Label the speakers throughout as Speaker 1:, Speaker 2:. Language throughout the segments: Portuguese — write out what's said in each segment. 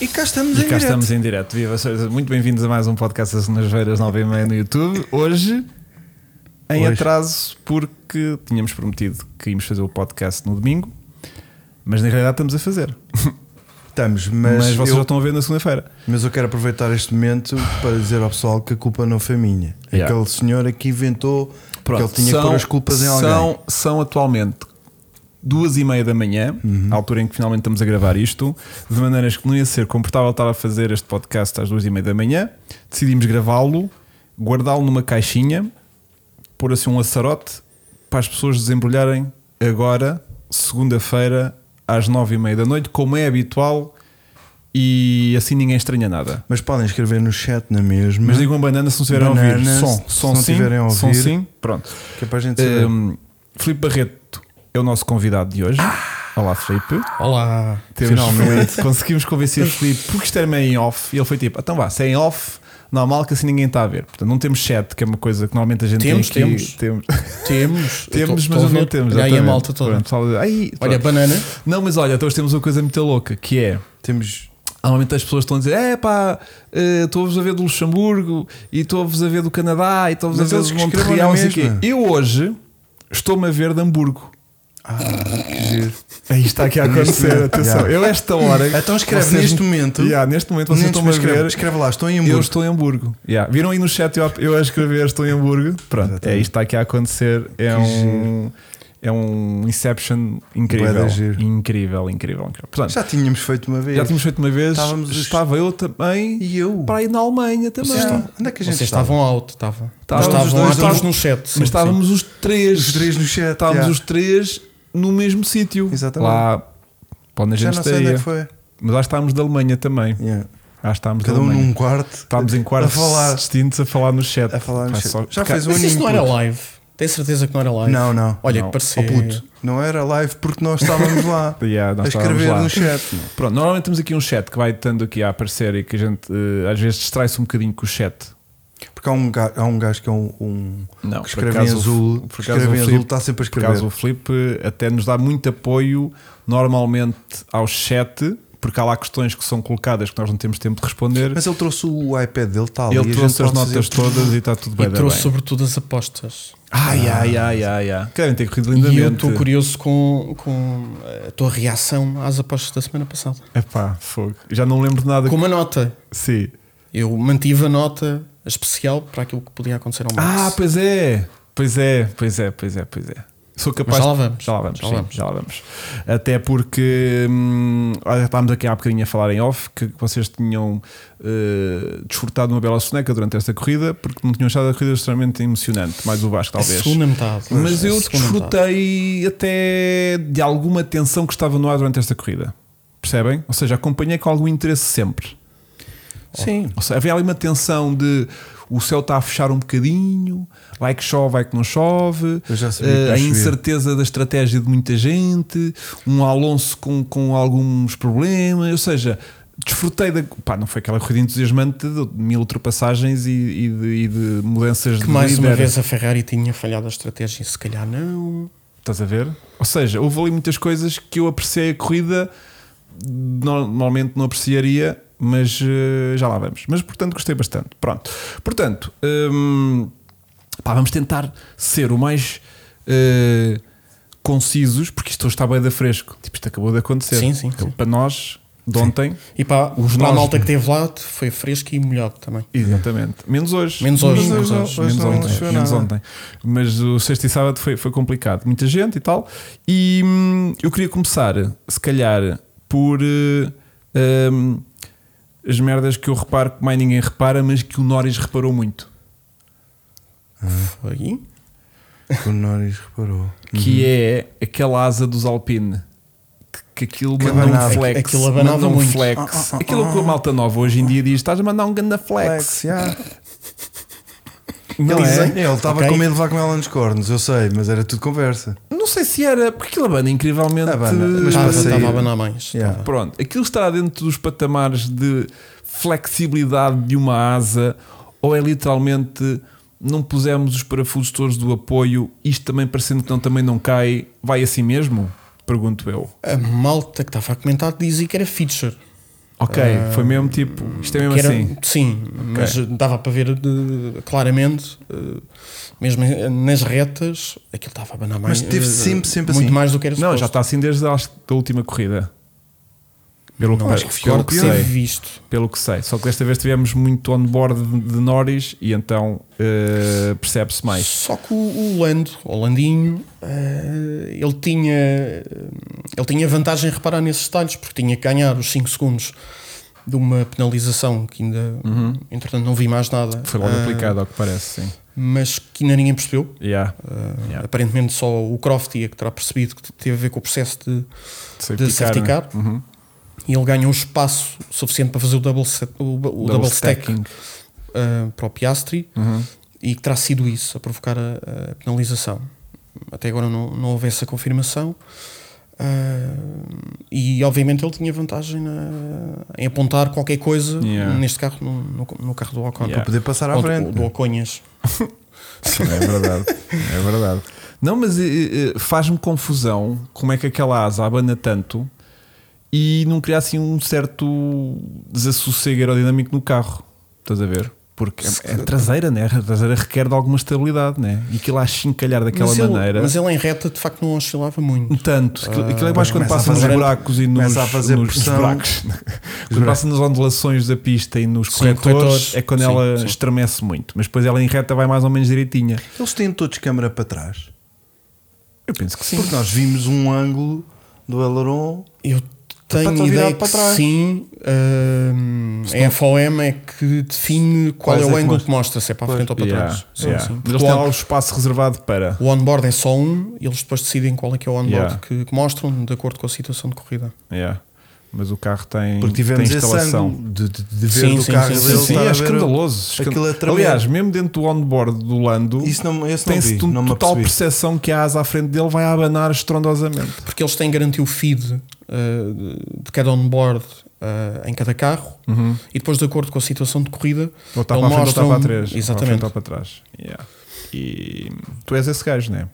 Speaker 1: E cá estamos
Speaker 2: E
Speaker 1: em
Speaker 2: cá
Speaker 1: direto.
Speaker 2: estamos em direto. Viva, sejam muito bem-vindos a mais um podcast das Nojeiras 9 e meia no YouTube. Hoje, em
Speaker 1: Hoje.
Speaker 2: atraso, porque tínhamos prometido que íamos fazer o podcast no domingo, mas na realidade estamos a fazer.
Speaker 1: Estamos,
Speaker 2: Mas,
Speaker 1: mas,
Speaker 2: vocês já
Speaker 1: eu,
Speaker 2: estão a ver na segunda-feira.
Speaker 1: mas eu quero aproveitar este momento para dizer ao pessoal que a culpa não foi minha.
Speaker 2: Yeah.
Speaker 1: Aquele senhor aqui inventou que ele tinha que pôr as culpas em alguém.
Speaker 2: São, são atualmente duas e meia da manhã,
Speaker 1: Uhum.
Speaker 2: à altura em que finalmente estamos a gravar isto, de maneiras que não ia ser confortável estar a fazer este podcast às duas e meia da manhã. Decidimos gravá-lo, guardá-lo numa caixinha, pôr assim um laçarote para as pessoas desembrulharem agora, segunda-feira, às nove e meia da noite, como é habitual, e assim ninguém estranha nada.
Speaker 1: Mas podem escrever no chat na mesma.
Speaker 2: Mas digam banana se não estiverem a ouvir.
Speaker 1: Uhum. Banana,
Speaker 2: Som,
Speaker 1: se
Speaker 2: som
Speaker 1: não
Speaker 2: sim,
Speaker 1: tiverem a
Speaker 2: som
Speaker 1: ouvir.
Speaker 2: sim, pronto.
Speaker 1: que é para a gente saber.
Speaker 2: Um, Filipe Barreto é o nosso convidado de hoje.
Speaker 3: Ah!
Speaker 2: Olá, Filipe.
Speaker 3: Olá!
Speaker 2: Temos- conseguimos convencer o Filipe porque isto era meio em off. E ele foi tipo: então vá, se é em off, normal que assim ninguém está a ver. Portanto, não temos chat, que é uma coisa que normalmente a gente
Speaker 3: Temos,
Speaker 2: tem aqui.
Speaker 3: temos.
Speaker 2: Temos,
Speaker 3: Temos, Eu tô-
Speaker 2: mas
Speaker 3: tô a
Speaker 2: não
Speaker 3: ver.
Speaker 2: temos.
Speaker 3: Olha aí a
Speaker 2: exatamente.
Speaker 3: malta toda.
Speaker 2: Pronto, pessoal, aí,
Speaker 3: Olha,
Speaker 2: pronto.
Speaker 3: banana.
Speaker 2: Não, mas olha, então hoje temos uma coisa muito louca que é.
Speaker 1: Temos.
Speaker 2: Normalmente as pessoas estão a dizer: é pá, eh, estou-vos a ver do Luxemburgo, e estou-vos a ver do Canadá, e estou-vos a
Speaker 1: Mas
Speaker 2: ver
Speaker 1: eles
Speaker 2: do
Speaker 1: que
Speaker 2: Monte
Speaker 1: escrevam
Speaker 2: Real,
Speaker 1: na
Speaker 2: não sei o quê.
Speaker 1: mesma.
Speaker 2: Eu hoje estou-me a ver de Hamburgo.
Speaker 1: Ah, que giro.
Speaker 2: Aí É está aqui a acontecer, atenção.
Speaker 1: Yeah.
Speaker 2: Eu, esta hora.
Speaker 1: É Então escreve
Speaker 2: vocês-
Speaker 1: neste momento.
Speaker 2: Yeah, neste momento vocês
Speaker 1: Neste-
Speaker 2: estão a
Speaker 1: mas escreve,
Speaker 2: ver.
Speaker 1: escreve lá, estou em
Speaker 2: Eu
Speaker 1: Hamburgo.
Speaker 2: estou em Hamburgo. Yeah. Viram aí no chat eu, eu a escrever estou em Hamburgo? Pronto, é
Speaker 1: Exatamente.
Speaker 2: isto está aqui a acontecer. É um. É um Inception incrível.
Speaker 1: Bué de giro.
Speaker 2: Incrível, incrível, incrível. Portanto, já,
Speaker 1: Já tínhamos feito uma vez.
Speaker 2: tínhamos feito uma vez.
Speaker 1: Estávamos os-
Speaker 2: estava eu também.
Speaker 1: E eu.
Speaker 2: Para ir na Alemanha também.
Speaker 1: Vocês estão- Onde é que a gente
Speaker 3: Vocês
Speaker 1: estava?
Speaker 3: estavam alto, estava. Mas
Speaker 2: Estávamos
Speaker 1: os
Speaker 3: estavam
Speaker 1: dois,
Speaker 3: alto, estávamos
Speaker 1: estávamos-
Speaker 3: no chat. sim,
Speaker 2: Mas estávamos os três.
Speaker 1: Os três no chat,
Speaker 2: Estávamos
Speaker 1: já.
Speaker 2: os três no mesmo sítio.
Speaker 1: Exatamente.
Speaker 2: Lá, para onde a
Speaker 1: Já
Speaker 2: gente
Speaker 1: não sei onde é
Speaker 2: estaria.
Speaker 1: que foi.
Speaker 2: Mas lá estávamos da Alemanha também.
Speaker 1: Yeah.
Speaker 2: Lá estávamos
Speaker 1: Cada
Speaker 2: da
Speaker 1: um
Speaker 2: Alemanha.
Speaker 1: num quarto.
Speaker 2: Estávamos em quartos
Speaker 1: A falar.
Speaker 2: distintos a falar no chat.
Speaker 1: A falar no
Speaker 2: Pá,
Speaker 1: chat.
Speaker 2: só-
Speaker 1: Já
Speaker 2: porque-
Speaker 1: fez
Speaker 3: sim. Mas
Speaker 1: um
Speaker 3: isso não era
Speaker 1: input.
Speaker 3: live. Tem certeza que não era live?
Speaker 1: Não, não.
Speaker 3: Olha,
Speaker 2: Não.
Speaker 3: que parecia.
Speaker 1: Oh, puto, não era live porque nós estávamos lá
Speaker 2: Yeah, ah, nós
Speaker 1: a
Speaker 2: estávamos
Speaker 1: escrever
Speaker 2: lá.
Speaker 1: no chat.
Speaker 2: Pronto, normalmente temos aqui um chat que vai estando aqui a aparecer e que a gente eh, às vezes distrai-se um bocadinho com o chat.
Speaker 1: Porque há um gajo, há um gajo que é um, um-
Speaker 2: Não,
Speaker 1: que
Speaker 2: por
Speaker 1: escreve
Speaker 2: acaso
Speaker 1: em
Speaker 2: o-
Speaker 1: azul,
Speaker 2: por
Speaker 1: que
Speaker 2: acaso
Speaker 1: escreve
Speaker 2: o
Speaker 1: em
Speaker 2: Filipe-
Speaker 1: azul, está sempre a
Speaker 2: Por
Speaker 1: escrever.
Speaker 2: acaso o Filipe até nos dá muito apoio normalmente ao chat, porque há lá questões que são colocadas que nós não temos tempo de responder.
Speaker 1: Mas ele trouxe o iPad dele, tá tal.
Speaker 2: Ele trouxe as notas todas e está tudo bem.
Speaker 3: E
Speaker 2: dá
Speaker 3: trouxe um-
Speaker 2: bem.
Speaker 3: sobretudo as apostas.
Speaker 2: Ai, ai, ai, ai, ai. Querem ter corrido
Speaker 3: E
Speaker 2: lindamente.
Speaker 3: eu estou curioso com, com eh, a tua reação às apostas da semana passada.
Speaker 2: Epá, fogo. Já não lembro de nada.
Speaker 3: Com
Speaker 2: que-
Speaker 3: uma nota.
Speaker 2: Sim.
Speaker 3: Eu mantive a nota especial para aquilo que podia acontecer ao Max.
Speaker 2: Ah, pois é. Pois é, pois é, pois é, pois é. Sou capaz.
Speaker 3: Mas já lá vamos.
Speaker 2: Já lá vamos,
Speaker 3: Já
Speaker 2: sim,
Speaker 3: lá vamos.
Speaker 2: já lá vamos. Até porque. Hum, olha, estávamos aqui há bocadinho a falar em off que vocês tinham eh, desfrutado uma bela soneca durante esta corrida porque não tinham achado a corrida extremamente emocionante. Mais o Vasco,
Speaker 3: a
Speaker 2: talvez.
Speaker 3: É segunda metade.
Speaker 2: Mas
Speaker 3: A
Speaker 2: eu
Speaker 3: segunda metade.
Speaker 2: desfrutei até de alguma tensão que estava no ar durante esta corrida. Percebem? Ou seja, acompanhei com algum interesse sempre.
Speaker 1: Sim.
Speaker 2: Ou seja, havia ali uma tensão de o céu está a fechar um bocadinho, vai que chove, vai que não chove,
Speaker 1: Eu já sabia que
Speaker 2: eh,
Speaker 1: ia
Speaker 2: a
Speaker 1: chover.
Speaker 2: incerteza da estratégia de muita gente, um Alonso com, com alguns problemas, ou seja, desfrutei da. Pá, não foi aquela corrida entusiasmante de mil ultrapassagens e, e de, e de mudanças
Speaker 3: Que
Speaker 2: de
Speaker 3: mais uma
Speaker 2: líder.
Speaker 3: vez a Ferrari tinha falhado a estratégia, se calhar não.
Speaker 2: Estás a ver? Ou seja, houve ali muitas coisas que eu apreciei a corrida, no- normalmente não apreciaria, mas eh, já lá vamos. Mas portanto gostei bastante. Pronto. Portanto, hum, pá, vamos tentar ser o mais eh, concisos, porque isto hoje está bem da fresco. Tipo, isto acabou de acontecer. Então,
Speaker 3: Sim, sim, sim.
Speaker 2: Para nós, de ontem,
Speaker 3: E para,
Speaker 2: Os
Speaker 3: para a
Speaker 2: nós-
Speaker 3: malta que teve lá foi fresco e molhado também.
Speaker 2: Exatamente. Menos hoje.
Speaker 3: Menos hoje,
Speaker 2: Menos,
Speaker 3: menos
Speaker 1: hoje.
Speaker 2: hoje, menos
Speaker 1: Hoje não
Speaker 2: ontem,
Speaker 1: choveu
Speaker 2: menos
Speaker 1: nada.
Speaker 2: ontem. Mas o sexta e sábado foi, foi complicado. Muita gente e tal. E hum, eu queria começar, se calhar, por eh, hum, as merdas que eu reparo que mais ninguém repara, mas que o Norris reparou muito.
Speaker 1: Hum.
Speaker 3: Foi.
Speaker 1: Que o Norris reparou.
Speaker 2: Que
Speaker 1: Uhum.
Speaker 2: é aquela asa dos Alpine. Que, que aquilo
Speaker 1: Que
Speaker 2: manda um
Speaker 1: abanava.
Speaker 2: flex.
Speaker 3: Aquilo abanava
Speaker 2: manda um
Speaker 3: muito.
Speaker 2: flex.
Speaker 1: Ah, ah, ah,
Speaker 2: aquilo que a
Speaker 1: ah.
Speaker 2: malta nova hoje em dia diz: estás a mandar um ganda flex.
Speaker 1: Flex, yeah.
Speaker 2: Não
Speaker 3: Dizem.
Speaker 2: é?
Speaker 1: Ele estava
Speaker 3: Ok.
Speaker 1: com medo de levar com ela nos cornos, eu sei, mas era tudo conversa.
Speaker 2: Não sei se era, porque aquilo abana incrivelmente.
Speaker 1: Abana, mas
Speaker 3: Estava,
Speaker 1: para sair-
Speaker 3: estava a abanar mais.
Speaker 1: Yeah.
Speaker 3: Estava.
Speaker 2: Pronto, aquilo estará dentro dos patamares de flexibilidade de uma asa ou é literalmente não pusemos os parafusos todos do apoio, isto também parecendo que não, também não cai, vai assim mesmo? Pergunto eu.
Speaker 3: A malta que estava a comentar dizia que era feature.
Speaker 2: Ok,
Speaker 3: Ah,
Speaker 2: foi mesmo tipo. Isto é mesmo
Speaker 3: Que era-
Speaker 2: assim.
Speaker 3: Sim, mas dava para ver eh, claramente, eh, mesmo em- nas retas, aquilo estava a banar mais.
Speaker 1: Mas teve
Speaker 3: eh,
Speaker 1: sempre- sempre
Speaker 3: Muito
Speaker 1: assim?
Speaker 3: mais do que era
Speaker 2: Não,
Speaker 3: suposto.
Speaker 2: já está assim desde acho, que, da última corrida. Pelo,
Speaker 3: Não,
Speaker 2: que,
Speaker 3: acho que
Speaker 2: pelo
Speaker 3: pior
Speaker 2: tá- que
Speaker 3: que
Speaker 2: sei.
Speaker 3: ser visto.
Speaker 2: Pelo que sei. Só que desta vez tivemos muito on-board de Norris e então eh, percebe-se mais.
Speaker 3: Só que o, o Lando, o Landinho, eh, ele, tinha, eh, ele tinha vantagem em reparar nesses detalhes, porque tinha que ganhar os 5 segundos de uma penalização que ainda, entretanto, não vi mais nada.
Speaker 2: Uhum. Foi logo
Speaker 3: Ah,
Speaker 2: aplicado, ao que parece, sim.
Speaker 3: Mas que ainda ninguém percebeu.
Speaker 2: Yeah.
Speaker 3: Ah,
Speaker 2: Yeah.
Speaker 3: Aparentemente só o Croft é que terá percebido que teve a ver com o processo de,
Speaker 2: De
Speaker 3: de safety
Speaker 2: né?
Speaker 3: car.
Speaker 2: Uhum.
Speaker 3: e ele ganhou um espaço suficiente para fazer o double, set- o, o double, stack
Speaker 2: stacking.
Speaker 3: ah, para o Piastri
Speaker 2: Uhum.
Speaker 3: e que terá sido isso a provocar a, a penalização. Até agora não, não houve essa confirmação. Ah, e obviamente ele tinha vantagem na- em apontar qualquer coisa
Speaker 2: Yeah.
Speaker 3: neste carro, no, no- no carro do Ocon.
Speaker 2: Yeah.
Speaker 1: Poder passar à
Speaker 3: Ou
Speaker 1: frente.
Speaker 3: do, do Oconhas.
Speaker 2: Sim, é verdade. é verdade. Não, mas eh, eh, faz-me confusão como é que aquela asa abana tanto e não cria assim um certo desassossego aerodinâmico no carro. Estás a ver? Porque é, é traseira, né? A traseira requer de alguma estabilidade, né? E aquilo a chincalhar daquela
Speaker 3: mas,
Speaker 2: maneira.
Speaker 3: ele, mas ele em reta de facto não oscilava muito.
Speaker 1: Então,
Speaker 2: Tanto, aquilo, aquilo é mais
Speaker 1: mas
Speaker 2: quando
Speaker 1: começa a
Speaker 2: passa nos
Speaker 1: fazer-
Speaker 2: buracos e nos,
Speaker 1: começa a fazer
Speaker 2: nos, nos
Speaker 1: pressão.
Speaker 2: buracos. né? quando passa nas ondulações da pista e nos
Speaker 3: Sim,
Speaker 2: corretores,
Speaker 3: corretores.
Speaker 2: é quando
Speaker 3: Sim,
Speaker 2: ela
Speaker 3: sim.
Speaker 2: estremece muito. Mas depois ela em reta vai mais ou menos direitinha.
Speaker 1: Eles têm todos câmara para trás.
Speaker 2: Eu penso que sim.
Speaker 1: Porque nós vimos um ângulo do aileron.
Speaker 3: Eu
Speaker 1: Para
Speaker 3: tenho
Speaker 1: estar virado
Speaker 3: ideia
Speaker 1: para
Speaker 3: que
Speaker 1: trás.
Speaker 3: sim. ahm, a FOM é que define qual
Speaker 1: Quais
Speaker 3: é
Speaker 1: é
Speaker 3: o
Speaker 1: que
Speaker 3: ângulo
Speaker 1: mostra?
Speaker 3: que mostra, se é para a frente ou para
Speaker 2: Yeah,
Speaker 3: trás. Sim,
Speaker 2: yeah.
Speaker 3: sim.
Speaker 2: Mas Eles
Speaker 1: um
Speaker 2: têm lá é o espaço reservado para.
Speaker 3: O onboard é só um e eles depois decidem qual é que é o onboard
Speaker 2: Yeah.
Speaker 3: que, que mostram de acordo com a situação de corrida.
Speaker 2: Yeah. Mas o carro tem,
Speaker 1: Porque tivemos
Speaker 2: tem
Speaker 1: esse
Speaker 2: instalação.
Speaker 1: ângulo de, de, de ver
Speaker 3: Sim,
Speaker 1: do
Speaker 3: sim,
Speaker 1: carro
Speaker 3: sim,
Speaker 2: Sim,
Speaker 1: dele.
Speaker 2: sim,
Speaker 1: estar
Speaker 2: é
Speaker 1: a ver o-
Speaker 2: escandaloso.
Speaker 1: aquilo a tremer.
Speaker 2: Aliás, mesmo dentro do onboard do Lando,
Speaker 1: Isso não, esse não
Speaker 2: tem-se
Speaker 1: vi,
Speaker 2: tu-
Speaker 1: não me
Speaker 2: total
Speaker 1: apercebi.
Speaker 2: percepção que a asa à frente dele vai abanar estrondosamente.
Speaker 3: Porque eles têm garantido o feed ah, de- de cada onboard ah, em cada carro
Speaker 1: Uhum.
Speaker 3: e depois, de acordo com a situação de corrida,
Speaker 2: Ou está
Speaker 3: Ele
Speaker 2: para a frente ou está
Speaker 3: mostra
Speaker 2: para
Speaker 3: um-
Speaker 2: trás.
Speaker 3: Exatamente.
Speaker 2: Ou para a frente ou para trás. Yeah. E tu és esse gajo, não é?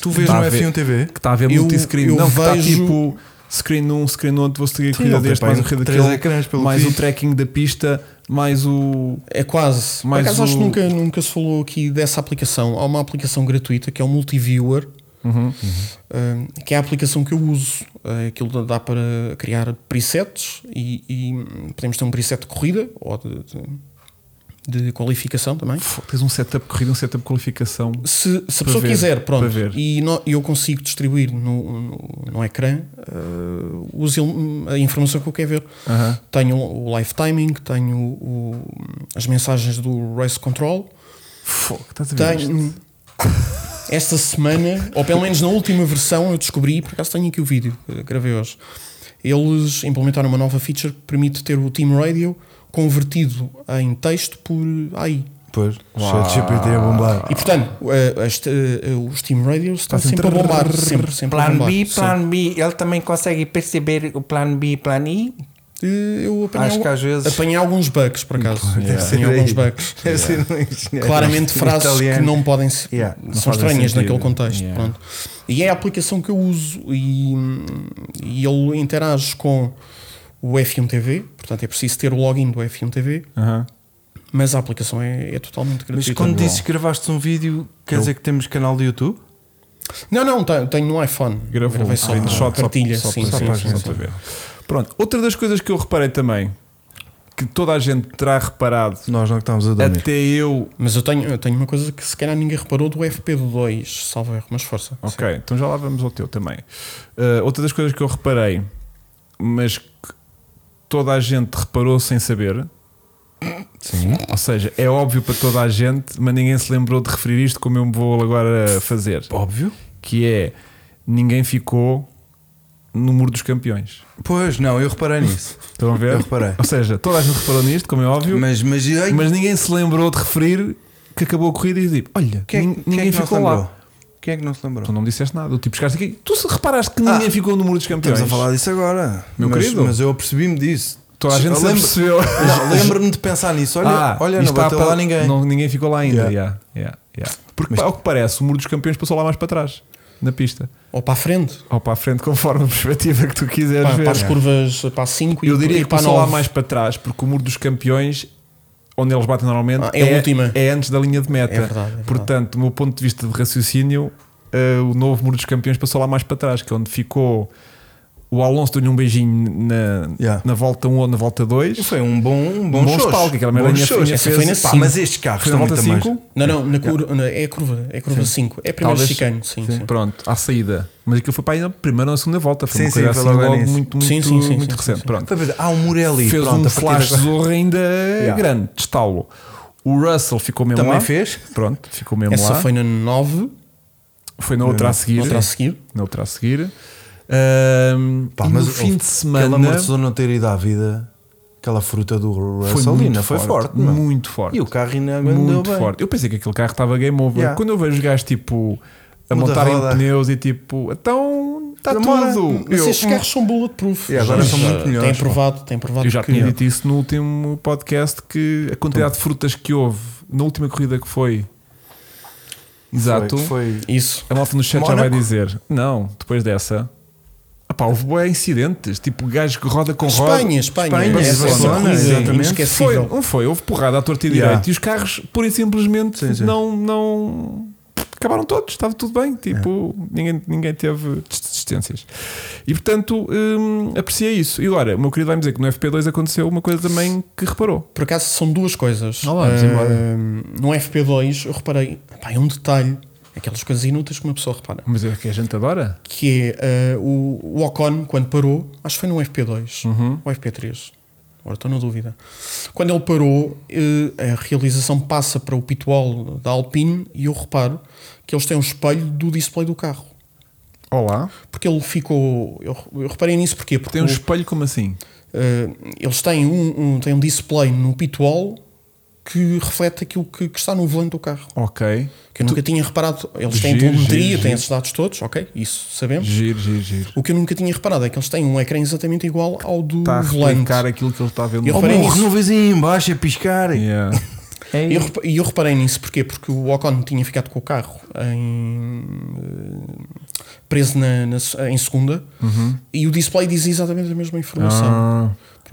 Speaker 1: Tu vês
Speaker 2: Tá
Speaker 1: no
Speaker 2: a ver.
Speaker 1: F1 TV?
Speaker 2: Que está a ver
Speaker 3: Eu-
Speaker 2: multiscreen.
Speaker 3: eu
Speaker 2: Não, que está
Speaker 3: vejo-
Speaker 2: tipo screen num, screen outro, vou seguir a corrida
Speaker 1: ele tem
Speaker 2: deste,
Speaker 1: pá,
Speaker 2: mais um a
Speaker 1: aí
Speaker 2: corrida
Speaker 1: três
Speaker 2: daquele,
Speaker 1: ecrãs, pelo
Speaker 2: mais um
Speaker 1: que
Speaker 2: o
Speaker 1: vi.
Speaker 2: tracking da pista, mais o.
Speaker 3: é quase.
Speaker 2: Mais
Speaker 3: Por acaso, acho
Speaker 2: o-
Speaker 3: que nunca, nunca se falou aqui dessa aplicação. Há uma aplicação gratuita que é o Multiviewer. Uh, que é a aplicação que eu uso. Uh, aquilo dá- dá para criar presets e, e podemos ter um preset de corrida ou de, de- de qualificação também.
Speaker 2: Pô, Tens um setup corrida, um setup de qualificação.
Speaker 3: Se, se a
Speaker 2: Para
Speaker 3: pessoa
Speaker 2: ver,
Speaker 3: quiser,
Speaker 2: para
Speaker 3: pronto,
Speaker 2: ver.
Speaker 3: e no- eu consigo distribuir no, no, no ecrã uh, os ele- a informação que eu quero ver.
Speaker 2: Aham.
Speaker 3: Tenho o live timing, tenho o- as mensagens do race control,
Speaker 2: Fogo, estás a ver? isto?
Speaker 3: tenho esta semana, ou pelo menos na última versão, eu descobri, por acaso tenho aqui o vídeo, eh, gravei hoje. Eles implementaram uma nova feature que permite ter o Team Radio convertido em texto por AI.
Speaker 1: Pois,
Speaker 2: Uau.
Speaker 1: o GPT
Speaker 2: é
Speaker 1: a bombar.
Speaker 3: E portanto, eh, as te- eh, os Team Radios estão
Speaker 2: Fazem
Speaker 3: sempre a bombar, sempre, sempre a
Speaker 4: Plan
Speaker 3: bombar.
Speaker 4: B,
Speaker 3: sim.
Speaker 4: plan B. Ele também consegue perceber o plan B, plan I.
Speaker 3: Eh, Eu apanhei,
Speaker 1: Acho que às vezes-
Speaker 3: apanhei alguns bugs, por acaso.
Speaker 1: Deve ser
Speaker 3: Apanhei
Speaker 1: daí.
Speaker 3: alguns bugs.
Speaker 1: Deve ser um engenheiro
Speaker 3: claramente frases que
Speaker 1: italiano.
Speaker 3: não podem ser,
Speaker 1: Yeah,
Speaker 2: não fazem
Speaker 3: são estranhas
Speaker 2: sentido.
Speaker 3: naquele contexto.
Speaker 2: Yeah.
Speaker 3: pronto. E é a aplicação que eu uso e, e ele interage com o F1 TV, portanto é preciso ter o login do F1 TV,
Speaker 2: Aham.
Speaker 3: mas a aplicação é, é totalmente
Speaker 1: Mas
Speaker 3: gratuita.
Speaker 1: quando dizes que gravaste um vídeo, quer dizer que temos canal do YouTube?
Speaker 3: Não, não, tenho, tenho no iPhone.
Speaker 2: Gravou
Speaker 3: Gravei
Speaker 2: um
Speaker 3: só
Speaker 2: screenshot só-
Speaker 3: partilha,
Speaker 2: só,
Speaker 3: sim,
Speaker 2: para-
Speaker 3: sim,
Speaker 2: só
Speaker 3: sim,
Speaker 2: para-
Speaker 3: sim.
Speaker 2: só para ver. Pronto, outra das coisas que eu reparei também, que toda a gente terá reparado,
Speaker 1: Nós não que estamos a dormir.
Speaker 2: até eu.
Speaker 3: Mas eu tenho, eu tenho uma coisa que se calhar ninguém reparou do FP2, salvo erro, mas força.
Speaker 2: Ok, então já lá vamos ao teu também. Uh, outra das coisas que eu reparei, mas que toda a gente reparou sem saber. Sim. Ou seja, é óbvio para toda a gente, mas ninguém se lembrou de referir isto como eu me vou agora fazer.
Speaker 1: Óbvio.
Speaker 2: Que é ninguém ficou no muro dos campeões.
Speaker 1: Pois, não, eu reparei nisso.
Speaker 2: Estão a ver?
Speaker 1: Eu reparei.
Speaker 2: Ou seja, toda a gente reparou nisto, como é óbvio, mas,
Speaker 1: Mas, mas, ai,
Speaker 2: ninguém se lembrou de referir que acabou a corrida e tipo, olha,
Speaker 1: quem, é- quem
Speaker 2: nin-
Speaker 1: é
Speaker 2: ninguém
Speaker 1: que não se
Speaker 2: ficou
Speaker 1: lembrou?
Speaker 2: lá.
Speaker 1: Quem é que não se lembrou?
Speaker 2: Tu não me disseste nada, tipo, chegaste aqui, tu se reparaste que ninguém
Speaker 1: Ah,
Speaker 2: ficou no muro dos campeões.
Speaker 1: Estamos a falar disso agora.
Speaker 2: Meu
Speaker 1: mas,
Speaker 2: querido.
Speaker 1: Mas eu apercebi-me disso.
Speaker 2: Toda a gente
Speaker 1: Eu
Speaker 2: se
Speaker 1: lembro-
Speaker 2: apercebeu.
Speaker 1: Não, Lembro-me de pensar nisso. Olha,
Speaker 2: Ah,
Speaker 1: olha
Speaker 2: isto
Speaker 1: não
Speaker 2: está
Speaker 1: bateu
Speaker 2: para-
Speaker 1: lá ninguém.
Speaker 2: Não, ninguém ficou lá ainda.
Speaker 1: Yeah.
Speaker 2: yeah, yeah, yeah. Porque, pá, ao que parece, o muro dos campeões passou lá mais para trás. na pista.
Speaker 3: Ou para a frente.
Speaker 2: Ou para a frente, conforme a perspectiva que tu quiseres
Speaker 3: Para,
Speaker 2: ver.
Speaker 3: para as curvas, para a 5 e
Speaker 2: Eu diria
Speaker 3: e
Speaker 2: que
Speaker 3: para a
Speaker 2: passou lá
Speaker 3: 9.
Speaker 2: mais para trás, porque o muro dos campeões, onde eles batem normalmente,
Speaker 3: Ah, é a última.
Speaker 2: é antes da linha de meta.
Speaker 3: É verdade, é verdade.
Speaker 2: Portanto, do meu ponto de vista de raciocínio, eh, o novo muro dos campeões passou lá mais para trás, que é onde ficou o Alonso deu-lhe um beijinho na,
Speaker 1: Yeah.
Speaker 2: na volta 1 ou na volta 2.
Speaker 1: Foi um bom, um bom,
Speaker 2: Bom
Speaker 1: xoxo.
Speaker 2: espalho, aquela merda é
Speaker 1: Bom
Speaker 2: minha
Speaker 1: xoxo.
Speaker 2: filha
Speaker 3: Essa foi fez. na
Speaker 1: Pá,
Speaker 3: cinco.
Speaker 1: mas estes carros
Speaker 2: Foi na
Speaker 1: estão
Speaker 2: volta
Speaker 1: muito mais.
Speaker 2: 5.
Speaker 3: Não, não, na curva, na- é a curva, é a curva 5. É primeiro
Speaker 2: Talvez-
Speaker 3: chicano, sim, sim.
Speaker 2: Pronto, à saída. Mas aquilo foi para aí na primeira ou na segunda volta. Foi
Speaker 1: Sim,
Speaker 2: uma
Speaker 1: sim,
Speaker 2: coisa
Speaker 1: foi
Speaker 2: assim
Speaker 1: logo
Speaker 2: logo,
Speaker 1: nisso.
Speaker 2: muito, muito,
Speaker 3: Sim, sim, sim,
Speaker 2: muito
Speaker 3: sim,
Speaker 2: recente. Pronto.
Speaker 1: Foi ver, Ah, o Morelli.
Speaker 2: fez
Speaker 1: Pronto,
Speaker 2: um
Speaker 1: a partir
Speaker 2: flash
Speaker 1: agora-
Speaker 2: zorro ainda grande, destalo. O Russell ficou mesmo
Speaker 1: Também
Speaker 2: lá.
Speaker 1: fez?
Speaker 2: Pronto, ficou mesmo
Speaker 3: Essa
Speaker 2: lá.
Speaker 3: foi na 9,
Speaker 2: Foi na outra a seguir.
Speaker 3: outra a seguir.
Speaker 2: Na outra a seguir. Ahm,
Speaker 1: Pá,
Speaker 2: e
Speaker 1: mas
Speaker 2: no fim de
Speaker 1: Aquela
Speaker 2: semana
Speaker 1: morte não ter ido à vida, aquela fruta do
Speaker 2: foi
Speaker 1: Russell
Speaker 2: muito
Speaker 1: ainda foi forte. não?
Speaker 2: muito forte.
Speaker 1: E o carro ainda andou
Speaker 2: muito
Speaker 1: bem.
Speaker 2: forte. Eu pensei que aquele carro estava game over.
Speaker 1: Yeah.
Speaker 2: Quando eu vejo os gajos tipo a
Speaker 1: Muda
Speaker 2: montarem
Speaker 1: roda.
Speaker 2: pneus e tipo, então está
Speaker 1: Demora.
Speaker 2: tudo.
Speaker 3: Mas
Speaker 2: Eu, É,
Speaker 3: estes carros são bulletproof.
Speaker 1: E agora
Speaker 3: Já-
Speaker 1: são muito
Speaker 3: já
Speaker 1: melhores,
Speaker 3: Têm
Speaker 1: pá.
Speaker 3: provado, têm provado
Speaker 2: eu já
Speaker 3: que-
Speaker 2: tinha dito isso no último podcast que a quantidade de frutas que houve na última corrida que foi. Exato.
Speaker 1: Foi- Foi,
Speaker 3: Isso.
Speaker 2: A malta no chat já
Speaker 1: Mónaco?
Speaker 2: vai dizer: Não, depois dessa. Apá, houve bué incidentes, tipo gajo que roda com roda.
Speaker 3: Espanha, Espanha.
Speaker 1: Espanha,
Speaker 3: essa essa
Speaker 1: Barcelona,
Speaker 3: corrida é
Speaker 1: exatamente.
Speaker 2: Foi,
Speaker 3: inesquecível.
Speaker 2: não foi, houve porrada à torta e
Speaker 1: Yeah.
Speaker 2: direito. E os carros, pura e simplesmente,
Speaker 1: Sim, sim.
Speaker 2: não. não Acabaram todos, estava tudo bem, tipo, ninguém, ninguém teve des- desistências. E portanto, hum, apreciei isso. E agora, o meu querido vai-me dizer que no FP2 aconteceu uma coisa também que reparou.
Speaker 3: Por acaso são duas coisas.
Speaker 2: Ah, vamos
Speaker 3: Ah,
Speaker 2: embora.
Speaker 3: no FP2 eu reparei, pá, é um detalhe, aquelas coisas inúteis que uma pessoa repara,
Speaker 2: Mas é que a gente adora?
Speaker 3: que é ah, o, o Ocon, quando parou, acho que foi no FP2
Speaker 2: Uhum.
Speaker 3: ou FP3, agora estou na dúvida. Quando ele parou, eh, a realização passa para o pitwall da Alpine e eu reparo que eles têm um espelho do display do carro.
Speaker 2: Olá.
Speaker 3: Porque ele ficou. Eu, eu reparei nisso porquê? Porque
Speaker 2: Tem um
Speaker 3: o-
Speaker 2: espelho como assim?
Speaker 3: Uh, eles têm um, um- têm um display no pitwall que reflete aquilo que, que está no volante do carro.
Speaker 2: Ok.
Speaker 3: Que eu nunca tinha reparado. Eles têm
Speaker 2: Giro,
Speaker 3: telemetria,
Speaker 2: giro,
Speaker 3: têm
Speaker 2: giro.
Speaker 3: esses dados todos, ok? Isso sabemos.
Speaker 2: Giro, giro, giro.
Speaker 3: O que eu nunca tinha reparado é que eles têm um ecrã exatamente igual ao do
Speaker 1: Uhum.
Speaker 2: Está Tá a
Speaker 3: volante.
Speaker 2: replicar aquilo que ele está a ver no
Speaker 3: Eu
Speaker 1: Oh,
Speaker 3: Reparem
Speaker 1: meu,
Speaker 3: nisso.
Speaker 1: renovas aí em baixo a piscar.
Speaker 2: Yeah.
Speaker 3: E eu, rep- e eu reparei nisso porquê? Porque o Ocon tinha ficado com o carro em, eh, preso na, na se- em segunda e o display dizia exatamente a mesma informação.
Speaker 2: Uhum. Ah,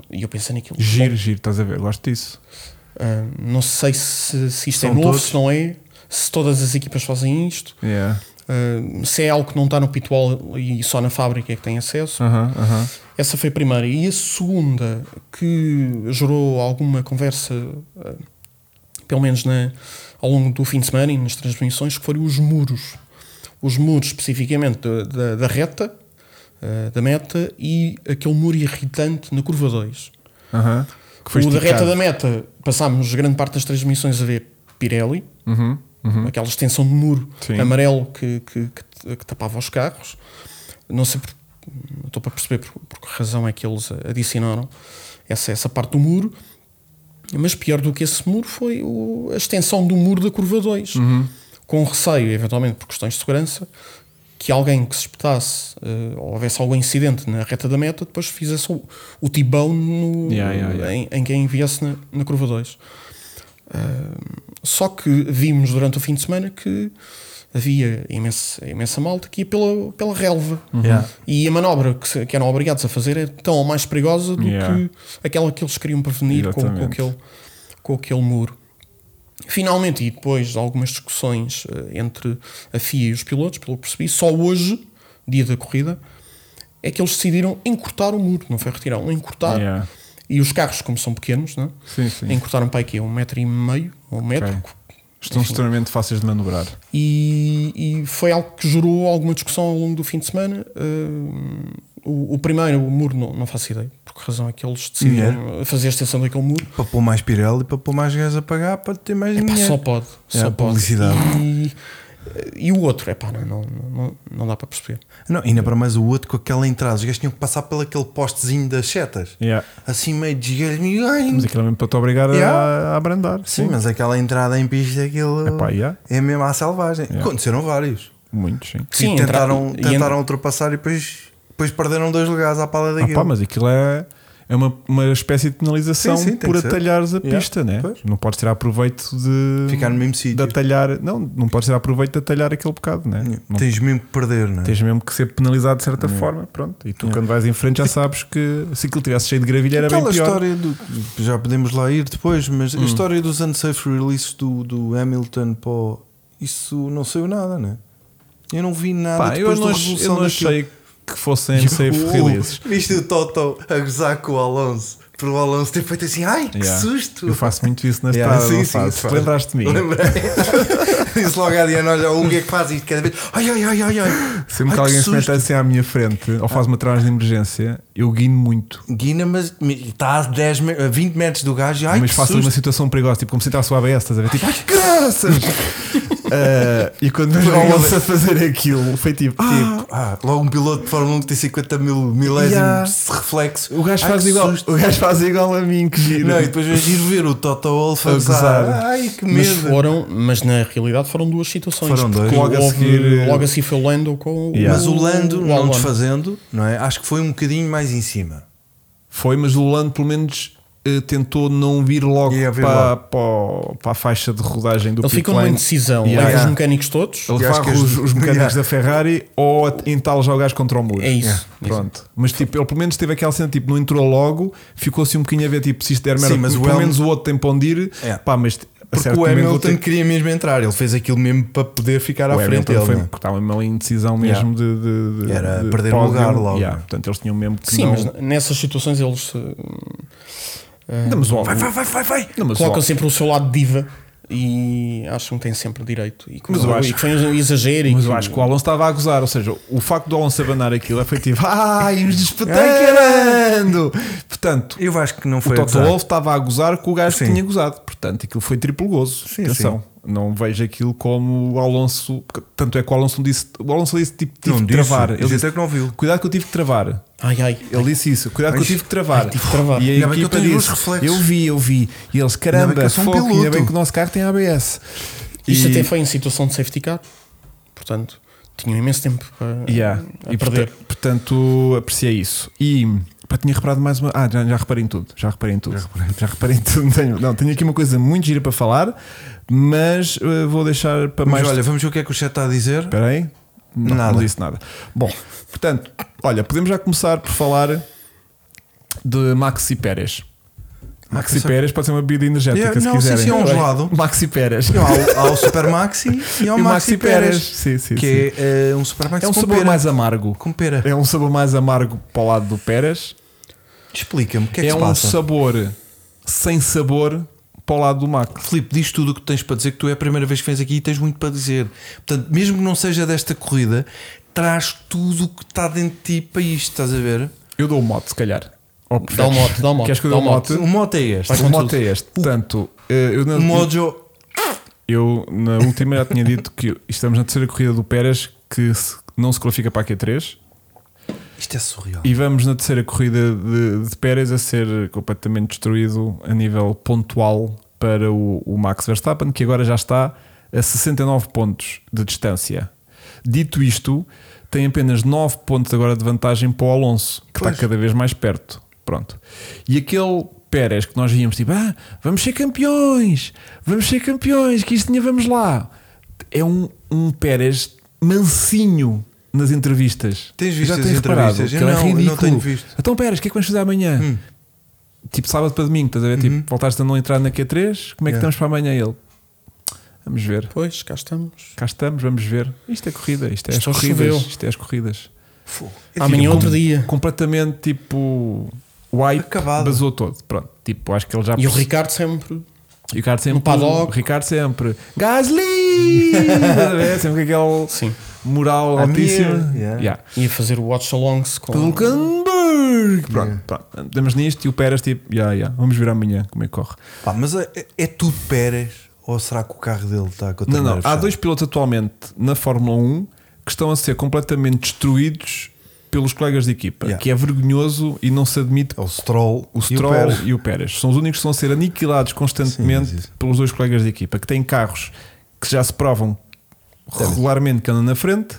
Speaker 3: E eu pensei naquilo.
Speaker 2: giro, giro, estás a ver? Gosto disso.
Speaker 3: Ah, não sei se, se isto é
Speaker 1: São
Speaker 3: novo,
Speaker 1: todos?
Speaker 3: se não é, se todas as equipas fazem isto,
Speaker 2: Yeah.
Speaker 3: ah, se é algo que não está no pitwall e só na fábrica é que tem acesso.
Speaker 2: Aham, aham.
Speaker 3: Essa foi a primeira. E a segunda, que gerou alguma conversa, ah, pelo menos na- ao longo do fim de semana e nas transmissões, que foram os muros. Os muros, especificamente da, da- da reta, ah, da meta, e aquele muro irritante na curva 2
Speaker 2: aham. Que foi
Speaker 3: o da reta
Speaker 2: esticado.
Speaker 3: da meta, passámos grande parte das transmissões a ver Pirelli,
Speaker 2: Uhum, uhum.
Speaker 3: aquela extensão de muro
Speaker 2: Sim.
Speaker 3: amarelo que, que- que- que tapava os carros. Não sei, por- não estou para perceber por, por que razão é que eles adicionaram essa, essa parte do muro. Mas pior do que esse muro foi o- a extensão do muro da curva 2,
Speaker 2: Uhum.
Speaker 3: com receio, eventualmente por questões de segurança, que alguém que se espetasse eh, ou houvesse algum incidente na reta da meta, depois fizesse o, o tibão no,
Speaker 2: Yeah, yeah, yeah.
Speaker 3: Em, em quem viesse na, na curva 2. Só que vimos durante o fim de semana que havia imensa, imensa malta que ia pela, pela relva.
Speaker 2: Uhum.
Speaker 1: Yeah.
Speaker 3: E a manobra que, se- que eram obrigados a fazer é tão ou mais perigosa do
Speaker 2: Yeah.
Speaker 3: que aquela que eles queriam prevenir com, com,
Speaker 2: Exatamente.
Speaker 3: aquele, com aquele muro. Finalmente, e depois de algumas discussões eh, entre a FIA e os pilotos, pelo que percebi, só hoje, dia da corrida, é que eles decidiram encurtar o muro, não foi retirar, um
Speaker 1: Tá.
Speaker 3: encurtar.
Speaker 2: Yeah.
Speaker 3: E os carros, como são pequenos, não é?
Speaker 2: Sim, sim.
Speaker 3: encurtaram para aqui um metro e meio, ou um metro,
Speaker 2: Ok. Estão extremamente fáceis de manobrar.
Speaker 3: e, e foi algo que gerou alguma discussão ao longo do fim de semana. Hum, o, o primeiro, o muro, não, não faço ideia por que razão é que eles decidiram fazer a extensão daquele muro.
Speaker 1: Para pôr mais Pirelli, para pôr mais gás a pagar, para ter mais
Speaker 3: Epá,
Speaker 1: dinheiro.
Speaker 3: só pode,
Speaker 1: É,
Speaker 3: só
Speaker 1: a
Speaker 3: pode.
Speaker 1: publicidade.
Speaker 3: E, e o outro, é pá, não, não, não, não dá para perceber.
Speaker 1: Não, ainda para mais o outro com aquela entrada. Os gajos tinham que passar pelo aquele postezinho das setas.
Speaker 2: Yeah.
Speaker 1: Assim meio desgasme. Ai,
Speaker 2: Mas aquilo é mesmo para te obrigar a-
Speaker 1: Yeah.
Speaker 2: a abrandar.
Speaker 1: Sim, mas aquela entrada em pista aquilo
Speaker 2: Epá, yeah.
Speaker 1: é mesmo à selvagem.
Speaker 2: Yeah.
Speaker 1: Aconteceram vários.
Speaker 2: Muito, sim.
Speaker 1: que
Speaker 3: Sim,
Speaker 1: tentaram,
Speaker 3: entra- e
Speaker 1: tentaram
Speaker 3: entra-
Speaker 1: ultrapassar e depois, depois perderam dois lugares à pala
Speaker 2: Ah,
Speaker 1: daquilo.
Speaker 2: pá, mas aquilo é. é uma, uma espécie de penalização
Speaker 1: Sim, sim, tem
Speaker 2: por
Speaker 1: que ser.
Speaker 2: atalhares a
Speaker 1: Yeah,
Speaker 2: pista, né?
Speaker 1: pois.
Speaker 2: Não podes tirar proveito de
Speaker 1: Ficar no mesmo
Speaker 2: de
Speaker 1: sítio.
Speaker 2: atalhar. Não, não podes tirar proveito de atalhar aquele bocado, né? Não
Speaker 1: Tens mesmo que perder, não é?
Speaker 2: Tens mesmo que ser penalizado de certa forma, pronto. E tu, quando vais em frente, já sabes que se aquilo estivesse cheio de gravilha era
Speaker 1: Aquela
Speaker 2: bem pior.
Speaker 1: história
Speaker 2: Hum.
Speaker 1: do. Já podemos lá ir depois, mas a história dos unsafe releases do, do Hamilton para o- Isso não saiu nada, né? Eu não vi nada
Speaker 2: Pá, eu
Speaker 1: depois
Speaker 2: não,
Speaker 1: da
Speaker 2: ach- eu
Speaker 1: resolução
Speaker 2: não achei que fossem unsafe
Speaker 1: uh,
Speaker 2: releases.
Speaker 1: Viste o Toto a gozar com o Alonso. Por o Alonso ter feito assim, ai que
Speaker 2: Yeah.
Speaker 1: susto!
Speaker 2: Eu faço muito isso na
Speaker 1: Yeah,
Speaker 2: estrada,
Speaker 1: sim,
Speaker 2: não
Speaker 1: sim,
Speaker 2: faço.
Speaker 1: faz.
Speaker 2: Lembraste de mim?
Speaker 1: Lembrei. Disse logo à Diana: olha, o Hugo é que faz isto cada vez. Ai, ai, ai, ai, ai.
Speaker 2: Sempre
Speaker 1: Ai,
Speaker 2: que alguém se
Speaker 1: susto.
Speaker 2: mete assim à minha frente ou faz uma travagem de emergência, eu guino muito.
Speaker 1: Guina, mas está a 10, me- a 20 metros do gajo. Ai,
Speaker 2: mas
Speaker 1: que
Speaker 2: faço
Speaker 1: susto.
Speaker 2: uma situação perigosa, tipo como se entrasse o ABS, estás a ver? Tipo, ai, graças! Ah, e quando vejo o Alonso a fazer aquilo, foi tipo, tipo,
Speaker 1: Ah, logo um piloto de Fórmula 1 que tem 50 mil milésimos
Speaker 2: Yeah.
Speaker 1: de reflexo.
Speaker 2: o gajo,
Speaker 1: Ah, Ai,
Speaker 2: faz
Speaker 1: que
Speaker 2: igual,
Speaker 1: susto.
Speaker 2: o gajo faz igual a mim, que giro.
Speaker 1: Não, e depois vais ir ver o Toto Wolff a
Speaker 2: A gozar.
Speaker 1: gozar. Ai, que
Speaker 3: Mas
Speaker 1: medo.
Speaker 3: foram, mas na realidade foram duas situações.
Speaker 1: Foram
Speaker 3: porque
Speaker 1: dois.
Speaker 2: Logo a
Speaker 3: houve-
Speaker 2: seguir-
Speaker 3: logo a seguir foi o Lando com
Speaker 2: Yeah.
Speaker 1: Mas o Lando, não
Speaker 3: Albon.
Speaker 1: desfazendo, não é? acho que foi um bocadinho mais em cima.
Speaker 2: Foi, mas o Lando pelo menos eh, tentou não vir logo
Speaker 1: Yeah, vir
Speaker 2: para,
Speaker 1: logo.
Speaker 2: Para, o- para a faixa de rodagem do
Speaker 3: Ele ficou numa
Speaker 2: pitlane.
Speaker 3: indecisão.
Speaker 2: Yeah.
Speaker 3: Leva os
Speaker 1: Yeah.
Speaker 3: mecânicos todos.
Speaker 2: Ele
Speaker 1: E acho
Speaker 2: varre
Speaker 1: que as-
Speaker 2: os, os mecânicos
Speaker 1: Yeah.
Speaker 2: da Ferrari ou at- entala já o gajo contra o muro.
Speaker 3: É isso. Yeah.
Speaker 2: Pronto. Mas tipo, ele pelo menos teve aquela cena, tipo, não entrou logo, ficou-se um bocadinho a ver, tipo, se isto der merda,
Speaker 1: Sim, mas o
Speaker 2: pelo
Speaker 1: Helm-
Speaker 2: menos o outro tem para onde ir.
Speaker 1: É.
Speaker 2: Pá, mas a
Speaker 1: Porque
Speaker 2: certo
Speaker 1: o
Speaker 2: momento
Speaker 1: Hamilton
Speaker 2: tem-
Speaker 1: queria mesmo entrar, ele fez aquilo mesmo para poder ficar
Speaker 2: o
Speaker 1: à frente
Speaker 2: Hamilton
Speaker 1: dele.
Speaker 2: foi,
Speaker 1: não é?
Speaker 2: estava mesmo em decisão mesmo de, de- de-
Speaker 1: Era
Speaker 2: de
Speaker 1: perder o
Speaker 2: pódio.
Speaker 1: lugar logo,
Speaker 2: Yeah.
Speaker 1: né?
Speaker 2: Portanto, eles tinham mesmo que
Speaker 3: Sim,
Speaker 2: não...
Speaker 3: mas nessas situações eles eh,
Speaker 2: Não, mas o-
Speaker 1: Vai, vai, vai, vai, vai.
Speaker 2: Não, mas o-
Speaker 3: colocam sempre o seu lado diva e acham que têm sempre direito. E que,
Speaker 2: Mas eu
Speaker 3: e
Speaker 2: acho-
Speaker 3: que foi um exagero. e
Speaker 2: Mas eu acho que o Alonso estava a gozar, ou seja, o facto do Alonso abanar aquilo foi tipo, ai, nos despetarando! Portanto,
Speaker 1: Eu acho que não
Speaker 2: o
Speaker 1: foi
Speaker 2: Toto
Speaker 1: azar.
Speaker 2: Wolff estava a gozar com o gajo que
Speaker 1: Sim.
Speaker 2: tinha gozado, portanto, aquilo foi triplo gozo.
Speaker 1: Sim,
Speaker 2: Atenção, não vejo aquilo como o Alonso, porque tanto é que o Alonso não disse, o Alonso disse tipo, tive
Speaker 1: Não
Speaker 2: que
Speaker 1: disse,
Speaker 2: travar.
Speaker 1: disse até que não viu.
Speaker 2: Cuidado que eu tive que travar.
Speaker 3: Ai, ai.
Speaker 2: Ele disse isso, cuidado que eu
Speaker 1: Mas-
Speaker 2: tive que travar.
Speaker 3: Ai, tive que travar.
Speaker 2: E a
Speaker 1: Ainda bem que eu
Speaker 2: equipa
Speaker 1: tenho os
Speaker 2: disse,
Speaker 1: reflexos.
Speaker 2: eu vi, eu vi. E eles,
Speaker 1: Ainda bem que
Speaker 2: caramba,
Speaker 1: eu sou um
Speaker 2: fogo, ainda
Speaker 1: piloto."
Speaker 2: bem que o nosso carro tem ABS.
Speaker 3: Isto
Speaker 2: E-
Speaker 3: até foi em situação de safety car. Portanto, tinham imenso tempo para
Speaker 1: Ah,
Speaker 2: Yeah.
Speaker 3: a
Speaker 2: e
Speaker 3: perder.
Speaker 2: porta- Portanto, apreciei isso. E pá, tinha reparado mais uma. Ah, já, já reparei em tudo. Já reparei em tudo. Já reparei, em tudo. Tenho- não, tenho aqui uma coisa muito gira para falar, mas eh, vou deixar para
Speaker 1: Mas
Speaker 2: mais.
Speaker 1: olha, vamos ver o que é que o chat está a dizer.
Speaker 2: Espera aí. Não,
Speaker 1: Nada.
Speaker 2: não disse nada. Bom, portanto, olha, podemos já começar por falar de Maxi Pérez. Maxi
Speaker 1: pensava-
Speaker 2: Pérez pode ser uma bebida energética,
Speaker 1: Yeah,
Speaker 2: se
Speaker 1: não,
Speaker 2: quiserem.
Speaker 1: sim, sim, é um gelado.
Speaker 2: Maxi Pérez.
Speaker 1: Não, Há, o- há o Super Maxi e há o
Speaker 2: E
Speaker 1: Maxi, Pérez,
Speaker 2: Sim, sim, sim.
Speaker 1: que é eh, um Super Maxi
Speaker 2: É um
Speaker 1: com
Speaker 2: sabor
Speaker 1: pera.
Speaker 2: mais amargo.
Speaker 1: Com pera.
Speaker 2: É um sabor mais amargo para o lado do Pérez.
Speaker 1: Explica-me, o que é,
Speaker 2: É,
Speaker 1: que se
Speaker 2: um
Speaker 1: passa?
Speaker 2: sabor sem sabor para o lado do Max.
Speaker 1: Filipe, diz tudo o que tens para dizer, que tu é a primeira vez que vens aqui e tens muito para dizer. Portanto, mesmo que não seja desta corrida, traz tudo o que está dentro de ti para isto, estás a ver?
Speaker 2: Eu dou o mote, se calhar. Ou
Speaker 3: Dá o mote, dá o mote,
Speaker 2: Queres que eu
Speaker 3: dá
Speaker 2: dê o
Speaker 3: o
Speaker 2: mote?
Speaker 1: O mote é este.
Speaker 2: O mote é este. Portanto, eh, eu, na,
Speaker 1: O mojo.
Speaker 2: eu na última já tinha dito que estamos na terceira corrida do Pérez que se- não se qualifica para a Q3
Speaker 1: Isto é surreal.
Speaker 2: e vamos na terceira corrida de, de Pérez a ser completamente destruído a nível pontual para o, o Max Verstappen, que agora já está a 69 pontos de distância. Dito isto, tem apenas 9 pontos agora de vantagem para o Alonso, que
Speaker 1: Pois.
Speaker 2: está cada vez mais perto. Pronto. E aquele Pérez que nós víamos tipo, ah, vamos ser campeões, vamos ser campeões, que isto tinha, vamos lá. É um, um Pérez mansinho nas entrevistas.
Speaker 1: Tens visto
Speaker 2: Já
Speaker 1: as
Speaker 2: tens reparado
Speaker 1: entrevistas?
Speaker 2: que
Speaker 1: Eu
Speaker 2: ele é
Speaker 1: não, eu não
Speaker 2: ridículo.
Speaker 1: tenho visto. Hum.
Speaker 2: Então, Pérez, o que é que vamos fazer amanhã? Tipo sábado para domingo, estás a ver? Tipo, voltaste a não entrar na Q3, como é que
Speaker 1: Uhum. Yeah.
Speaker 2: estamos para amanhã? Ele, vamos ver.
Speaker 3: Pois, cá estamos.
Speaker 2: Cá estamos, vamos ver. Isto é corrida, isto é
Speaker 3: Isto
Speaker 2: as
Speaker 3: só
Speaker 2: corridas.
Speaker 3: choveu.
Speaker 2: Isto é as corridas.
Speaker 1: Fogo.
Speaker 3: Amanhã
Speaker 2: Fica
Speaker 3: outro
Speaker 2: com-
Speaker 3: dia.
Speaker 2: Completamente tipo. O hype
Speaker 1: Acabado.
Speaker 2: basou todo. Pronto, tipo, acho que ele já.
Speaker 3: E o Ricardo sempre.
Speaker 2: E o Ricardo sempre.
Speaker 3: no paddock.
Speaker 2: Ricardo sempre. Gasly! Estás a ver? sempre com aquele
Speaker 3: Sim.
Speaker 2: moral
Speaker 1: A
Speaker 2: altíssimo.
Speaker 1: minha, yeah.
Speaker 2: Yeah.
Speaker 3: Ia fazer o Watch Alongs com.
Speaker 1: um
Speaker 2: Hulkenberg! Pronto, pronto, andamos nisto e o Pérez, tipo, yeah, yeah, vamos ver amanhã como é que corre.
Speaker 1: Pá, mas é, é tudo Pérez ou será que o carro dele está com a
Speaker 2: Não,
Speaker 1: torneira
Speaker 2: não, há
Speaker 1: fechada?
Speaker 2: dois pilotos atualmente na Fórmula 1 que estão a ser completamente destruídos pelos colegas de equipa,
Speaker 1: Yeah.
Speaker 2: que é vergonhoso Oh, e não se admite
Speaker 1: É o Stroll,
Speaker 2: O
Speaker 1: e
Speaker 2: Stroll
Speaker 1: Pérez.
Speaker 2: e o Pérez são os únicos que estão a ser aniquilados constantemente
Speaker 1: Sim, mas isso-
Speaker 2: pelos dois colegas de equipa que têm carros que já se provam regularmente que andam na frente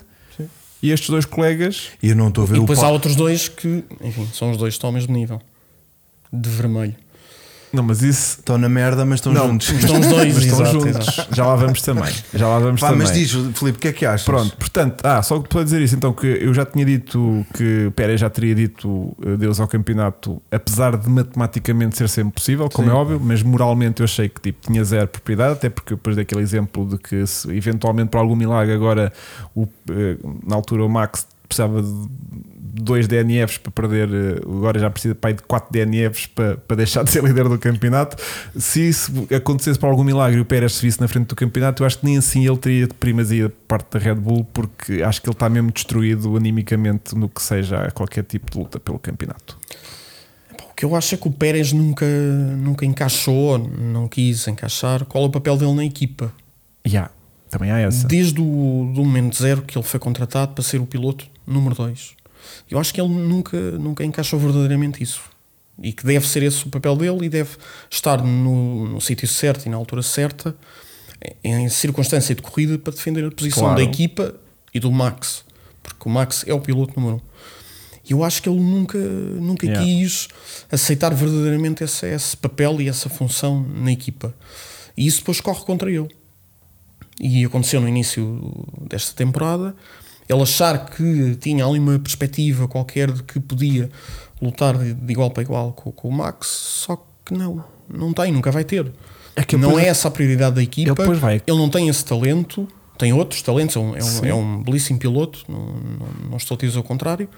Speaker 2: e estes dois colegas
Speaker 1: E eu não estou a ver
Speaker 3: E
Speaker 1: o
Speaker 3: depois
Speaker 1: pau-
Speaker 3: há outros dois que, enfim, são os dois que estão ao mesmo nível. de vermelho.
Speaker 2: Não, mas isso.
Speaker 1: Estão na merda, mas estão
Speaker 2: Não,
Speaker 1: juntos.
Speaker 3: Estão os dois,
Speaker 2: mas estão
Speaker 3: exato,
Speaker 2: juntos.
Speaker 3: exato.
Speaker 2: Já lá vamos também. Já lá vamos
Speaker 1: Pá,
Speaker 2: também.
Speaker 1: mas diz, Filipe, o que é que achas?
Speaker 2: Pronto, portanto, ah, só para dizer isso, então, que eu já tinha dito que Pérez já teria dito eh, Deus ao campeonato, apesar de matematicamente ser sempre possível, como é óbvio, mas moralmente eu achei que tipo, tinha zero propriedade, até porque depois daquele exemplo de que se eventualmente por algum milagre agora o, eh, na altura o Max precisava de dois DNFs para perder, eh, agora já precisa pai, de quatro DNFs para, para deixar de ser líder do campeonato. Se isso acontecesse por algum milagre e o Pérez se visse na frente do campeonato, eu acho que nem assim ele teria de primazia de parte da Red Bull, porque acho que ele está mesmo destruído animicamente no que seja qualquer tipo de luta pelo campeonato.
Speaker 3: O que eu acho é que o Pérez nunca, nunca encaixou, não quis encaixar. Qual é o papel dele na equipa?
Speaker 2: Yeah. Também há essa.
Speaker 3: Desde o do momento zero que ele foi contratado para ser o piloto número 2. Eu acho que ele nunca, nunca encaixou verdadeiramente isso. E que deve ser esse o papel dele e deve estar no, no sítio certo e na altura certa, em, em circunstância de corrida, para defender a posição
Speaker 2: Claro.
Speaker 3: da equipa e do Max. Porque o Max é o piloto número 1. Um. E eu acho que ele nunca, nunca
Speaker 2: Yeah.
Speaker 3: quis aceitar verdadeiramente esse, esse papel e essa função na equipa. E isso depois corre contra ele e aconteceu no início desta temporada, ele achar que tinha ali uma perspectiva qualquer de que podia lutar de, de igual para igual com, com o Max, só que não, não tem, nunca vai ter.
Speaker 2: É que
Speaker 3: não
Speaker 2: depois-
Speaker 3: é essa a prioridade da equipa,
Speaker 2: Ele depois vai-
Speaker 3: ele não tem esse talento, tem outros talentos, é um, é
Speaker 2: Sim.
Speaker 3: um, é um belíssimo piloto, não, não, não estou a dizer o contrário,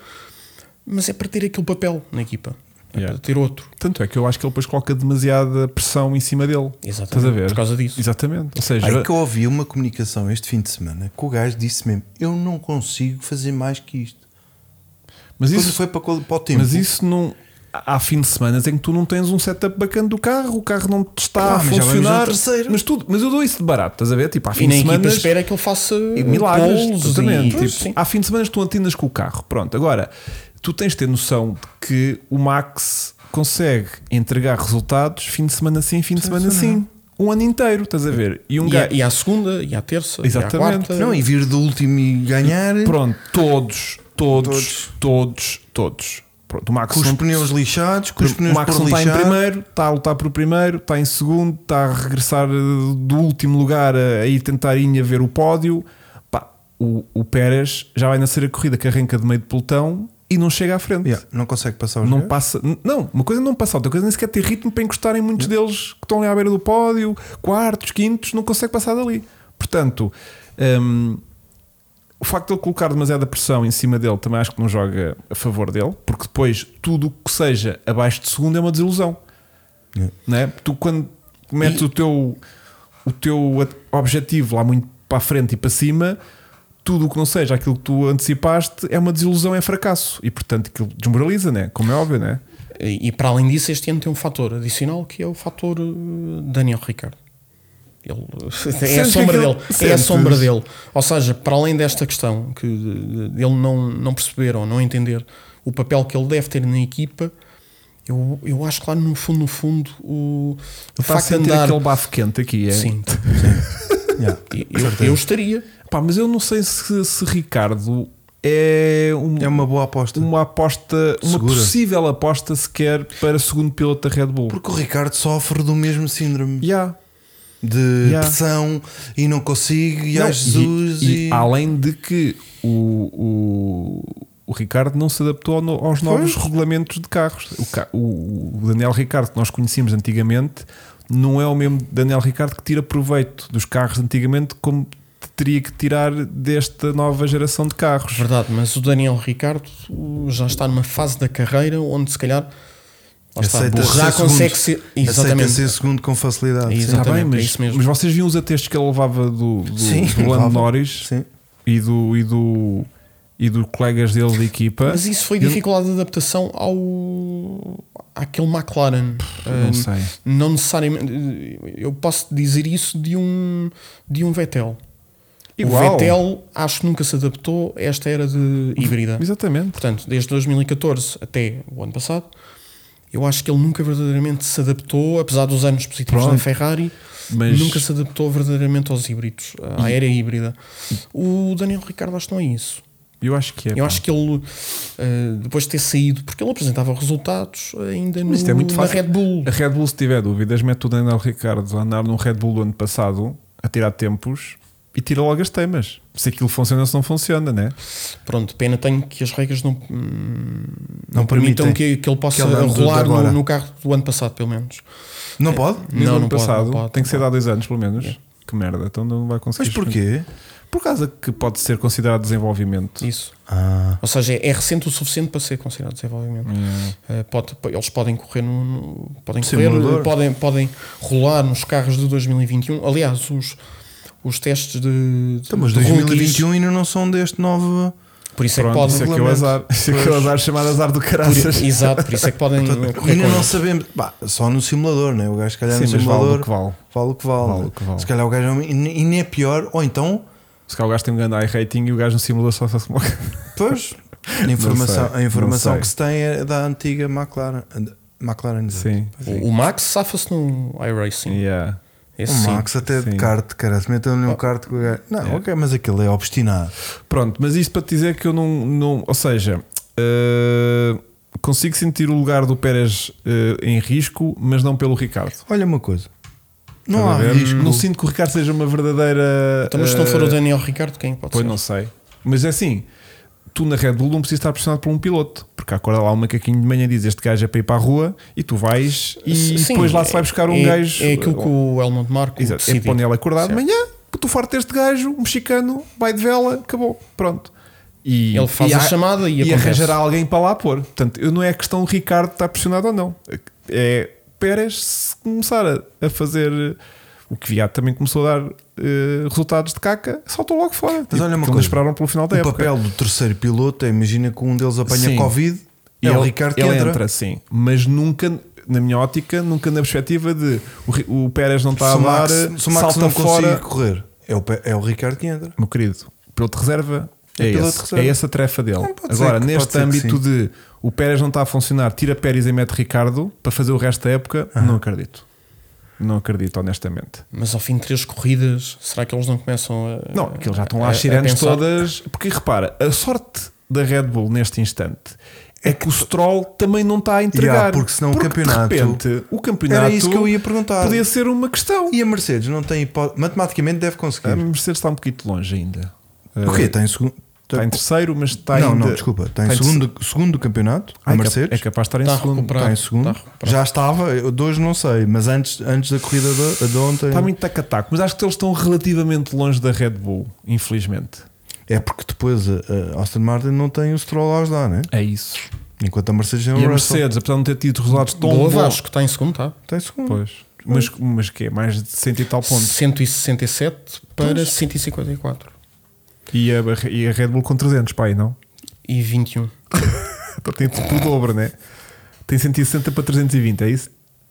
Speaker 3: mas é para ter aquele papel na equipa, é
Speaker 2: Yeah.
Speaker 3: para ter outro.
Speaker 2: Tanto é que eu acho que ele depois coloca demasiada pressão em cima dele.
Speaker 3: Exatamente,
Speaker 2: Estás a ver?
Speaker 3: por causa disso.
Speaker 2: Exatamente. Ou seja,
Speaker 1: Aí que eu ouvi uma comunicação este fim de semana que o gajo disse mesmo: Eu não consigo fazer mais que isto.
Speaker 2: mas
Speaker 1: Depois
Speaker 2: isso
Speaker 1: foi para, qual- para o tempo.
Speaker 2: Mas isso não. Há há fim de semana em que tu não tens um setup bacana do carro, o carro não te está
Speaker 1: Ah,
Speaker 2: a
Speaker 1: mas já vamos
Speaker 2: funcionnar.
Speaker 1: no terceiro.
Speaker 2: Mas, tudo, mas eu dou isso de barato, estás a ver? Tipo, há fim
Speaker 3: E na
Speaker 2: de
Speaker 3: equipa
Speaker 2: semana.
Speaker 3: espera que ele faça
Speaker 2: Milagres,
Speaker 3: polos
Speaker 2: exatamente.
Speaker 3: e,
Speaker 2: Tipo,
Speaker 3: Sim.
Speaker 2: há fim de semana que tu antenas com o carro. Pronto, agora tu tens de ter noção de que o Max consegue entregar resultados fim de semana sim, fim de semana sim. Um ano inteiro, estás a ver? E um
Speaker 3: E, é-
Speaker 2: gajo.
Speaker 3: à- e à segunda, e à terça,
Speaker 2: Exatamente.
Speaker 3: e à quarta.
Speaker 1: Não, e vir do último e ganhar
Speaker 2: é- Pronto, todos, todos,
Speaker 1: Todos.
Speaker 2: todos, todos. Pronto, o Max
Speaker 1: com os
Speaker 2: não-
Speaker 1: pneus lixados, com os
Speaker 2: o
Speaker 1: pneus
Speaker 2: Max
Speaker 1: por
Speaker 2: não está em
Speaker 1: lixar.
Speaker 2: primeiro, está a lutar por primeiro, está em segundo, está a regressar eh, do último lugar a, a ir tentar ir a ver o pódio. Pá, o, o Pérez já vai nascer a corrida que arranca de meio de pelotão e não chega à frente.
Speaker 1: Yeah, não consegue passar os
Speaker 2: Não tá
Speaker 1: gajos.
Speaker 2: passa, n- não, uma coisa é não passa, outra coisa é nem sequer ter ritmo para encostar em muitos deles que estão ali à beira do pódio, quartos, quintos, não consegue passar dali. Portanto, hum, o facto de ele colocar demasiada pressão em cima dele também acho que não joga a favor dele, porque depois tudo o que seja abaixo de segundo é uma desilusão.
Speaker 1: Yeah.
Speaker 2: Não é? Tu quando metes o teu o teu a- objetivo lá muito para a frente e para cima, tudo o que não seja aquilo que tu antecipaste é uma desilusão, é fracasso. E portanto aquilo desmoraliza, né? como é óbvio, né?
Speaker 3: E e para além disso, este ano tem um fator adicional que é o fator eh, Daniel Ricardo. Ele, é a
Speaker 2: que
Speaker 3: sombra
Speaker 2: aquilo-
Speaker 3: dele. É a
Speaker 2: sentes?
Speaker 3: sombra dele. Ou seja, para além desta questão que de- de ele não, não perceber ou não entender o papel que ele deve ter na equipa, eu, eu acho que lá no fundo, no fundo, o, o
Speaker 2: Está a
Speaker 3: facto de
Speaker 2: sentir
Speaker 3: andar.
Speaker 2: aquele bafo quente aqui. É?
Speaker 3: Sim,
Speaker 1: Yeah.
Speaker 3: eu, eu estaria.
Speaker 2: Pá, mas eu não sei se, se Ricardo é, um-
Speaker 1: É uma boa aposta.
Speaker 2: uma aposta, uma
Speaker 1: Segura.
Speaker 2: possível aposta sequer para segundo piloto da Red Bull.
Speaker 1: Porque o Ricardo sofre do mesmo síndrome
Speaker 2: Yeah.
Speaker 1: de
Speaker 2: Yeah.
Speaker 1: pressão e não consigo, e
Speaker 2: Não,
Speaker 1: ai Jesus.
Speaker 2: e- e
Speaker 1: e-
Speaker 2: além de que o, o, o Ricardo não se adaptou ao no- aos novos regulamentos de carros. O, ca- o- o Daniel Ricardo que nós conhecíamos antigamente não é o mesmo Daniel Ricardo que tira proveito dos carros antigamente como teria que tirar desta nova geração de carros.
Speaker 3: Verdade, mas o Daniel Ricardo uh, já está numa fase da carreira onde se calhar lá está,
Speaker 1: Aceita
Speaker 3: já
Speaker 1: ser
Speaker 3: consegue
Speaker 1: segundo.
Speaker 3: ser.
Speaker 1: Aceita
Speaker 3: Exatamente.
Speaker 1: ser segundo com facilidade. sim.
Speaker 3: Exato.
Speaker 2: Está Tá bem,
Speaker 3: Exatamente,
Speaker 2: mas,
Speaker 3: é isso mesmo.
Speaker 2: mas vocês viam os atestos que ele levava do, do,
Speaker 1: Sim,
Speaker 2: do Lando
Speaker 1: levava.
Speaker 2: Norris
Speaker 1: Sim.
Speaker 2: e do. E do e dos colegas dele de equipa.
Speaker 3: Mas isso foi dificuldade de adaptação ao àquele McLaren.
Speaker 2: Não
Speaker 3: Ah,
Speaker 2: sei.
Speaker 3: Não necessariamente. Eu posso dizer isso de um de um Vettel. O
Speaker 2: Igual.
Speaker 3: Vettel acho que nunca se adaptou a esta era de híbrida.
Speaker 2: Exatamente.
Speaker 3: Portanto, desde 2014 até o ano passado, eu acho que ele nunca verdadeiramente se adaptou, apesar dos anos positivos
Speaker 2: Pronto.
Speaker 3: da Ferrari,
Speaker 2: Mas-
Speaker 3: nunca se adaptou verdadeiramente aos híbridos, à era híbrida. O Daniel Ricardo acho que não é isso.
Speaker 2: Eu acho que é.
Speaker 3: Eu acho que ele, eh, depois de ter saído, porque ele apresentava resultados ainda no,
Speaker 2: Mas isto é muito
Speaker 3: na
Speaker 2: fácil.
Speaker 3: Red Bull.
Speaker 2: A Red Bull, se tiver dúvidas, mete o Daniel Ricardo a andar num Red Bull do ano passado, a tirar tempos e tira logo as temas. Se aquilo funciona ou se não funciona, né?
Speaker 3: Pronto, pena tenho que as regras não, hum,
Speaker 1: Não
Speaker 3: não permitam
Speaker 1: permitem.
Speaker 3: que, que ele possa
Speaker 1: Que ele ande
Speaker 3: rolar
Speaker 1: de
Speaker 3: no,
Speaker 1: agora.
Speaker 3: no carro do ano passado, pelo menos.
Speaker 1: Não pode?
Speaker 2: Nem do
Speaker 3: Não, não
Speaker 2: ano
Speaker 3: pode,
Speaker 2: passado,
Speaker 3: não pode, É.
Speaker 2: tem que
Speaker 3: não
Speaker 2: ser dado dois anos, pelo menos. Que merda, então não vai conseguir.
Speaker 1: Mas porquê?
Speaker 2: Por causa que pode ser considerado desenvolvimento.
Speaker 3: Isso.
Speaker 1: Ah,
Speaker 3: Ou seja, é recente o suficiente para ser considerado desenvolvimento.
Speaker 2: É.
Speaker 3: Eh, pode- eles podem correr no, no- podem correr,
Speaker 1: Simulador.
Speaker 3: podem, podem rolar nos carros de 2021. Aliás, os, os testes de,
Speaker 1: então, mas
Speaker 3: de rookies,
Speaker 1: 2021 ainda não são deste
Speaker 2: Hum,
Speaker 1: novo.
Speaker 3: por isso é que
Speaker 2: um, Pronto,
Speaker 3: podem
Speaker 2: isso é que é o
Speaker 1: regulamento.
Speaker 2: azar. Isso é que é o
Speaker 1: Pois.
Speaker 2: azar chamado azar do caraças.
Speaker 3: por, exato, por isso é que podem correr com
Speaker 1: Ainda não
Speaker 3: isso.
Speaker 1: sabemos. Bah, só no simulador, né? O gajo, se calhar,
Speaker 2: Sim,
Speaker 1: no
Speaker 2: mas vale o
Speaker 1: simulador.
Speaker 2: que vale.
Speaker 1: Vale o que vale.
Speaker 2: Vale
Speaker 1: né?
Speaker 2: o que vale.
Speaker 1: Se calhar o gajo é um- e e nem é pior, ou então,
Speaker 2: Se calhar o gajo tem um grande high rating e o gajo no simulador só faz como.
Speaker 1: pois, a informação,
Speaker 2: sei,
Speaker 1: a informação
Speaker 2: não
Speaker 1: que se tem é da antiga McLaren. McLaren exato.
Speaker 2: Sim.
Speaker 3: O, o Max safa-se no iRacing.
Speaker 2: Yeah.
Speaker 3: Esse
Speaker 1: O
Speaker 3: sim.
Speaker 1: Max até
Speaker 2: sim. Oh.
Speaker 1: de kart, cara, se metam-lhe um kart com o gajo. Não, ok, mas aquele é obstinado.
Speaker 2: Pronto, mas isto para te dizer que eu não. não ou seja, eh, consigo sentir o lugar do Pérez eh, em risco, mas não pelo Ricardo.
Speaker 1: Olha uma coisa. Não há
Speaker 2: Estás a ver?
Speaker 1: risco.
Speaker 2: Não sinto que o Ricardo seja uma verdadeira.
Speaker 3: Então, mas se não
Speaker 2: eh,
Speaker 3: for o Daniel Ricardo, quem é pode
Speaker 2: Pois
Speaker 3: ser?
Speaker 2: não sei. Mas é assim, tu na Red Bull não precisas estar pressionado por um piloto, porque acorda lá um macaquinho de manhã e diz este gajo é para ir para a rua e tu vais e
Speaker 3: Sim,
Speaker 2: depois lá se
Speaker 3: é-
Speaker 2: vai buscar um
Speaker 3: é,
Speaker 2: gajo.
Speaker 3: É aquilo que o Helmut Marco
Speaker 2: Exato, é
Speaker 3: decidiu.
Speaker 2: quando ele acordar de
Speaker 3: Certo.
Speaker 2: manhã, tu farto este gajo, um mexicano, vai de vela, acabou, pronto. E,
Speaker 3: Ele faz
Speaker 2: e
Speaker 3: a chamada e acontece.
Speaker 2: arranjará alguém para lá pôr. Portanto, eu não é questão do Ricardo estar pressionado ou não. É Pérez se começar a, a fazer o que Viado também começou a dar eh, resultados de caca, saltou logo fora. Tipo,
Speaker 1: olha uma
Speaker 2: porque
Speaker 1: coisa,
Speaker 2: esperaram pelo final da
Speaker 1: O
Speaker 2: época.
Speaker 1: papel do terceiro piloto é: imagina que um deles apanha
Speaker 2: Sim.
Speaker 1: Covid
Speaker 2: E
Speaker 1: é
Speaker 2: ele-
Speaker 1: o Ricardo que
Speaker 2: ele
Speaker 1: entra.
Speaker 2: sim. Mas nunca, na minha ótica, nunca na perspectiva de o, Ri- o Pérez não está
Speaker 1: Se
Speaker 2: a
Speaker 1: o Max,
Speaker 2: dar,
Speaker 1: se o Max
Speaker 2: salta
Speaker 1: não
Speaker 2: fora.
Speaker 1: conseguir correr, é o, Pe- é o Ricardo que entra.
Speaker 2: meu querido, piloto de reserva é,
Speaker 1: É piloto de
Speaker 2: esse,
Speaker 1: reserva.
Speaker 2: é essa a tarefa dele.
Speaker 1: Não, pode ser
Speaker 2: Agora,
Speaker 1: que- pode
Speaker 2: neste
Speaker 1: ser que
Speaker 2: âmbito
Speaker 1: sim.
Speaker 2: de o Pérez não está a funcionar, tira Pérez e mete Ricardo para fazer o resto da época,
Speaker 1: Ah.
Speaker 2: não acredito. Não acredito, honestamente.
Speaker 3: Mas ao fim de três corridas, será que eles não começam a.
Speaker 1: Ah,
Speaker 2: Não, aquilo já estão
Speaker 1: é,
Speaker 2: lá
Speaker 3: a-
Speaker 2: as
Speaker 3: a
Speaker 2: sirenes
Speaker 3: pensar?
Speaker 2: todas. Porque repara, a sorte da Red Bull neste instante é que o Stroll também não está a entregar.
Speaker 1: Yeah, porque senão o campeonato-
Speaker 2: De repente, o campeonato.
Speaker 1: Era isso que eu ia perguntar.
Speaker 2: Podia ser uma questão.
Speaker 1: E a Mercedes não tem hipótese. Matematicamente deve conseguir.
Speaker 2: A Mercedes está um bocadinho longe ainda. Eh,
Speaker 1: o quê? Está em segundo.
Speaker 2: Está em terceiro, mas está
Speaker 1: não,
Speaker 2: ainda.
Speaker 1: não, desculpa. Está em
Speaker 2: ter-
Speaker 1: segundo, segundo do campeonato.
Speaker 2: Ah,
Speaker 1: a
Speaker 2: é
Speaker 1: Mercedes.
Speaker 2: cap- É capaz de estar em
Speaker 3: Está a
Speaker 2: segundo.
Speaker 3: recuperar.
Speaker 1: Está em segundo.
Speaker 3: Tá, pronto.
Speaker 1: Já estava, eu de hoje não sei, mas antes, antes da corrida de, de ontem.
Speaker 2: Está muito tac-tac, mas acho que eles estão relativamente longe da Red Bull, infelizmente.
Speaker 1: É porque depois a, a Aston Martin não tem o Stroll a ajudar, né?
Speaker 2: É isso.
Speaker 1: Enquanto a Mercedes tem o
Speaker 2: E a
Speaker 1: Russell.
Speaker 2: Mercedes, apesar de não ter tido resultados tão
Speaker 3: Boa
Speaker 2: bons,
Speaker 3: Vasco, está em segundo, tá? está.
Speaker 1: Está
Speaker 2: tá
Speaker 1: em segundo.
Speaker 2: Pois. Mas, mas que é? Mais de 100 e tal pontos.
Speaker 3: 167 para 154
Speaker 2: E a, e a Red Bull com 300, pai, não?
Speaker 3: e 21.
Speaker 2: Então tem tipo o dobro, né? Tem 160 para 320, é isso?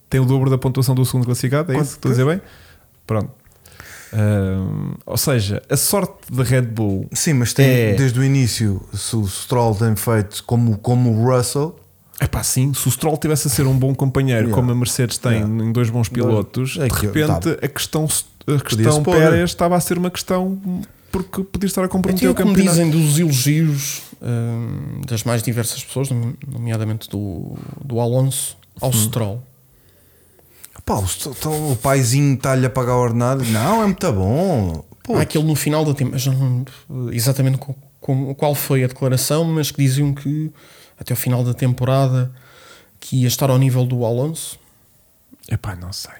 Speaker 2: Tem o dobro da pontuação do segundo classificado, é
Speaker 1: Quanto
Speaker 2: isso? Estou a dizer bem? Pronto. Ahm, ou seja, a sorte da Red Bull
Speaker 1: Sim, mas tem,
Speaker 2: É.
Speaker 1: desde o início, se o Stroll tem feito como, como o Russell,
Speaker 2: É pá, sim. Se o Stroll tivesse a ser um bom companheiro,
Speaker 1: Yeah.
Speaker 2: como a Mercedes tem em dois bons pilotos,
Speaker 1: É
Speaker 2: de
Speaker 1: que-
Speaker 2: repente
Speaker 1: tá.
Speaker 2: a questão, a questão
Speaker 1: pôr.
Speaker 2: Pérez estava a ser uma questão porque podia estar a comprometer
Speaker 3: Até
Speaker 2: o
Speaker 3: o É que me
Speaker 2: campeonato.
Speaker 3: dizem dos elogios hum, das mais diversas pessoas, nome- nomeadamente do, do Alonso ao Stroll.
Speaker 1: pá, o, Stroll- o paizinho está-lhe a pagar o ordenado. Não, é muito bom. Pô,
Speaker 2: Ah,
Speaker 3: Há aquele no final da temporada, já não lembro exatamente com, com- qual foi a declaração, mas que diziam que até o final da temporada que ia estar ao nível do Alonso.
Speaker 2: É pá, não sei.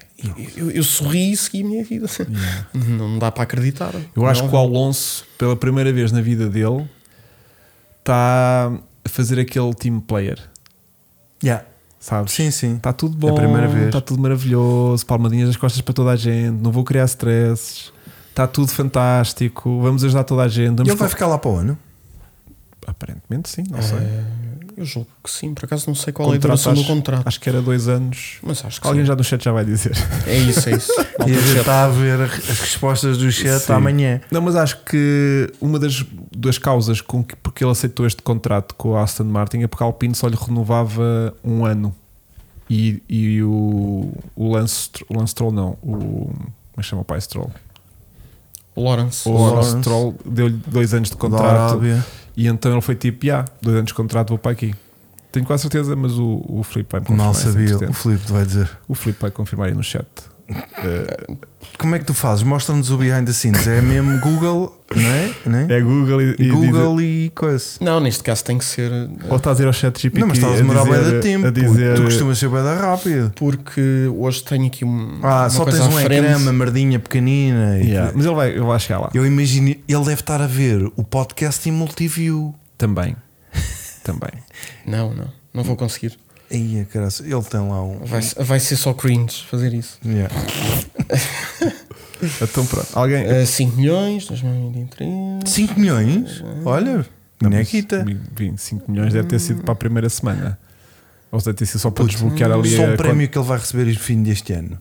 Speaker 3: Eu, eu sorri e segui a minha vida. Não dá para acreditar.
Speaker 2: Eu acho
Speaker 3: Não.
Speaker 2: que o Alonso, pela primeira vez na vida dele, está a fazer aquele team player,
Speaker 1: yeah.
Speaker 2: sabes?
Speaker 1: Sim, sim.
Speaker 2: Está tudo bom,
Speaker 1: É a primeira vez.
Speaker 2: está tudo maravilhoso, palmadinhas nas costas para toda a gente, não vou criar stresses, está tudo fantástico, vamos ajudar toda a gente. Vamos
Speaker 1: Ele vai É.
Speaker 2: co-
Speaker 1: ficar lá para o ano.
Speaker 2: Aparentemente sim, não sei.
Speaker 3: Eu julgo que sim, por acaso não sei qual é a
Speaker 2: Contrato,
Speaker 3: duração
Speaker 2: acho,
Speaker 3: do contrato.
Speaker 2: acho que era dois anos.
Speaker 3: mas acho que
Speaker 2: Alguém
Speaker 3: sim.
Speaker 2: já no chat já vai dizer.
Speaker 3: É isso, é isso.
Speaker 1: E a gente
Speaker 3: Malta,
Speaker 1: está a ver as respostas do chat
Speaker 2: Sim.
Speaker 1: amanhã.
Speaker 2: Não, mas acho que uma das, das causas com que, porque ele aceitou este contrato com a Aston Martin é porque a Alpine só lhe renovava um ano. E, e o, o Lance, o Lance Stroll não, o. Como é que chama o pai Stroll?
Speaker 3: Lawrence.
Speaker 2: O
Speaker 1: Lawrence.
Speaker 2: Lawrence Troll deu-lhe dois anos de
Speaker 1: Da
Speaker 2: contrato
Speaker 1: Arábia.
Speaker 2: e então ele foi tipo: yeah, dois anos de contrato, vou para aqui. Tenho quase certeza, mas o, o Filipe vai me confirmar.
Speaker 1: Mal sabia,
Speaker 2: 100%.
Speaker 1: o Filipe vai dizer.
Speaker 2: O Filipe vai confirmar aí no chat.
Speaker 1: Como é que tu fazes? Mostra-nos o behind the scenes. É mesmo Google, não é? Não é?
Speaker 2: É Google e, e
Speaker 1: Google e coisa.
Speaker 3: Não, neste caso tem que ser
Speaker 2: diz- É. ou estás a ir ao chat GPT
Speaker 1: Não, mas estás a demorar bem da tempo.
Speaker 2: a dizer
Speaker 1: Tu costumas ser bem da rápido.
Speaker 3: porque hoje tenho aqui um.
Speaker 1: Ah,
Speaker 3: uma
Speaker 1: só tens
Speaker 3: coisa à
Speaker 1: um
Speaker 3: frente.
Speaker 1: ecrã, uma merdinha pequenina. e-
Speaker 2: Yeah, mas ele vai, ele vai chegar lá
Speaker 1: Eu imagino, ele deve estar a ver o podcast em multiview.
Speaker 2: também. também.
Speaker 3: Não, não, não vou conseguir.
Speaker 1: Aí, caraca, ele tem lá um.
Speaker 3: Vai, vai ser só cringe fazer isso.
Speaker 1: Yeah.
Speaker 2: Então pronto, alguém.
Speaker 1: É,
Speaker 3: 5 milhões, 2023.
Speaker 1: 5 milhões? Olha,
Speaker 2: Não, mas
Speaker 1: Nequita.
Speaker 2: 25 milhões deve ter sido para a primeira semana. Ou deve ter sido só para desbloquear ali
Speaker 1: hum, Só
Speaker 2: a
Speaker 1: o prémio que ele vai receber no fim deste ano.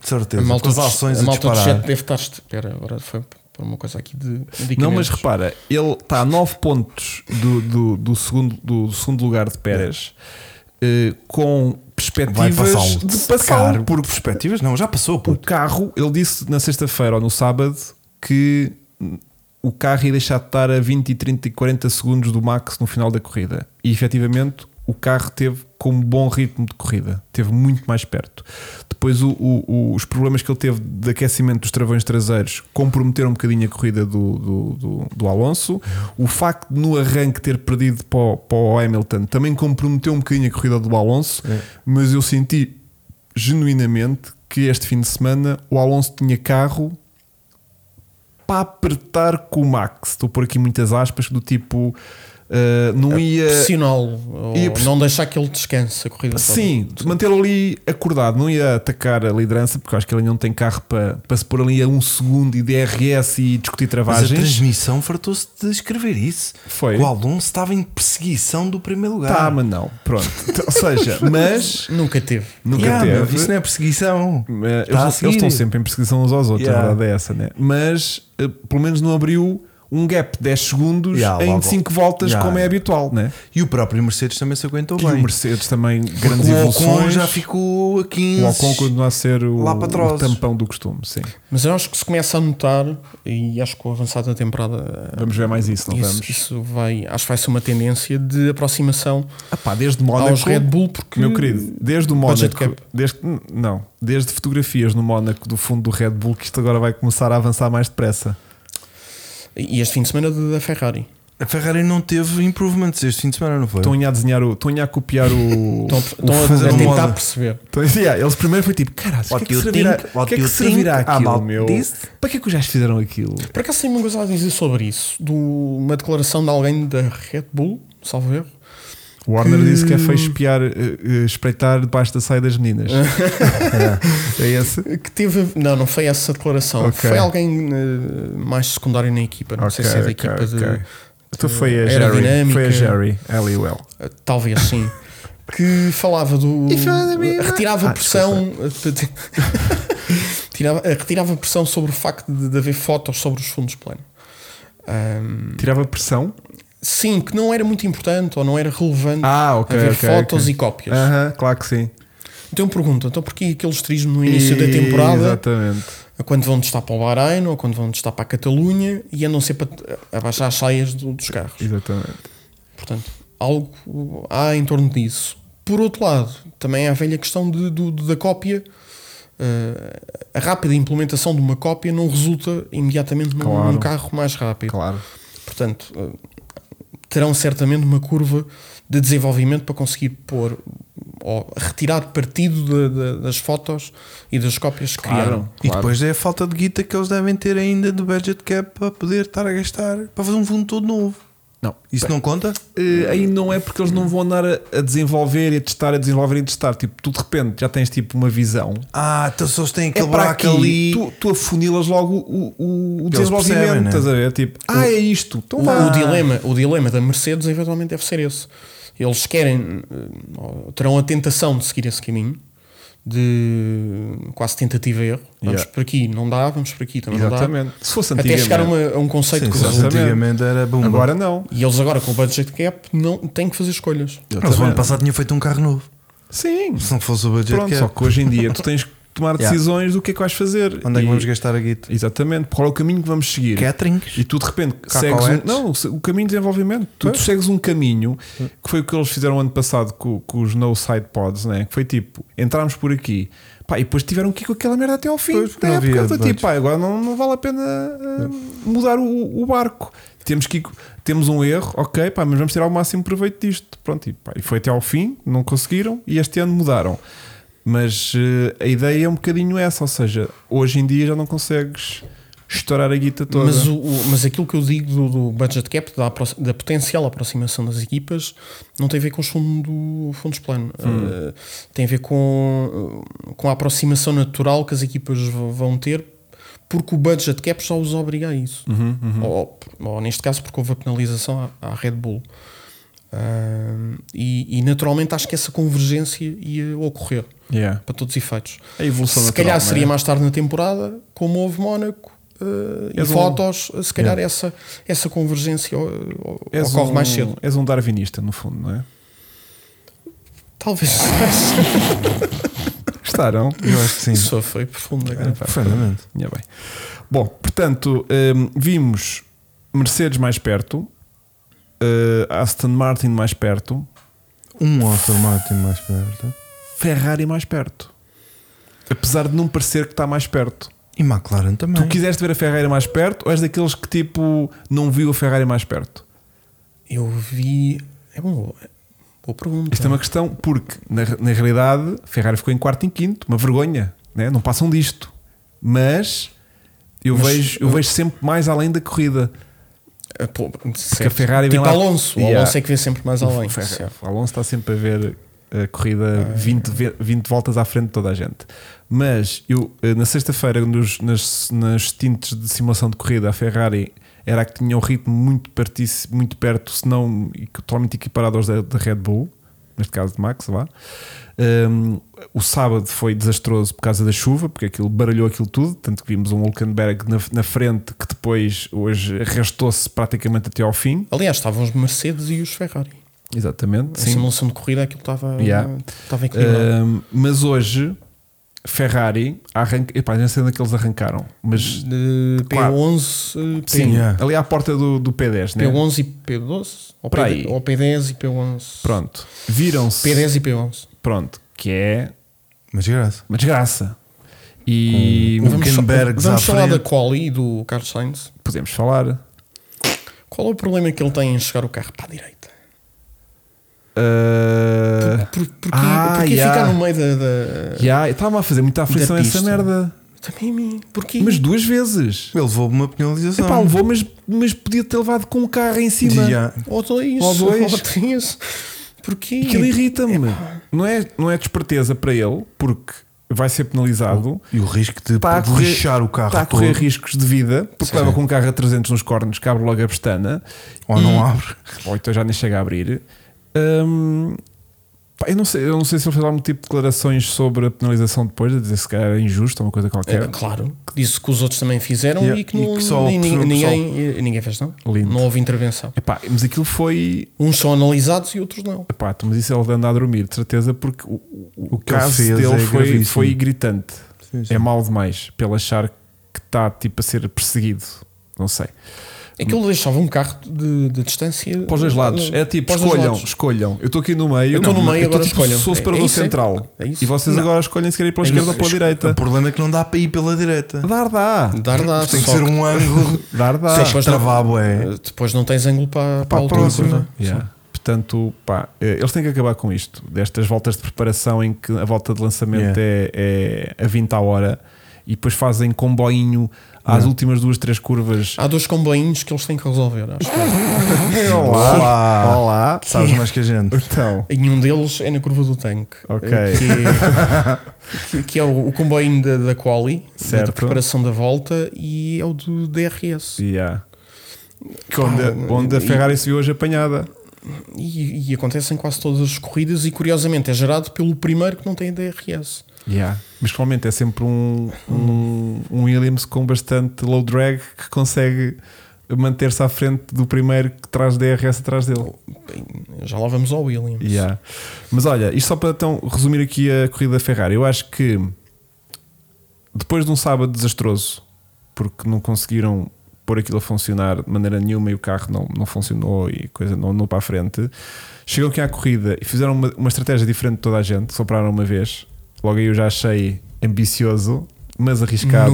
Speaker 1: De certeza.
Speaker 3: A malta,
Speaker 1: Com as
Speaker 3: do-
Speaker 1: ações
Speaker 3: a
Speaker 1: a,
Speaker 3: malta do chat
Speaker 1: disparar.
Speaker 3: deve estar. Espera, agora foi por uma coisa aqui de. de
Speaker 2: Não, mas
Speaker 3: equipamentos.
Speaker 2: repara, ele está a 9 pontos do, do, do segundo, do segundo lugar de Pérez eh, com
Speaker 1: É. Vai um
Speaker 2: perspectivas
Speaker 1: passá-lo.
Speaker 2: de passar. um
Speaker 1: por perspectivas? Não, já passou,
Speaker 2: O
Speaker 1: puto.
Speaker 2: carro, ele disse na sexta-feira ou no sábado que hum, o carro ia deixar de estar a 20, 30 e 40 segundos do Max no final da corrida. E efetivamente o carro teve com um bom ritmo de corrida, teve muito mais perto. Depois o- o- o- os problemas que ele teve de aquecimento dos travões traseiros comprometeram um bocadinho a corrida do, do- do- do Alonso. O facto de no arranque ter perdido para o, para o Hamilton também comprometeu um bocadinho a corrida do Alonso, mas eu senti genuinamente que este fim de semana o Alonso tinha carro para apertar com o Max. Estou por aqui muitas aspas do tipo uh,
Speaker 1: É
Speaker 2: não ia.
Speaker 3: Pressioná-lo, ou
Speaker 2: ia pres-
Speaker 3: não deixar que ele descanse a corrida. toda.
Speaker 2: Sim, mantê-lo ali acordado, não ia atacar a liderança, porque eu acho que ele não tem carro para, para se pôr ali a um segundo e DRS e discutir
Speaker 1: Mas a
Speaker 2: travagens.
Speaker 1: transmissão fartou-se de escrever isso.
Speaker 2: Foi.
Speaker 1: O Alonso estava em perseguição do primeiro lugar.
Speaker 2: Tá, mas não, pronto. Ou seja, mas
Speaker 3: Nunca teve.
Speaker 2: nunca
Speaker 1: Yeah,
Speaker 2: teve.
Speaker 1: meu, isso não é perseguição.
Speaker 2: Mas
Speaker 1: Está a
Speaker 2: É, eles,
Speaker 1: seguir.
Speaker 2: eles estão sempre em perseguição uns aos outros,
Speaker 1: Yeah.
Speaker 2: a verdade é essa, né? Mas eh, pelo menos não abriu um gap de 10 segundos
Speaker 1: Yeah, lá
Speaker 2: em
Speaker 1: vol-
Speaker 2: 5 voltas,
Speaker 1: Yeah.
Speaker 2: como é habitual, né?
Speaker 1: E o próprio Mercedes também se aguentou
Speaker 2: E
Speaker 1: bem.
Speaker 2: o Mercedes também, grandes
Speaker 1: o Ocon
Speaker 2: evoluções.
Speaker 1: já ficou a 15.
Speaker 2: o Ocon continua a ser o,
Speaker 1: lá para trás.
Speaker 2: o tampão do costume, sim.
Speaker 3: Mas eu acho que se começa a notar, e acho que o avançado da temporada.
Speaker 2: Vamos ver mais isso, não
Speaker 3: Isso,
Speaker 2: vamos?
Speaker 3: isso vai, acho que vai ser uma tendência de aproximação
Speaker 2: Ah pá, desde Mónaco,
Speaker 3: aos Red Bull, porque
Speaker 2: meu querido, desde o
Speaker 3: Budget
Speaker 2: Mónaco, desde, hum, não, desde fotografias no Mónaco do fundo do Red Bull, que isto agora vai começar a avançar mais depressa.
Speaker 3: E este fim de semana da da Ferrari.
Speaker 1: A Ferrari não teve improvements este fim de semana, não foi?
Speaker 2: Estão a desenhar o, estão a copiar o.
Speaker 3: Estão, estão a,
Speaker 1: fazer
Speaker 3: a
Speaker 1: um
Speaker 3: tentar
Speaker 1: modo.
Speaker 3: perceber.
Speaker 2: Então, yeah, eles primeiro foi tipo, caralho, o que é
Speaker 1: What
Speaker 2: que
Speaker 1: you
Speaker 2: servirá,
Speaker 1: think?
Speaker 2: o
Speaker 1: What
Speaker 2: que, é que
Speaker 1: you
Speaker 2: servirá
Speaker 1: think
Speaker 2: aquilo,
Speaker 1: about
Speaker 2: meu?
Speaker 1: this?
Speaker 2: Para que é que os gajos fizeram aquilo?
Speaker 3: Por acaso tenho uma coisa a dizer sobre isso, de uma declaração de alguém da Red Bull, salvo erro.
Speaker 2: O Warner disse que é feio espiar, eh, eh, espreitar debaixo da saia das meninas. é. é esse?
Speaker 3: Que teve. a- Não, não foi essa declaração.
Speaker 2: Ok.
Speaker 3: Foi alguém eh, mais secundário na equipa. Não sei se é da equipa de.
Speaker 2: Então foi a
Speaker 3: de
Speaker 2: Jerry,
Speaker 3: aerodinâmica.
Speaker 2: foi a Jerry Halliwell.
Speaker 3: eh, Talvez sim. que falava do.
Speaker 2: If you wanna be-
Speaker 3: Retirava
Speaker 2: Ah,
Speaker 3: pressão. eh, Tirava, eh, retirava pressão sobre o facto de, de haver fotos sobre os fundos de plano. Ahm,
Speaker 2: Tirava pressão?
Speaker 3: sim, que não era muito importante ou não era relevante
Speaker 2: Ah, ok.
Speaker 3: haver
Speaker 2: ok,
Speaker 3: fotos
Speaker 2: ok. Ah.
Speaker 3: e cópias.
Speaker 2: Aham, claro que sim.
Speaker 3: Então eu pergunto, então porquê aquele esterismo no início da
Speaker 2: E-
Speaker 3: temporada,
Speaker 2: Exatamente.
Speaker 3: a quando vão testar para o Bahrein ou quando vão testar para a Catalunha e andam sempre a, a baixar as saias do- dos carros?
Speaker 2: Exatamente.
Speaker 3: Portanto, algo há em torno disso. Por outro lado, também há a velha questão de- do- da cópia. Eh, a rápida implementação de uma cópia não resulta imediatamente num,
Speaker 2: Claro.
Speaker 3: num carro mais rápido.
Speaker 2: Claro.
Speaker 3: Portanto, eh, terão certamente uma curva de desenvolvimento para conseguir pôr ou retirar partido da- da- das fotos e das cópias que criaram.
Speaker 1: E depois é a falta de guita que eles devem ter ainda de budget cap para poder estar a gastar para fazer um fundo todo novo.
Speaker 2: Não.
Speaker 1: Isso não conta?
Speaker 2: Eh, aí não é porque eles não vão andar a, a desenvolver e a testar, a desenvolver e a testar. Tipo, tu de repente já tens tipo uma visão.
Speaker 1: Ah, então só eles têm
Speaker 2: É
Speaker 1: aquele
Speaker 2: para
Speaker 1: buraco
Speaker 2: aqui,
Speaker 1: ali.
Speaker 2: tu, tu afunilas logo o, o, o
Speaker 1: Eles
Speaker 2: desenvolvimento,
Speaker 1: percebem, né?
Speaker 2: estás a ver? Tipo, ah, é isto. Então
Speaker 3: O,
Speaker 2: vá.
Speaker 3: o dilema, o dilema da Mercedes eventualmente deve ser esse. Eles querem, eh, ou terão a tentação de seguir esse caminho de quase tentativa e erro. Vamos
Speaker 2: Yeah.
Speaker 3: por aqui, não dá, vamos por aqui, também não
Speaker 2: Exatamente. Se fosse
Speaker 3: dá. Até
Speaker 2: antigamente.
Speaker 3: chegar a, uma- a um conceito
Speaker 1: Sim,
Speaker 3: que
Speaker 1: se eles
Speaker 2: exatamente.
Speaker 1: antigamente era bom.
Speaker 2: Agora não.
Speaker 3: E eles agora com o budget cap não têm que fazer escolhas.
Speaker 1: eles o ano passado tinham feito um carro novo.
Speaker 2: Sim.
Speaker 1: Se não fosse o budget
Speaker 2: Pronto, só
Speaker 1: cap.
Speaker 2: que hoje em dia tu tens tomar
Speaker 1: é. Yeah.
Speaker 2: decisões do que é que vais fazer.
Speaker 1: Onde é
Speaker 2: E-
Speaker 1: que vamos gastar a guita?
Speaker 2: Exatamente, qual é o caminho que vamos seguir?
Speaker 1: Caterings?
Speaker 2: E tu de repente
Speaker 1: Cacauetes?
Speaker 2: segues um, não, se- o caminho de desenvolvimento. Tu, tu segues um caminho
Speaker 1: Hum.
Speaker 2: que foi o que eles fizeram ano passado com, com os no side pods, né? que foi tipo, entrámos por aqui pá, e depois tiveram que ir com aquela merda até ao fim.
Speaker 1: Pois, porque
Speaker 2: da
Speaker 1: não
Speaker 2: época.
Speaker 1: havia
Speaker 2: Foi
Speaker 1: advantage.
Speaker 2: tipo, pá, agora não, não vale a pena ah, mudar o, o barco. Temos que ir- temos um erro, ok, pá, mas vamos tirar o máximo proveito disto. Pronto, e, pá, e foi até ao fim, não conseguiram e este ano mudaram. Mas eh, a ideia é um bocadinho essa, ou seja, hoje em dia já não consegues estourar a guita toda.
Speaker 3: Mas, o, o- mas aquilo que eu digo do, do budget cap, da, apro- da potencial aproximação das equipas, não tem a ver com os fundo, fundos plano. Eh, tem a ver com, eh, com a aproximação natural que as equipas v- vão ter, porque o budget cap já os obriga a isso. Ou, ou, neste caso, porque houve a penalização à, à Red Bull. Ah, e, e naturalmente acho que essa convergência ia ocorrer
Speaker 2: Yeah.
Speaker 3: para todos os efeitos.
Speaker 2: A evolução
Speaker 3: se
Speaker 2: natural,
Speaker 3: calhar
Speaker 2: não é?
Speaker 3: seria mais tarde na temporada, como houve Mónaco eh, e
Speaker 2: És um-
Speaker 3: fotos, se calhar essa, essa convergência eh,
Speaker 2: És
Speaker 3: ocorre
Speaker 2: um,
Speaker 3: mais cedo.
Speaker 2: És um darwinista, no fundo, não é?
Speaker 3: Talvez
Speaker 2: Gostaram?
Speaker 1: Eu acho que sim.
Speaker 3: isso foi
Speaker 2: É,
Speaker 3: profundo. agora.
Speaker 1: Profundamente.
Speaker 2: Minha bem. Bom, portanto, hum, vimos Mercedes mais perto, eh, Aston Martin mais perto,
Speaker 1: Um Aston Martin mais perto.
Speaker 2: Ferrari mais perto. Apesar de não parecer que está mais perto.
Speaker 1: E McLaren também.
Speaker 2: Tu quiseste ver a Ferrari mais perto ou és daqueles que tipo não viu a Ferrari mais perto?
Speaker 3: Eu vi. É bom, boa pergunta.
Speaker 2: Isto é uma questão porque, na, na realidade, Ferrari ficou em quarto e em quinto, uma vergonha, né? não passam disto. Mas eu,
Speaker 3: Mas-
Speaker 2: vejo, eu vejo sempre mais alem da corrida.
Speaker 3: Eh, pô, certo.
Speaker 2: a Ferrari vem
Speaker 3: tipo
Speaker 2: lá-
Speaker 3: Alonso. O
Speaker 2: Yeah.
Speaker 3: Alonso é que vê sempre mais além.
Speaker 2: O Fer-
Speaker 3: certo.
Speaker 2: o Alonso é, está sempre a ver a corrida 20, ve- 20 voltas à frente de toda a gente. Mas eu, eh, na sexta-feira, nos, nas, nas tintes de simulação de corrida, a Ferrari era a que tinha um ritmo muito, partici- muito perto, se não e totalmente equiparado aos da, da Red Bull, neste caso de Max, vá. Um, o sábado foi desastroso por causa da chuva, porque aquilo baralhou aquilo tudo. Tanto que vimos um Hulkenberg na, na frente que depois hoje arrastou-se praticamente até ao fim.
Speaker 3: Aliás, estavam os Mercedes e os Ferrari.
Speaker 2: Exatamente.
Speaker 3: A simulação de corrida é aquilo estava
Speaker 2: Yeah.
Speaker 3: estava equilibrado.
Speaker 2: Um, mas hoje, Ferrari arranca. Epá, já sei onde é que eles arrancaram. Mas
Speaker 3: De
Speaker 2: claro.
Speaker 3: P11, eh, P,
Speaker 2: sim,
Speaker 1: yeah.
Speaker 2: ali à porta do, do P10, né?
Speaker 3: P11 e P12? Ou,
Speaker 2: Para
Speaker 3: P,
Speaker 2: aí.
Speaker 3: ou P10 e P11?
Speaker 2: Pronto, viram-se.
Speaker 3: P10 e P11.
Speaker 2: Pronto, que é
Speaker 1: Mas graça.
Speaker 2: uma desgraça. E
Speaker 1: Com-
Speaker 3: Vamos, só-
Speaker 1: Hülkenbergs
Speaker 3: vamos
Speaker 1: à
Speaker 3: falar da
Speaker 1: frente.
Speaker 3: Quali e do Carlos Sainz.
Speaker 2: podemos falar.
Speaker 3: Qual é o problema que ele tem em chegar o carro para a direita?
Speaker 2: Uh,
Speaker 3: Por, porque
Speaker 2: Ah,
Speaker 3: porque
Speaker 2: yeah.
Speaker 3: ficar no meio da. da...
Speaker 2: yeah, Estava a fazer muita aflição
Speaker 3: Da
Speaker 2: essa
Speaker 3: pista.
Speaker 2: merda.
Speaker 3: Também a mim. Porquê?
Speaker 2: Mas duas vezes.
Speaker 1: Ele levou uma penalização.
Speaker 2: Epá, levou, mas, mas podia ter levado com o carro em cima.
Speaker 1: Já.
Speaker 3: Ou dois.
Speaker 2: Ou dois.
Speaker 3: Ou três. Porquê?
Speaker 2: Aquilo irrita-me. Não é, não é desperteza para ele, porque vai ser penalizado.
Speaker 1: E o risco de
Speaker 2: Está a correr-
Speaker 1: lixar o carro
Speaker 2: está a correr
Speaker 1: todo.
Speaker 2: riscos de vida, porque
Speaker 1: Sim.
Speaker 2: leva com um carro a 300 nos cornos, que abre logo a pestana.
Speaker 1: Ou
Speaker 2: E-
Speaker 1: não abre.
Speaker 2: Ou então já nem chega a abrir. Hum, pá, eu, não sei, eu não sei se ele fez algum tipo de declarações sobre a penalização depois, a dizer se calhar é injusto ou uma coisa
Speaker 3: É,
Speaker 2: qualquer.
Speaker 3: claro. que Disse que os outros também fizeram
Speaker 1: Yeah.
Speaker 3: e que,
Speaker 1: E
Speaker 3: não,
Speaker 1: que só o
Speaker 3: nin-
Speaker 1: pessoal-
Speaker 3: ninguém, ninguém fez, não?
Speaker 2: Lindo.
Speaker 3: Não houve intervenção.
Speaker 2: Epá, mas aquilo foi.
Speaker 3: Uns são analisados e outros não.
Speaker 2: Epá, então, tu me disse é ele de andar a dormir, de certeza, porque o, o- o
Speaker 1: que ele
Speaker 2: caso
Speaker 1: fez
Speaker 2: dele
Speaker 1: é
Speaker 2: foi,
Speaker 1: gravíssimo.
Speaker 2: foi gritante.
Speaker 1: Sim, sim.
Speaker 2: É mau demais, pelo achar que está tipo a ser perseguido. Não sei.
Speaker 3: É que ele deixava um carro de, de distância. eh,
Speaker 2: Para os dois lados. É tipo,
Speaker 3: Hum, Para os dois
Speaker 2: escolham,
Speaker 3: lados.
Speaker 2: escolham. Eu estou aqui no meio.
Speaker 3: Eu estou no meio,
Speaker 2: eu estou
Speaker 3: agora
Speaker 2: tipo,
Speaker 3: escolham.
Speaker 2: Sou
Speaker 3: É
Speaker 2: separador
Speaker 3: isso, é?
Speaker 2: central.
Speaker 3: É isso.
Speaker 2: E vocês
Speaker 3: Não.
Speaker 2: agora escolhem se querem ir pela
Speaker 3: É
Speaker 2: esquerda
Speaker 3: isso.
Speaker 2: ou pela
Speaker 1: O
Speaker 2: direita.
Speaker 1: problema é que não dá para ir pela direita.
Speaker 2: Dar dá.
Speaker 3: Dar, dar,
Speaker 1: Tem que
Speaker 3: só
Speaker 1: ser um ângulo.
Speaker 2: Dar dá.
Speaker 3: Sim, pois não.
Speaker 1: Travabo é.
Speaker 3: Uh, Depois não tens ângulo para, para
Speaker 1: Para
Speaker 3: a é?
Speaker 1: a
Speaker 3: última
Speaker 1: próxima.
Speaker 3: curva.
Speaker 2: Yeah. Portanto, pá, eh, eles têm que acabar com isto. Destas voltas de preparação em que a volta de lançamento
Speaker 1: Yeah.
Speaker 2: é, é a 20 à hora e depois fazem comboinho às últimas duas, três curvas.
Speaker 3: Há dois comboinhos que eles têm que é. resolver. Acho.
Speaker 1: Olá.
Speaker 2: Olá.
Speaker 1: Sabes mais que a gente.
Speaker 2: Então.
Speaker 3: E um deles é na curva do tanque. Eh,
Speaker 2: Ok.
Speaker 3: Que, que- que é o, o comboinho da, da Quali,
Speaker 2: Certo.
Speaker 3: da preparação da volta, e é o do DRS.
Speaker 2: Yeah. Onde, a- onde a
Speaker 3: é- e-
Speaker 2: Ferrari se viu hoje apanhada.
Speaker 3: E, e acontece em quase todas as corridas, e curiosamente é gerado pelo primeiro que não tem DRS.
Speaker 2: Yeah. Mas provavelmente é sempre um, um, um Williams com bastante low drag que consegue manter-se à frente do primeiro que traz DRS atrás dele.
Speaker 3: Bem, já lá vamos ao Williams.
Speaker 2: Yeah. Mas olha, isto só para então resumir aqui a corrida da Ferrari, eu acho que depois de um sábado desastroso, porque não conseguiram pôr aquilo a funcionar de maneira nenhuma e o carro não, não funcionou e coisa não andou para a frente, chegam aqui à corrida e fizeram uma, uma estratégia diferente de toda a gente, sopraram uma vez. Logo aí eu já achei ambicioso, mas arriscado.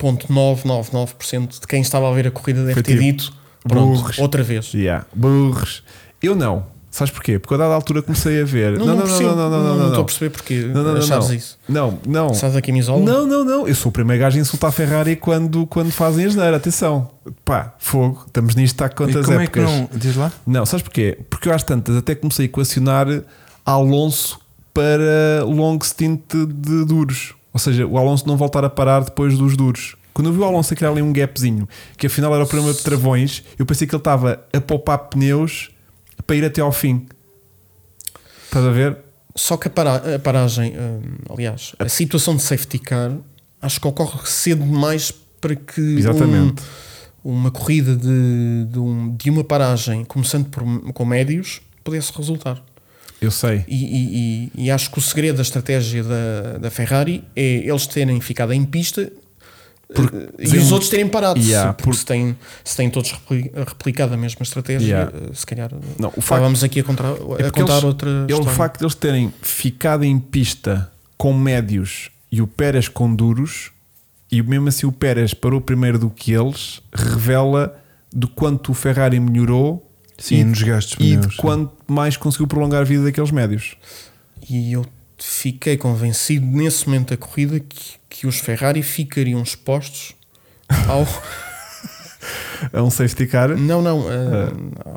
Speaker 3: 99.999% de quem estava a ver a corrida deve
Speaker 2: Foi
Speaker 3: ter
Speaker 2: tipo,
Speaker 3: dito pronto,
Speaker 2: burros.
Speaker 3: outra vez.
Speaker 2: Yeah. Burros. Eu não. Sabes porquê? Porque a dada altura comecei a ver.
Speaker 3: Não, não, percebo, não, não, estou a perceber porque
Speaker 2: Não, não, não,
Speaker 3: sabes
Speaker 2: não.
Speaker 3: isso.
Speaker 2: Não, não.
Speaker 3: Sabes a camisola?
Speaker 2: Não, não, não. Eu sou o primeiro gajo a insultar a Ferrari quando, quando fazem asneira. Atenção. Pá, fogo. Estamos nisto há
Speaker 1: E
Speaker 2: quantas
Speaker 1: como é que
Speaker 2: épocas.
Speaker 1: não. Diz lá?
Speaker 2: Não, sabes porquê? Porque eu às tantas até comecei a equacionar Alonso para longo stint de duros. Ou seja, o Alonso não voltar a parar depois dos duros. Quando eu vi o Alonso a criar ali um gapzinho, que afinal era o problema de travões, eu pensei que ele estava a poupar pneus para ir até ao fim. Estás a ver?
Speaker 3: Só que a, para- a paragem, hum, aliás, a situação de safety car, acho que ocorre cedo demais para que um-
Speaker 2: Exatamente.
Speaker 3: uma corrida de, de, um- de uma paragem, começando por, com médios, pudesse resultar.
Speaker 2: Eu sei.
Speaker 3: E, e- e- e acho que o segredo da estratégia da, da Ferrari é eles terem ficado em pista eh, e os
Speaker 2: dizem-
Speaker 3: outros terem parado.
Speaker 2: um Yeah,
Speaker 3: se, porque
Speaker 2: por-
Speaker 3: se, têm, se têm todos repli- replicado a mesma estratégia,
Speaker 2: Yeah.
Speaker 3: eh, se calhar
Speaker 2: Não, o facto-
Speaker 3: estávamos aqui a, contra, a
Speaker 2: É porque
Speaker 3: contar
Speaker 2: eles-
Speaker 3: outra.
Speaker 2: ele- o
Speaker 3: história.
Speaker 2: facto de eles terem ficado em pista com médios e o Pérez com duros, e mesmo assim o Pérez parou primeiro do que eles, revela do quanto o Ferrari melhorou
Speaker 1: Sim,
Speaker 2: e,
Speaker 1: nos gastos
Speaker 2: e
Speaker 1: pneus,
Speaker 2: de
Speaker 1: sim.
Speaker 2: quanto mais conseguiu prolongar a vida daqueles médios.
Speaker 3: E eu fiquei convencido nesse momento da corrida que, que os Ferrari ficariam expostos ao.
Speaker 2: É um safety car?
Speaker 3: não, não, eh,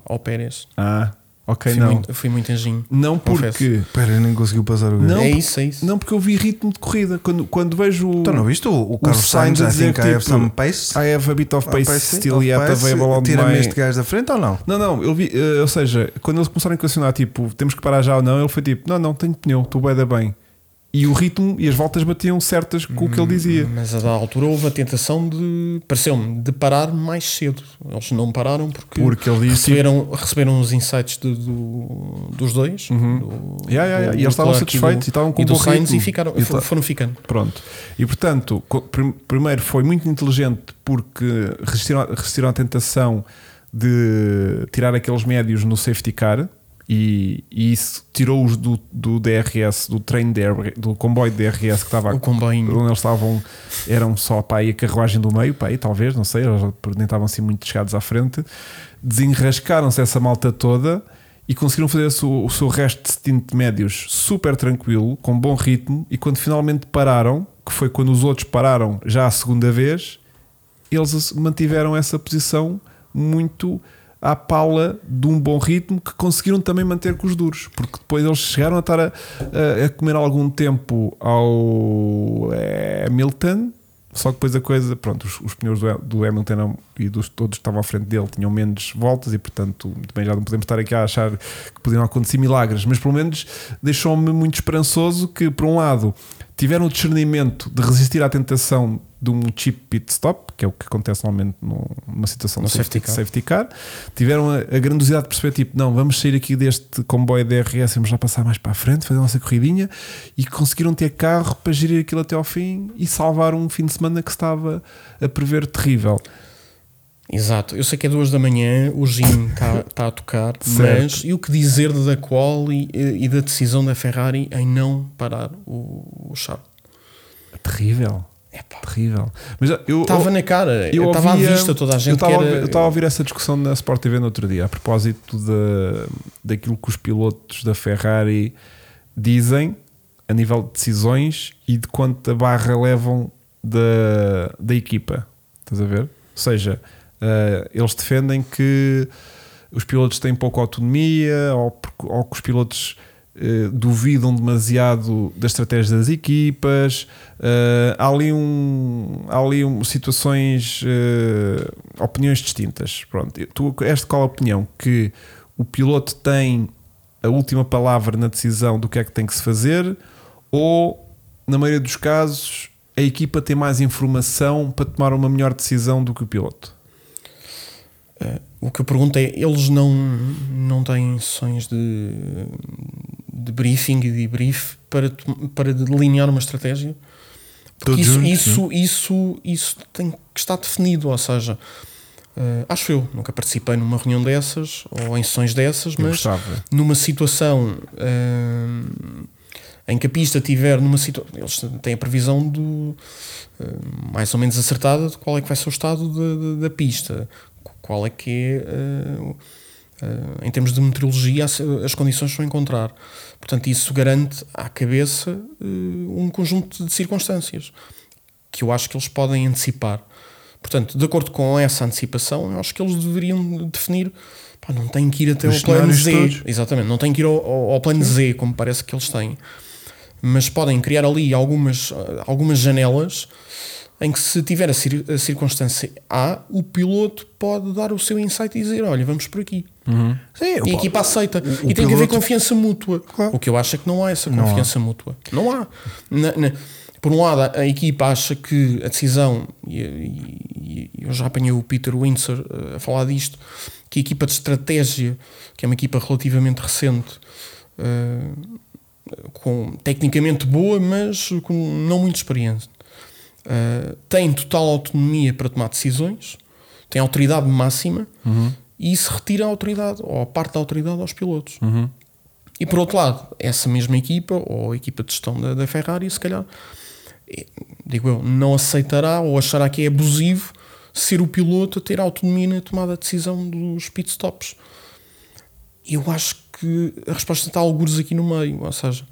Speaker 3: ao Pérez.
Speaker 2: Ah, ok,
Speaker 3: Fui
Speaker 2: É. não.
Speaker 3: muito, fui muito anjinho.
Speaker 2: Não porque.
Speaker 1: Pera, nem conseguiu passar o
Speaker 2: Não,
Speaker 1: gajo.
Speaker 3: é
Speaker 2: por-
Speaker 3: isso, é isso.
Speaker 2: Não porque eu vi ritmo de corrida. Quando, quando vejo. o-
Speaker 1: Então não viste o, o Carlos
Speaker 2: Sainz
Speaker 1: Sainz
Speaker 2: a
Speaker 1: a
Speaker 2: dizer,
Speaker 1: dizer que I have
Speaker 2: tipo,
Speaker 1: some pace?
Speaker 2: I have a bit
Speaker 1: Ah,
Speaker 2: of pace, still yet available on
Speaker 1: Tira-me
Speaker 2: my-
Speaker 1: este gajo da frente ou não?
Speaker 2: Não, não, eu vi, eh, ou seja, quando eles começaram a questionar, tipo, temos que parar já ou não, ele foi tipo, não, não, tenho pneu, estou bué da bem. E o ritmo e as voltas batiam certas com o que ele dizia.
Speaker 3: Mas a da altura houve a tentação de, pareceu-me, de parar mais cedo. Eles não pararam porque,
Speaker 2: Porque ele disse-
Speaker 3: receberam, receberam os insights de- do- dos dois. do-
Speaker 2: Uhum. Yeah, yeah, yeah. E eles estavam
Speaker 3: Leclerc do-
Speaker 2: satisfeitos e estavam com
Speaker 3: e
Speaker 2: um
Speaker 3: do
Speaker 2: bom
Speaker 3: Sainz
Speaker 2: ritmo.
Speaker 3: e ficaram,
Speaker 2: E
Speaker 3: foram,
Speaker 2: tá-
Speaker 3: ficando.
Speaker 2: Pronto. E portanto, co- prim- primeiro foi muito inteligente porque resistiram, à- resistiram à tentação de tirar aqueles médios no safety car e, e isso tirou-os do, do DRS, do trem de DR do comboio de DRS que estava a
Speaker 3: O comboinho.
Speaker 2: onde eles estavam eram só para aí a carruagem do meio, para aí talvez, não sei, eles nem estavam assim muito chegados à frente. Desenrascaram-se essa malta toda e conseguiram fazer o seu, o seu resto de stint de médios super tranquilo, com bom ritmo. E quando finalmente pararam, que foi quando os outros pararam já a segunda vez, eles mantiveram essa posição muito à pala de um bom ritmo que conseguiram também manter com os duros, porque depois eles chegaram a estar a, a- a comer algum tempo ao eh, Hamilton, só que depois a coisa, pronto, os, os pneus do, do Hamilton eram- e dos todos que estavam à frente dele tinham menos voltas e portanto também já não podemos estar aqui a achar que podiam acontecer milagres, mas pelo menos deixou-me muito esperançoso que por um lado tiveram o discernimento de resistir à tentação de um cheap pit stop, que é o que acontece normalmente num- numa situação
Speaker 3: No
Speaker 2: de safety,
Speaker 3: safety car.
Speaker 2: safety car. Tiveram a, a grandiosidade de perceber, tipo, não, vamos sair aqui deste comboio DRS, vamos lá passar mais para a frente, fazer a nossa corridinha e conseguiram ter carro para gerir aquilo até ao fim e salvar um fim de semana que estava a prever terrível.
Speaker 3: Exato. Eu sei que é duas da manhã, o Jim está a tocar,
Speaker 2: Certo.
Speaker 3: mas e o que dizer da qual e, e da decisão da Ferrari em não parar o, o Charles?
Speaker 2: Terrível. Terrível. Mas eu,
Speaker 3: Estava
Speaker 2: eu-
Speaker 3: na cara,
Speaker 2: eu
Speaker 3: estava à
Speaker 2: ouvia-
Speaker 3: vista toda a gente.
Speaker 2: Eu estava,
Speaker 3: que
Speaker 2: a
Speaker 3: era-
Speaker 2: ouvir- eu estava a ouvir essa discussão na Sport TV no outro dia, a propósito da daquilo que os pilotos da Ferrari dizem a nível de decisões e de quanta barra levam da, da equipa. Estás a ver? Ou seja, eh, eles defendem que os pilotos têm pouca autonomia ou, porque- ou que os pilotos eh, duvidam demasiado das estratégias das equipas. Eh, há ali, um, há ali um, situações, eh, opiniões distintas. Pronto. Eu- Tu, és de qual a opinião? Que o piloto tem a última palavra na decisão do que é que tem que se fazer ou, na maioria dos casos, a equipa tem mais informação para tomar uma melhor decisão do que o piloto?
Speaker 3: O que eu pergunto é: eles não, não têm sessões de, de briefing e de brief para, tom- para delinear uma estratégia. Porque
Speaker 1: Todos
Speaker 3: isso,
Speaker 1: juntos,
Speaker 3: isso, isso, isso tem que estar definido, ou seja, eh, acho eu, nunca participei numa reunião dessas ou em sessões dessas,
Speaker 2: Eu
Speaker 3: mas
Speaker 2: gostava.
Speaker 3: numa situação hum, em que a pista tiver numa situação. Eles têm a previsão do, hum, mais ou menos acertada de qual é que vai ser o estado da- da- da pista, qual é que é. hum, hum, em termos de meteorologia, as, as condições que vão encontrar. Portanto, isso garante à cabeça hum, um conjunto de circunstâncias que eu acho que eles podem antecipar. Portanto, de acordo com essa antecipação, eu acho que eles deveriam definir. Pá, não tem que ir até
Speaker 1: Os
Speaker 3: ao plano
Speaker 1: cenários
Speaker 3: Z.
Speaker 1: todos.
Speaker 3: Exatamente, não tem que ir ao, ao- ao plano Z, como parece que eles têm. Mas podem criar ali algumas, ah, algumas janelas em que, se tiver a, cir- a circunstância A, o piloto pode dar o seu insight e dizer: Olha, vamos por aqui.
Speaker 1: Sim,
Speaker 3: E a
Speaker 1: pá,
Speaker 3: equipa aceita.
Speaker 1: o
Speaker 3: e tem que haver
Speaker 1: piloto-
Speaker 3: confiança mútua.
Speaker 1: Claro.
Speaker 3: O que eu acho é que não há essa confiança mútua. Não há. Na- na- por um lado, a equipa acha que a decisão, e, e- e eu já apanhei o Peter Windsor eh, a falar disto, que a equipa de estratégia, que é uma equipa relativamente recente, eh, com, tecnicamente boa, mas com não muito experiência, eh, tem total autonomia para tomar decisões, tem autoridade máxima e isso retira a autoridade, ou a parte da autoridade aos pilotos. E por outro lado, essa mesma equipa, ou a equipa de gestão da, da Ferrari, se calhar, eh, digo eu, não aceitará ou achará que é abusivo ser o piloto a ter autonomia na tomada de decisão dos pitstops. Eu acho que a resposta está a algures aqui no meio, ou seja,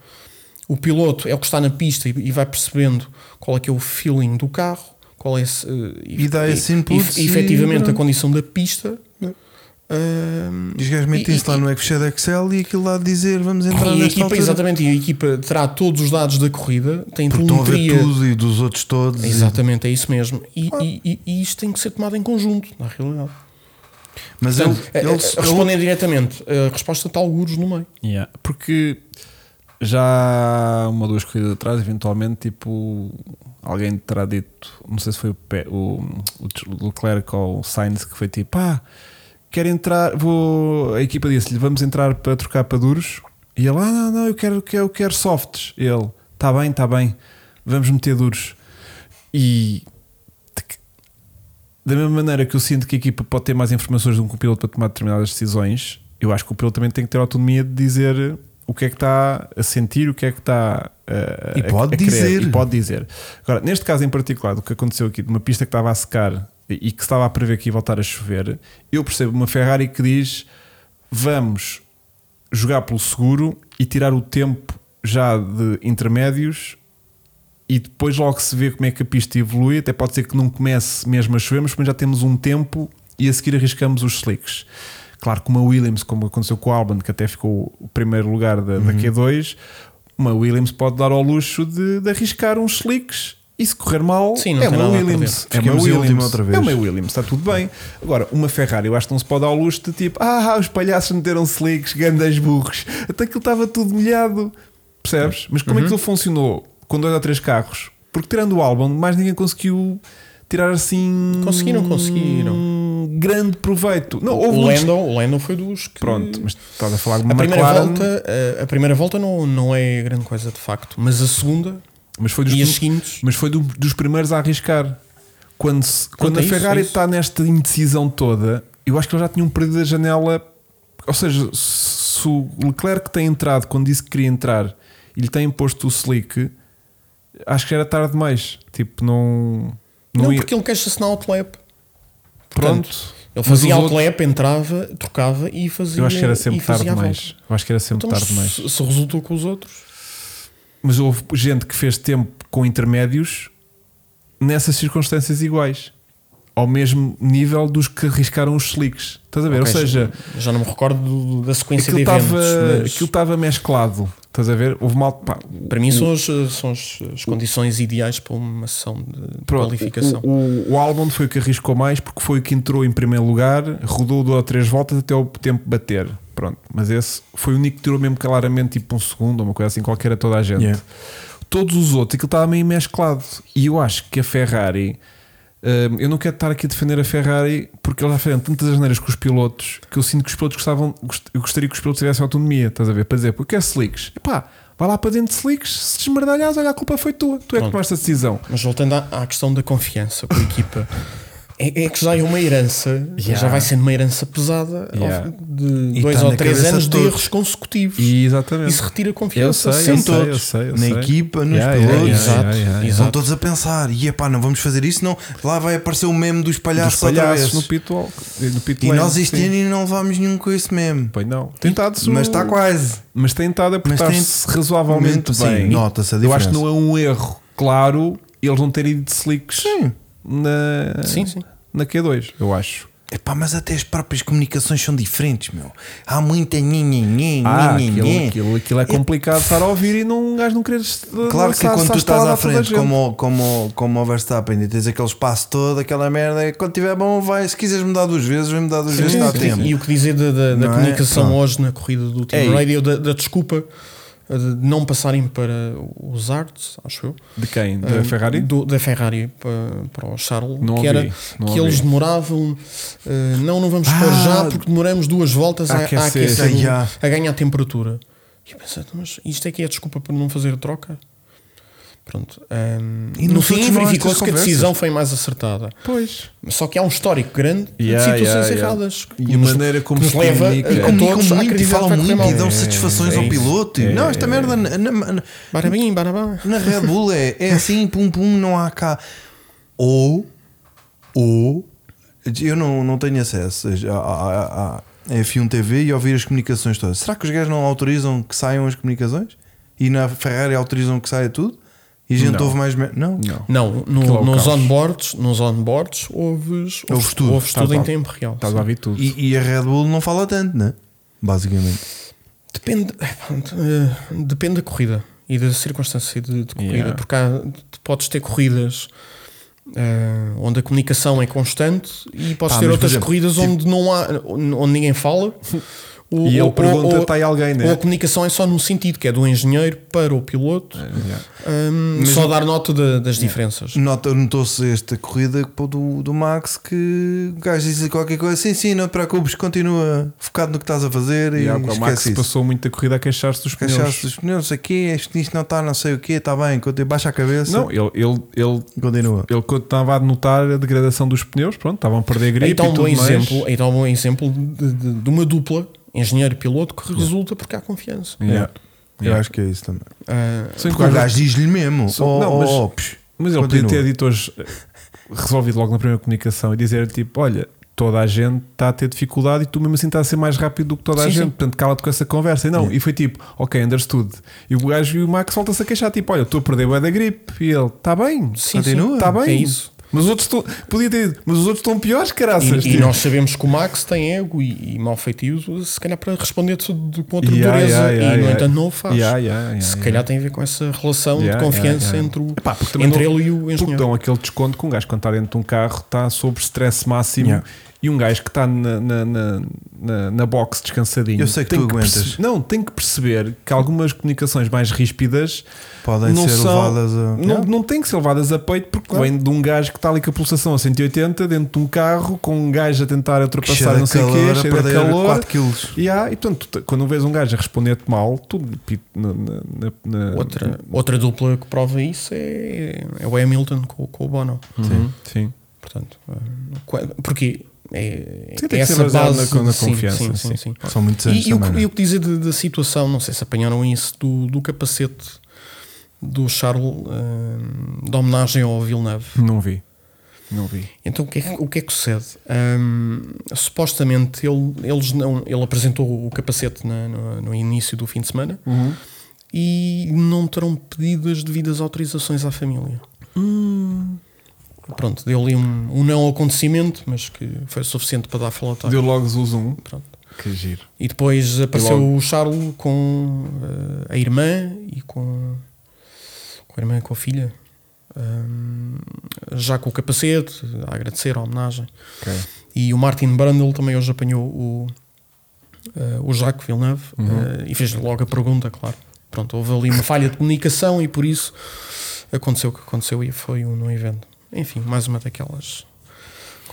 Speaker 3: o piloto é o que está na pista e, e vai percebendo qual é que é o feeling do carro, qual é esse, eh,
Speaker 1: E dá esse input e
Speaker 3: efetivamente a
Speaker 1: pronto.
Speaker 3: condição da pista. Ahm,
Speaker 1: E os gajos metem-se
Speaker 3: E-
Speaker 1: lá no Excel Excel e aquilo lá a dizer vamos entrar
Speaker 3: e a
Speaker 1: nesta
Speaker 3: equipa,
Speaker 1: altura.
Speaker 3: exatamente, e a equipa terá todos os dados da corrida, tem
Speaker 1: Porque estão a ver
Speaker 3: telemetria.
Speaker 1: tudo e dos outros todos. e-
Speaker 3: Exatamente, é isso mesmo. E, e- e- e isto tem que ser tomado em conjunto, na realidade.
Speaker 1: Mas
Speaker 3: Portanto,
Speaker 1: ele,
Speaker 3: eh,
Speaker 1: ele,
Speaker 3: eh, respondem diretamente, a resposta está alguros no meio.
Speaker 2: Yeah, Porque já uma ou duas corridas atrás, eventualmente, tipo, alguém terá dito, não sei se foi o, Pe- o, o Leclerc ou o Sainz que foi tipo, pá, quero entrar, vou. A equipa disse-lhe, vamos entrar para trocar para duros. E ele, ah, não, não, eu quero, eu quero, eu quero softs. Ele, tá bem, tá bem, vamos meter duros. E da mesma maneira que eu sinto que a equipa pode ter mais informações de um piloto para tomar determinadas decisões, eu acho que o piloto também tem que ter autonomia de dizer o que é que está a sentir, o que é que está a,
Speaker 1: E
Speaker 2: a-
Speaker 1: pode
Speaker 2: a querer,
Speaker 1: dizer.
Speaker 2: e pode dizer. Agora, neste caso em particular, do que aconteceu aqui, de uma pista que estava a secar e e que se estava a prever que ia voltar a chover, eu percebo uma Ferrari que diz vamos jogar pelo seguro e tirar o tempo já de intermédios e depois logo se vê como é que a pista evolui. Até pode ser que não comece mesmo a chover, mas pelo menos já temos um tempo e a seguir arriscamos os slicks. Claro que uma Williams, como aconteceu com o Albon, que até ficou o primeiro lugar da,
Speaker 1: Uhum.
Speaker 2: da Q2, uma Williams pode dar ao luxo de, de arriscar uns slicks e se correr mal,
Speaker 3: Sim, não
Speaker 2: é
Speaker 3: tem
Speaker 2: uma
Speaker 3: nada a perder.
Speaker 2: Williams. É uma
Speaker 1: Ficamos em último
Speaker 2: Williams.
Speaker 1: outra vez.
Speaker 2: É uma Williams, está tudo bem. Agora, uma Ferrari, eu acho que não se pode dar ao luxo de tipo, ah, os palhaços meteram slicks, grandes burros, até aquilo estava tudo molhado.
Speaker 3: Uhum.
Speaker 2: Percebes? Mas como é que aquilo funcionou com dois ou três carros? Porque tirando o álbum, mais ninguém conseguiu tirar assim.
Speaker 3: Conseguiram, conseguiram.
Speaker 2: um Grande proveito. Não, houve
Speaker 3: O
Speaker 1: um
Speaker 2: muitos-
Speaker 3: Landon, o Landon foi dos que.
Speaker 2: Pronto, mas estás a falar de uma
Speaker 3: A primeira,
Speaker 2: McLaren,
Speaker 3: volta, a- a, primeira volta não, não é grande coisa de facto, mas a segunda
Speaker 2: mas foi dos
Speaker 3: e as
Speaker 2: prim-
Speaker 3: seguintes.
Speaker 2: mas foi do- dos primeiros a arriscar. Quando, se- quando
Speaker 3: é
Speaker 2: a
Speaker 3: isso,
Speaker 2: Ferrari
Speaker 3: é isso.
Speaker 2: está nesta indecisão toda, eu acho que eles já tinham perdido a janela. Ou seja, se o Leclerc tem entrado quando disse que queria entrar e lhe tem imposto o slick, acho que era tarde demais. Tipo, não.
Speaker 3: Não,
Speaker 2: Não, ia.
Speaker 3: porque ele queixa-se na outlap.
Speaker 2: Pronto.
Speaker 3: Ele
Speaker 2: Mas
Speaker 3: fazia
Speaker 2: os outros-
Speaker 3: outlap, entrava, trocava e fazia.
Speaker 2: eu acho que era
Speaker 3: e
Speaker 2: sempre tarde
Speaker 3: fazia a volta.
Speaker 2: demais. Eu acho que era sempre
Speaker 3: Então,
Speaker 2: tarde
Speaker 3: se-
Speaker 2: demais.
Speaker 3: se resultou com os outros.
Speaker 2: Mas houve gente que fez tempo com intermédios nessas circunstâncias iguais, ao mesmo nível dos que arriscaram os slicks. Estás a ver?
Speaker 3: Ok,
Speaker 2: Ou seja,
Speaker 3: já- já não me recordo do- da sequência
Speaker 2: aquilo
Speaker 3: de eventos.
Speaker 2: estava
Speaker 3: mas
Speaker 2: aquilo estava mesclado. Estás a ver? Houve mal. Pá,
Speaker 3: para mim são as, são as- as condições ideais para uma sessão de
Speaker 2: pronto,
Speaker 3: qualificação.
Speaker 2: o, o, o Albon foi o que arriscou mais porque foi o que entrou em primeiro lugar, rodou duas ou três voltas até o tempo bater. Pronto, mas esse foi o único que tirou mesmo claramente tipo um segundo, ou uma coisa assim qualquer a toda a gente.
Speaker 1: Yeah.
Speaker 2: todos os outros, aquilo estava meio mesclado. E eu acho que a Ferrari hum, eu não quero estar aqui a defender a Ferrari porque eles já fizeram tantas asneiras com os pilotos que eu sinto que os pilotos gostavam, gost- eu gostaria que os pilotos tivessem autonomia, estás a ver? Para dizer, porque é slicks, epá, vai lá para dentro de slicks, se desmerdalhas, olha, a culpa foi tua, tu é que
Speaker 3: Pronto.
Speaker 2: tomaste a decisão.
Speaker 3: Mas voltando à, à questão da confiança com a equipa, é, é que já é uma herança,
Speaker 2: Yeah.
Speaker 3: já vai sendo uma herança pesada ao-
Speaker 2: Yeah.
Speaker 3: de
Speaker 1: E
Speaker 3: dois
Speaker 1: tá
Speaker 3: ou
Speaker 1: na
Speaker 3: três
Speaker 1: cabeça
Speaker 3: anos
Speaker 1: de
Speaker 3: de
Speaker 1: todos.
Speaker 3: erros consecutivos.
Speaker 2: E exatamente.
Speaker 3: Isso retira
Speaker 2: eu
Speaker 3: confiança.
Speaker 2: sei, eu
Speaker 3: sempre.
Speaker 2: sei, eu
Speaker 1: todos.
Speaker 2: sei, eu
Speaker 1: Na
Speaker 2: sei.
Speaker 1: equipa, nos
Speaker 2: Yeah,
Speaker 1: pilotos.
Speaker 2: yeah, yeah,
Speaker 3: Exato,
Speaker 2: yeah, yeah, yeah.
Speaker 3: exato.
Speaker 1: Estão todos a pensar, e epá, não vamos fazer isso, não. Lá vai aparecer o meme dos
Speaker 2: Dos
Speaker 1: palhaços,
Speaker 2: palhaços
Speaker 1: outra
Speaker 2: no
Speaker 1: vez.
Speaker 2: pit, wall- no pit
Speaker 1: E
Speaker 2: lane,
Speaker 1: nós este
Speaker 2: sim.
Speaker 1: ano ainda não levámos nenhum com esse meme.
Speaker 2: Pois não. Tentado
Speaker 1: Mas está quase.
Speaker 2: Mas tem estado a portar-se
Speaker 1: tem- um
Speaker 2: razoavelmente
Speaker 1: Sim,
Speaker 2: bem.
Speaker 1: nota-se a
Speaker 2: Eu acho
Speaker 1: diferença.
Speaker 2: que não é um erro, claro, eles não terem ido de slicks na,
Speaker 3: Sim, sim.
Speaker 2: na Q2, eu acho.
Speaker 1: Epá, mas até as próprias comunicações são diferentes, meu. Há muita nhenhenhen,
Speaker 2: Ah, aquilo,
Speaker 1: nhenhenhen.
Speaker 2: aquilo, aquilo é complicado estar a ouvir e não, um gajo não querer.
Speaker 1: Claro que
Speaker 2: lançar-
Speaker 1: quando tu
Speaker 2: lançar
Speaker 1: estás
Speaker 2: estalada
Speaker 1: à
Speaker 2: a toda a
Speaker 1: frente,
Speaker 2: gente.
Speaker 1: como, o- como, o- como o Verstappen, e tens aquele espaço todo, aquela merda, e quando tiver bom, vai. Se quiseres mudar duas vezes, vai mudar duas vezes,
Speaker 3: Sim,
Speaker 1: dá
Speaker 3: sim,
Speaker 1: tempo.
Speaker 3: sim. E o que dizer da, da- da
Speaker 1: Não é?
Speaker 3: comunicação
Speaker 1: Pronto.
Speaker 3: hoje na corrida do Team
Speaker 2: Ei.
Speaker 3: Radio, da, da desculpa eh, de não passarem para os arts, acho eu.
Speaker 2: De quem? Da
Speaker 1: Ah,
Speaker 3: Eh,
Speaker 2: Ferrari?
Speaker 3: do- da Ferrari para, para o Charles,
Speaker 2: Não ouvi,
Speaker 3: que era
Speaker 2: não ouvi.
Speaker 3: que eles demoravam. eh, não, não vamos pôr
Speaker 1: Ah,
Speaker 3: já porque demoramos duas voltas a,
Speaker 2: a
Speaker 3: a aquecer,
Speaker 2: aquecer.
Speaker 3: o-
Speaker 1: Já.
Speaker 3: a ganhar temperatura. E eu pensei, "Então, mas isto é que é a desculpa para não fazer a troca? Pronto. ehm,
Speaker 1: E
Speaker 3: no
Speaker 1: no
Speaker 3: fim
Speaker 1: fim não há
Speaker 3: verificou-se
Speaker 1: estas
Speaker 3: que a
Speaker 1: conversas.
Speaker 3: decisão foi mais acertada.
Speaker 2: Pois.
Speaker 3: Só que há um histórico grande
Speaker 2: Yeah,
Speaker 3: de situações
Speaker 2: yeah, yeah.
Speaker 3: erradas.
Speaker 2: E
Speaker 3: que
Speaker 2: a maneira como
Speaker 3: que nos
Speaker 2: se
Speaker 3: leva
Speaker 2: comunica.
Speaker 3: a-
Speaker 1: E
Speaker 3: a
Speaker 1: comunicam
Speaker 3: todos a
Speaker 1: muito e
Speaker 3: acreditar que
Speaker 1: falam
Speaker 3: vai correr
Speaker 1: muito e
Speaker 3: mal.
Speaker 1: dão satisfações
Speaker 3: é
Speaker 1: ao
Speaker 3: isso.
Speaker 1: piloto. e, não, esta merda na, na- na-
Speaker 3: Barabim, barabá.
Speaker 1: na Red Bull é, é assim, pum pum, não há cá. Ou, ou, eu não, não tenho acesso à, à- à- à F1 TV um e ouvir as comunicações todas. Será que os gajos não autorizam que saiam as comunicações? E na Ferrari autorizam que saia tudo? E a gente
Speaker 2: Não.
Speaker 1: ouve mais. me- Não?
Speaker 2: Não.
Speaker 3: Não, no-
Speaker 2: Aquilo é o
Speaker 3: nos,
Speaker 2: caos. É
Speaker 3: onboards, nos onboards ouves,
Speaker 1: Ouves tudo.
Speaker 3: ouves tudo
Speaker 2: Estás
Speaker 3: em
Speaker 2: a-
Speaker 3: tempo real.
Speaker 2: Estás a ouvir tudo.
Speaker 1: E, e a Red Bull não fala tanto, né? Basicamente.
Speaker 3: Depende, eh, pronto, eh, depende da corrida e da circunstância de, de corrida,
Speaker 2: Yeah.
Speaker 3: porque há, tu podes ter corridas eh, onde a comunicação é constante e podes
Speaker 1: Pá, mas,
Speaker 3: ter
Speaker 1: por
Speaker 3: outras
Speaker 1: exemplo,
Speaker 3: corridas onde não há, onde ninguém fala. Ou-
Speaker 2: tipo E
Speaker 3: ou-
Speaker 2: ele
Speaker 3: ou-
Speaker 2: pergunta:
Speaker 3: ou-
Speaker 2: está aí alguém,
Speaker 3: ou a
Speaker 2: né?
Speaker 3: comunicação é só num sentido, que é do engenheiro para o piloto,
Speaker 2: É, Yeah.
Speaker 3: hum,
Speaker 1: Mas
Speaker 3: só
Speaker 1: não-
Speaker 3: dar nota da- das diferenças.
Speaker 1: Nota- Notou-se esta corrida pô, do, do Max que o gajo disse qualquer coisa. Sim, sim, não te preocupes, continua focado no que estás a fazer e
Speaker 2: E há o Max
Speaker 1: esquece isso.
Speaker 2: passou muita corrida a queixar-se dos
Speaker 1: Queixaste
Speaker 2: pneus.
Speaker 1: dos pneus aqui, este isto não está, não sei o quê, está bem, continua, baixa a cabeça.
Speaker 2: Não, ele, ele, ele
Speaker 1: e Continua.
Speaker 2: Ele quando estava a notar a degradação dos pneus, pronto, estavam a perder gripe
Speaker 3: Então,
Speaker 2: e
Speaker 3: um
Speaker 2: tudo
Speaker 3: bom
Speaker 2: mais.
Speaker 3: exemplo, então, um bom exemplo de, de- de uma dupla, engenheiro e piloto, que resulta porque há confiança.
Speaker 2: Yeah.
Speaker 1: Eu
Speaker 2: Yeah.
Speaker 1: acho que é isso também.
Speaker 3: Ah,
Speaker 2: Sim,
Speaker 1: Porque o gajo diz-lhe mesmo.
Speaker 2: Só-
Speaker 1: "Oh,
Speaker 2: não,
Speaker 1: oh,
Speaker 2: mas-
Speaker 1: oh, psh."
Speaker 2: Mas ele
Speaker 1: Continua.
Speaker 2: podia ter dito hoje, eh, resolvido logo na primeira comunicação e dizer tipo: Olha, toda a gente está a ter dificuldade e tu mesmo assim estás a ser mais rápido do que toda a
Speaker 3: Sim,
Speaker 2: gente,
Speaker 3: sim.
Speaker 2: portanto cala-te com essa conversa. E não, e foi tipo: Ok, understood. E o gajo e o Max volta-se a queixar: Tipo, olha, estou a perder bué da gripe. E ele: Está bem,
Speaker 3: Sim,
Speaker 1: sim.
Speaker 2: está bem.
Speaker 3: É isso.
Speaker 2: Mas os outros estão, podia ter dito, mas os outros estão piores,
Speaker 3: E-
Speaker 2: caraças.
Speaker 3: E,
Speaker 2: tipo.
Speaker 3: nós sabemos que o Max tem ego e, e mau feitio, se calhar para responder de, de, com outra
Speaker 2: Yeah,
Speaker 3: dureza,
Speaker 2: yeah, yeah,
Speaker 3: e no
Speaker 2: yeah.
Speaker 3: entanto não o faz.
Speaker 2: Yeah, yeah, yeah,
Speaker 3: se
Speaker 2: yeah.
Speaker 3: calhar tem a ver com essa relação
Speaker 2: Yeah,
Speaker 3: de confiança
Speaker 2: yeah, yeah.
Speaker 3: entre, o,
Speaker 2: Epá, porque também
Speaker 3: entre
Speaker 2: não-
Speaker 3: ele e o
Speaker 2: Porque
Speaker 3: engenheiro.
Speaker 2: dão aquele desconto que um gajo, quando está dentro de um carro, está sob stress máximo
Speaker 1: Yeah.
Speaker 2: e um gajo que está na, na, na, na- na box descansadinho.
Speaker 1: Eu sei que tu aguentas.
Speaker 2: perce- Não, tem que perceber que algumas comunicações mais ríspidas
Speaker 1: Podem
Speaker 2: não
Speaker 1: ser
Speaker 2: são-
Speaker 1: levadas a.
Speaker 2: Não, não têm que ser levadas a peito porque vem de um gajo que está ali com a pulsação a 180 dentro de um carro com um gajo a tentar ultrapassar
Speaker 1: Cheira
Speaker 2: não sei o
Speaker 1: calor,
Speaker 2: quê,
Speaker 1: a
Speaker 2: cheio de
Speaker 1: perder
Speaker 2: calor.
Speaker 1: 4 quilos.
Speaker 2: E há- e portanto, tu- quando vês um gajo a responder-te mal, tu pi- na, na- na- na-
Speaker 3: Outra, outra dupla que prova isso é, é o Hamilton com, com o Bono.
Speaker 1: Hum.
Speaker 2: Uhum, sim.
Speaker 3: Portanto, eh, qua- porque é,
Speaker 2: Sim, tem
Speaker 3: é
Speaker 2: que ser
Speaker 3: essa
Speaker 2: baseado
Speaker 3: base
Speaker 2: na- na
Speaker 3: de- sim,
Speaker 2: confiança,
Speaker 3: sim,
Speaker 2: sim.
Speaker 3: sim, sim.
Speaker 1: São muitos anos
Speaker 3: E, e o,
Speaker 1: também.
Speaker 3: que-
Speaker 1: não é?
Speaker 3: e o que dizer de- da situação, não sei se apanharam isso, do, do capacete do Charles eh, da homenagem ao Villeneuve.
Speaker 2: Não vi. Não vi.
Speaker 3: Então o que é, que- o que, é que sucede? Ahm, supostamente ele, eles não, ele apresentou o capacete na- no, no início do fim de semana
Speaker 2: Uhum.
Speaker 3: e não terão pedido as devidas autorizações à família. Pronto, deu ali um, um não acontecimento, mas que foi suficiente para dar flota.
Speaker 2: Deu logo zoom.
Speaker 3: Pronto.
Speaker 2: Que giro.
Speaker 3: E depois apareceu
Speaker 2: logo-
Speaker 3: o Charles com eh, a irmã e com, com a irmã e com a filha. Ahm, já com o capacete, a agradecer a homenagem.
Speaker 2: Ok.
Speaker 3: E o Martin Brundle também hoje apanhou o, eh, o Jacques Villeneuve eh, e fez logo a pergunta, claro. Pronto, houve ali uma falha de comunicação e por isso aconteceu o que aconteceu e foi um não evento. Enfim, mais uma daquelas.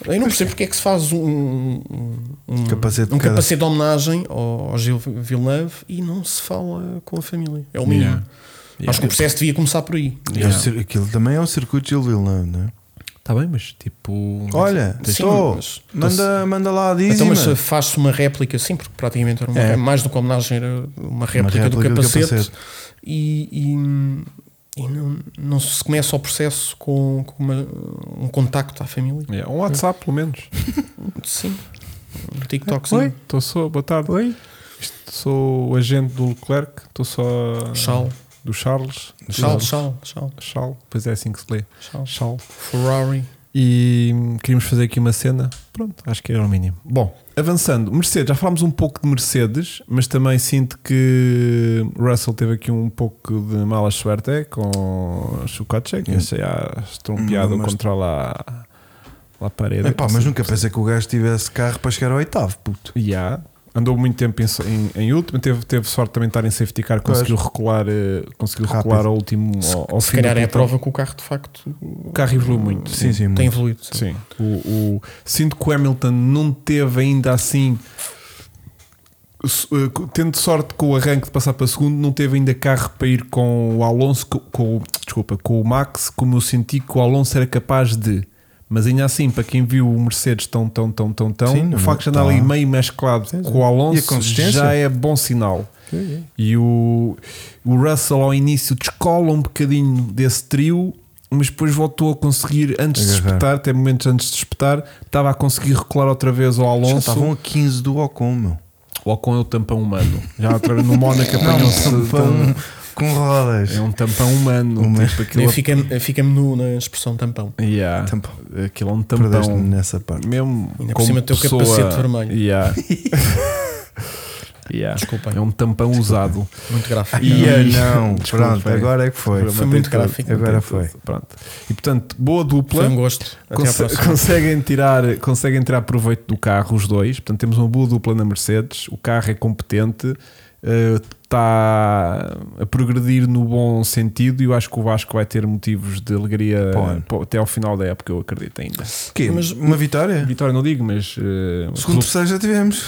Speaker 3: Eu não percebo porque é que se faz um, um, um-
Speaker 1: Capacete de
Speaker 3: um
Speaker 1: cada-
Speaker 3: capacete de homenagem ao, ao Gil Villeneuve e não se fala com a família. É o mínimo.
Speaker 2: Yeah. Yeah.
Speaker 3: Acho que o processo devia começar por aí.
Speaker 1: É o cir- Aquilo também é um circuito de Villeneuve, não é?
Speaker 2: Está Tá bem, mas tipo.
Speaker 1: Olha,
Speaker 3: Sim,
Speaker 1: estou.
Speaker 3: mas-
Speaker 1: Manda, manda lá a
Speaker 3: Então,
Speaker 1: dízima.
Speaker 3: mas faz-se uma réplica, sim, porque praticamente era uma,
Speaker 1: É.
Speaker 3: mais do que homenagem, era uma réplica, do
Speaker 1: réplica do
Speaker 3: capacete,
Speaker 1: capacete.
Speaker 3: e, e- e não, não se começa o processo com, com uma- um contacto à família.
Speaker 2: Yeah, um WhatsApp, pelo menos.
Speaker 3: Sim, um TikTokzinho,
Speaker 2: Estou só, boa tarde. Oi. Sou o agente do Leclerc, estou só.
Speaker 3: chal,
Speaker 2: Do Charles.
Speaker 3: chal,
Speaker 2: Charles.
Speaker 3: chal, chal,
Speaker 2: Charles. Pois é assim que se lê.
Speaker 3: chal,
Speaker 2: Charles.
Speaker 3: Ferrari.
Speaker 2: E hum, queríamos fazer aqui uma cena. Pronto, acho que era o mínimo. Bom, avançando, Mercedes, já falámos um pouco de Mercedes, mas também sinto que Russell teve aqui um pouco de mala suerte com Schukacher, que se ha estrompeado
Speaker 1: Hum. Mas-
Speaker 2: contra lá a parede.
Speaker 1: Epá, mas nunca pensei que o gajo tivesse carro para chegar ao oitavo, puto.
Speaker 2: Yeah. Andou muito tempo em, so- em- em último, teve, teve sorte também de estar em safety car,
Speaker 1: Pois.
Speaker 2: conseguiu recular, eh, conseguiu
Speaker 1: Rápido.
Speaker 2: recular ao último ao, ao
Speaker 3: Se
Speaker 2: fim do
Speaker 3: calhar é a
Speaker 2: pelotão.
Speaker 3: prova que o carro de facto
Speaker 2: O carro evoluiu muito.
Speaker 1: Sim, sim,
Speaker 3: tem
Speaker 1: muito.
Speaker 3: evoluído. sim.
Speaker 2: Sim. O, o- sinto que o Hamilton não teve ainda assim. s- eh, co- Tendo sorte com o arranque de passar para segundo, não teve ainda carro para ir com o Alonso, co- com, o- desculpa, com o Max, como eu senti que o Alonso era capaz de. Mas ainda assim, para quem viu o Mercedes tão, tão, tão, tão, tão,
Speaker 1: Sim,
Speaker 2: o facto de andar
Speaker 1: tá.
Speaker 2: ali meio mesclado com o
Speaker 1: E a
Speaker 2: Alonso
Speaker 1: consistência?
Speaker 2: já é bom sinal. E o, o Russell ao início descola um bocadinho desse trio, mas depois voltou a conseguir, antes de
Speaker 1: Agarrar.
Speaker 2: espetar, até momentos antes de espetar, estava a conseguir recular outra vez ao
Speaker 1: Já um.
Speaker 2: Alonso.
Speaker 1: estavam a 15 do Ocon, meu.
Speaker 2: Ou com o tampão humano. Já outra vez no Mónaco apanhou-se.
Speaker 1: Não, tampão um com rodas.
Speaker 2: então, É um tampão humano. Tipo, aquilo,
Speaker 3: Eu Fica-me fica nu na expressão tampão.
Speaker 2: Yeah.
Speaker 1: Tampão.
Speaker 2: aquilo é um
Speaker 1: Perdeste-me
Speaker 2: tampão.
Speaker 1: nessa parte.
Speaker 2: Mesmo
Speaker 3: Ainda por
Speaker 2: como
Speaker 3: cima tem o
Speaker 2: pessoa-
Speaker 3: capacete vermelho.
Speaker 2: Yeah. Yeah.
Speaker 3: Desculpem.
Speaker 2: É um tampão usado.
Speaker 3: Muito gráfico.
Speaker 2: E-
Speaker 1: Ia é não,
Speaker 2: Desculpa,
Speaker 1: pronto,
Speaker 2: é.
Speaker 1: agora é que foi.
Speaker 2: Programa
Speaker 3: Foi
Speaker 2: tem
Speaker 3: muito
Speaker 2: tudo.
Speaker 3: gráfico.
Speaker 1: Agora
Speaker 2: Tem
Speaker 1: foi.
Speaker 2: tudo. Pronto. E portanto, boa dupla.
Speaker 3: Foi um gosto. Até à
Speaker 2: Conse-
Speaker 3: próxima.
Speaker 2: conseguem, tirar, conseguem tirar proveito do carro, os dois. Portanto, temos uma boa dupla na Mercedes. O carro é competente, eh, está a progredir no bom sentido. E eu acho que o Vasco vai ter motivos de alegria
Speaker 1: Pô, é.
Speaker 2: pô, até ao final da época. Eu acredito ainda.
Speaker 1: O quê?
Speaker 3: Mas-
Speaker 1: uma vitória?
Speaker 2: Vitória, não digo, mas. eh,
Speaker 1: Segundo,
Speaker 2: resu-
Speaker 1: terceiro já tivemos.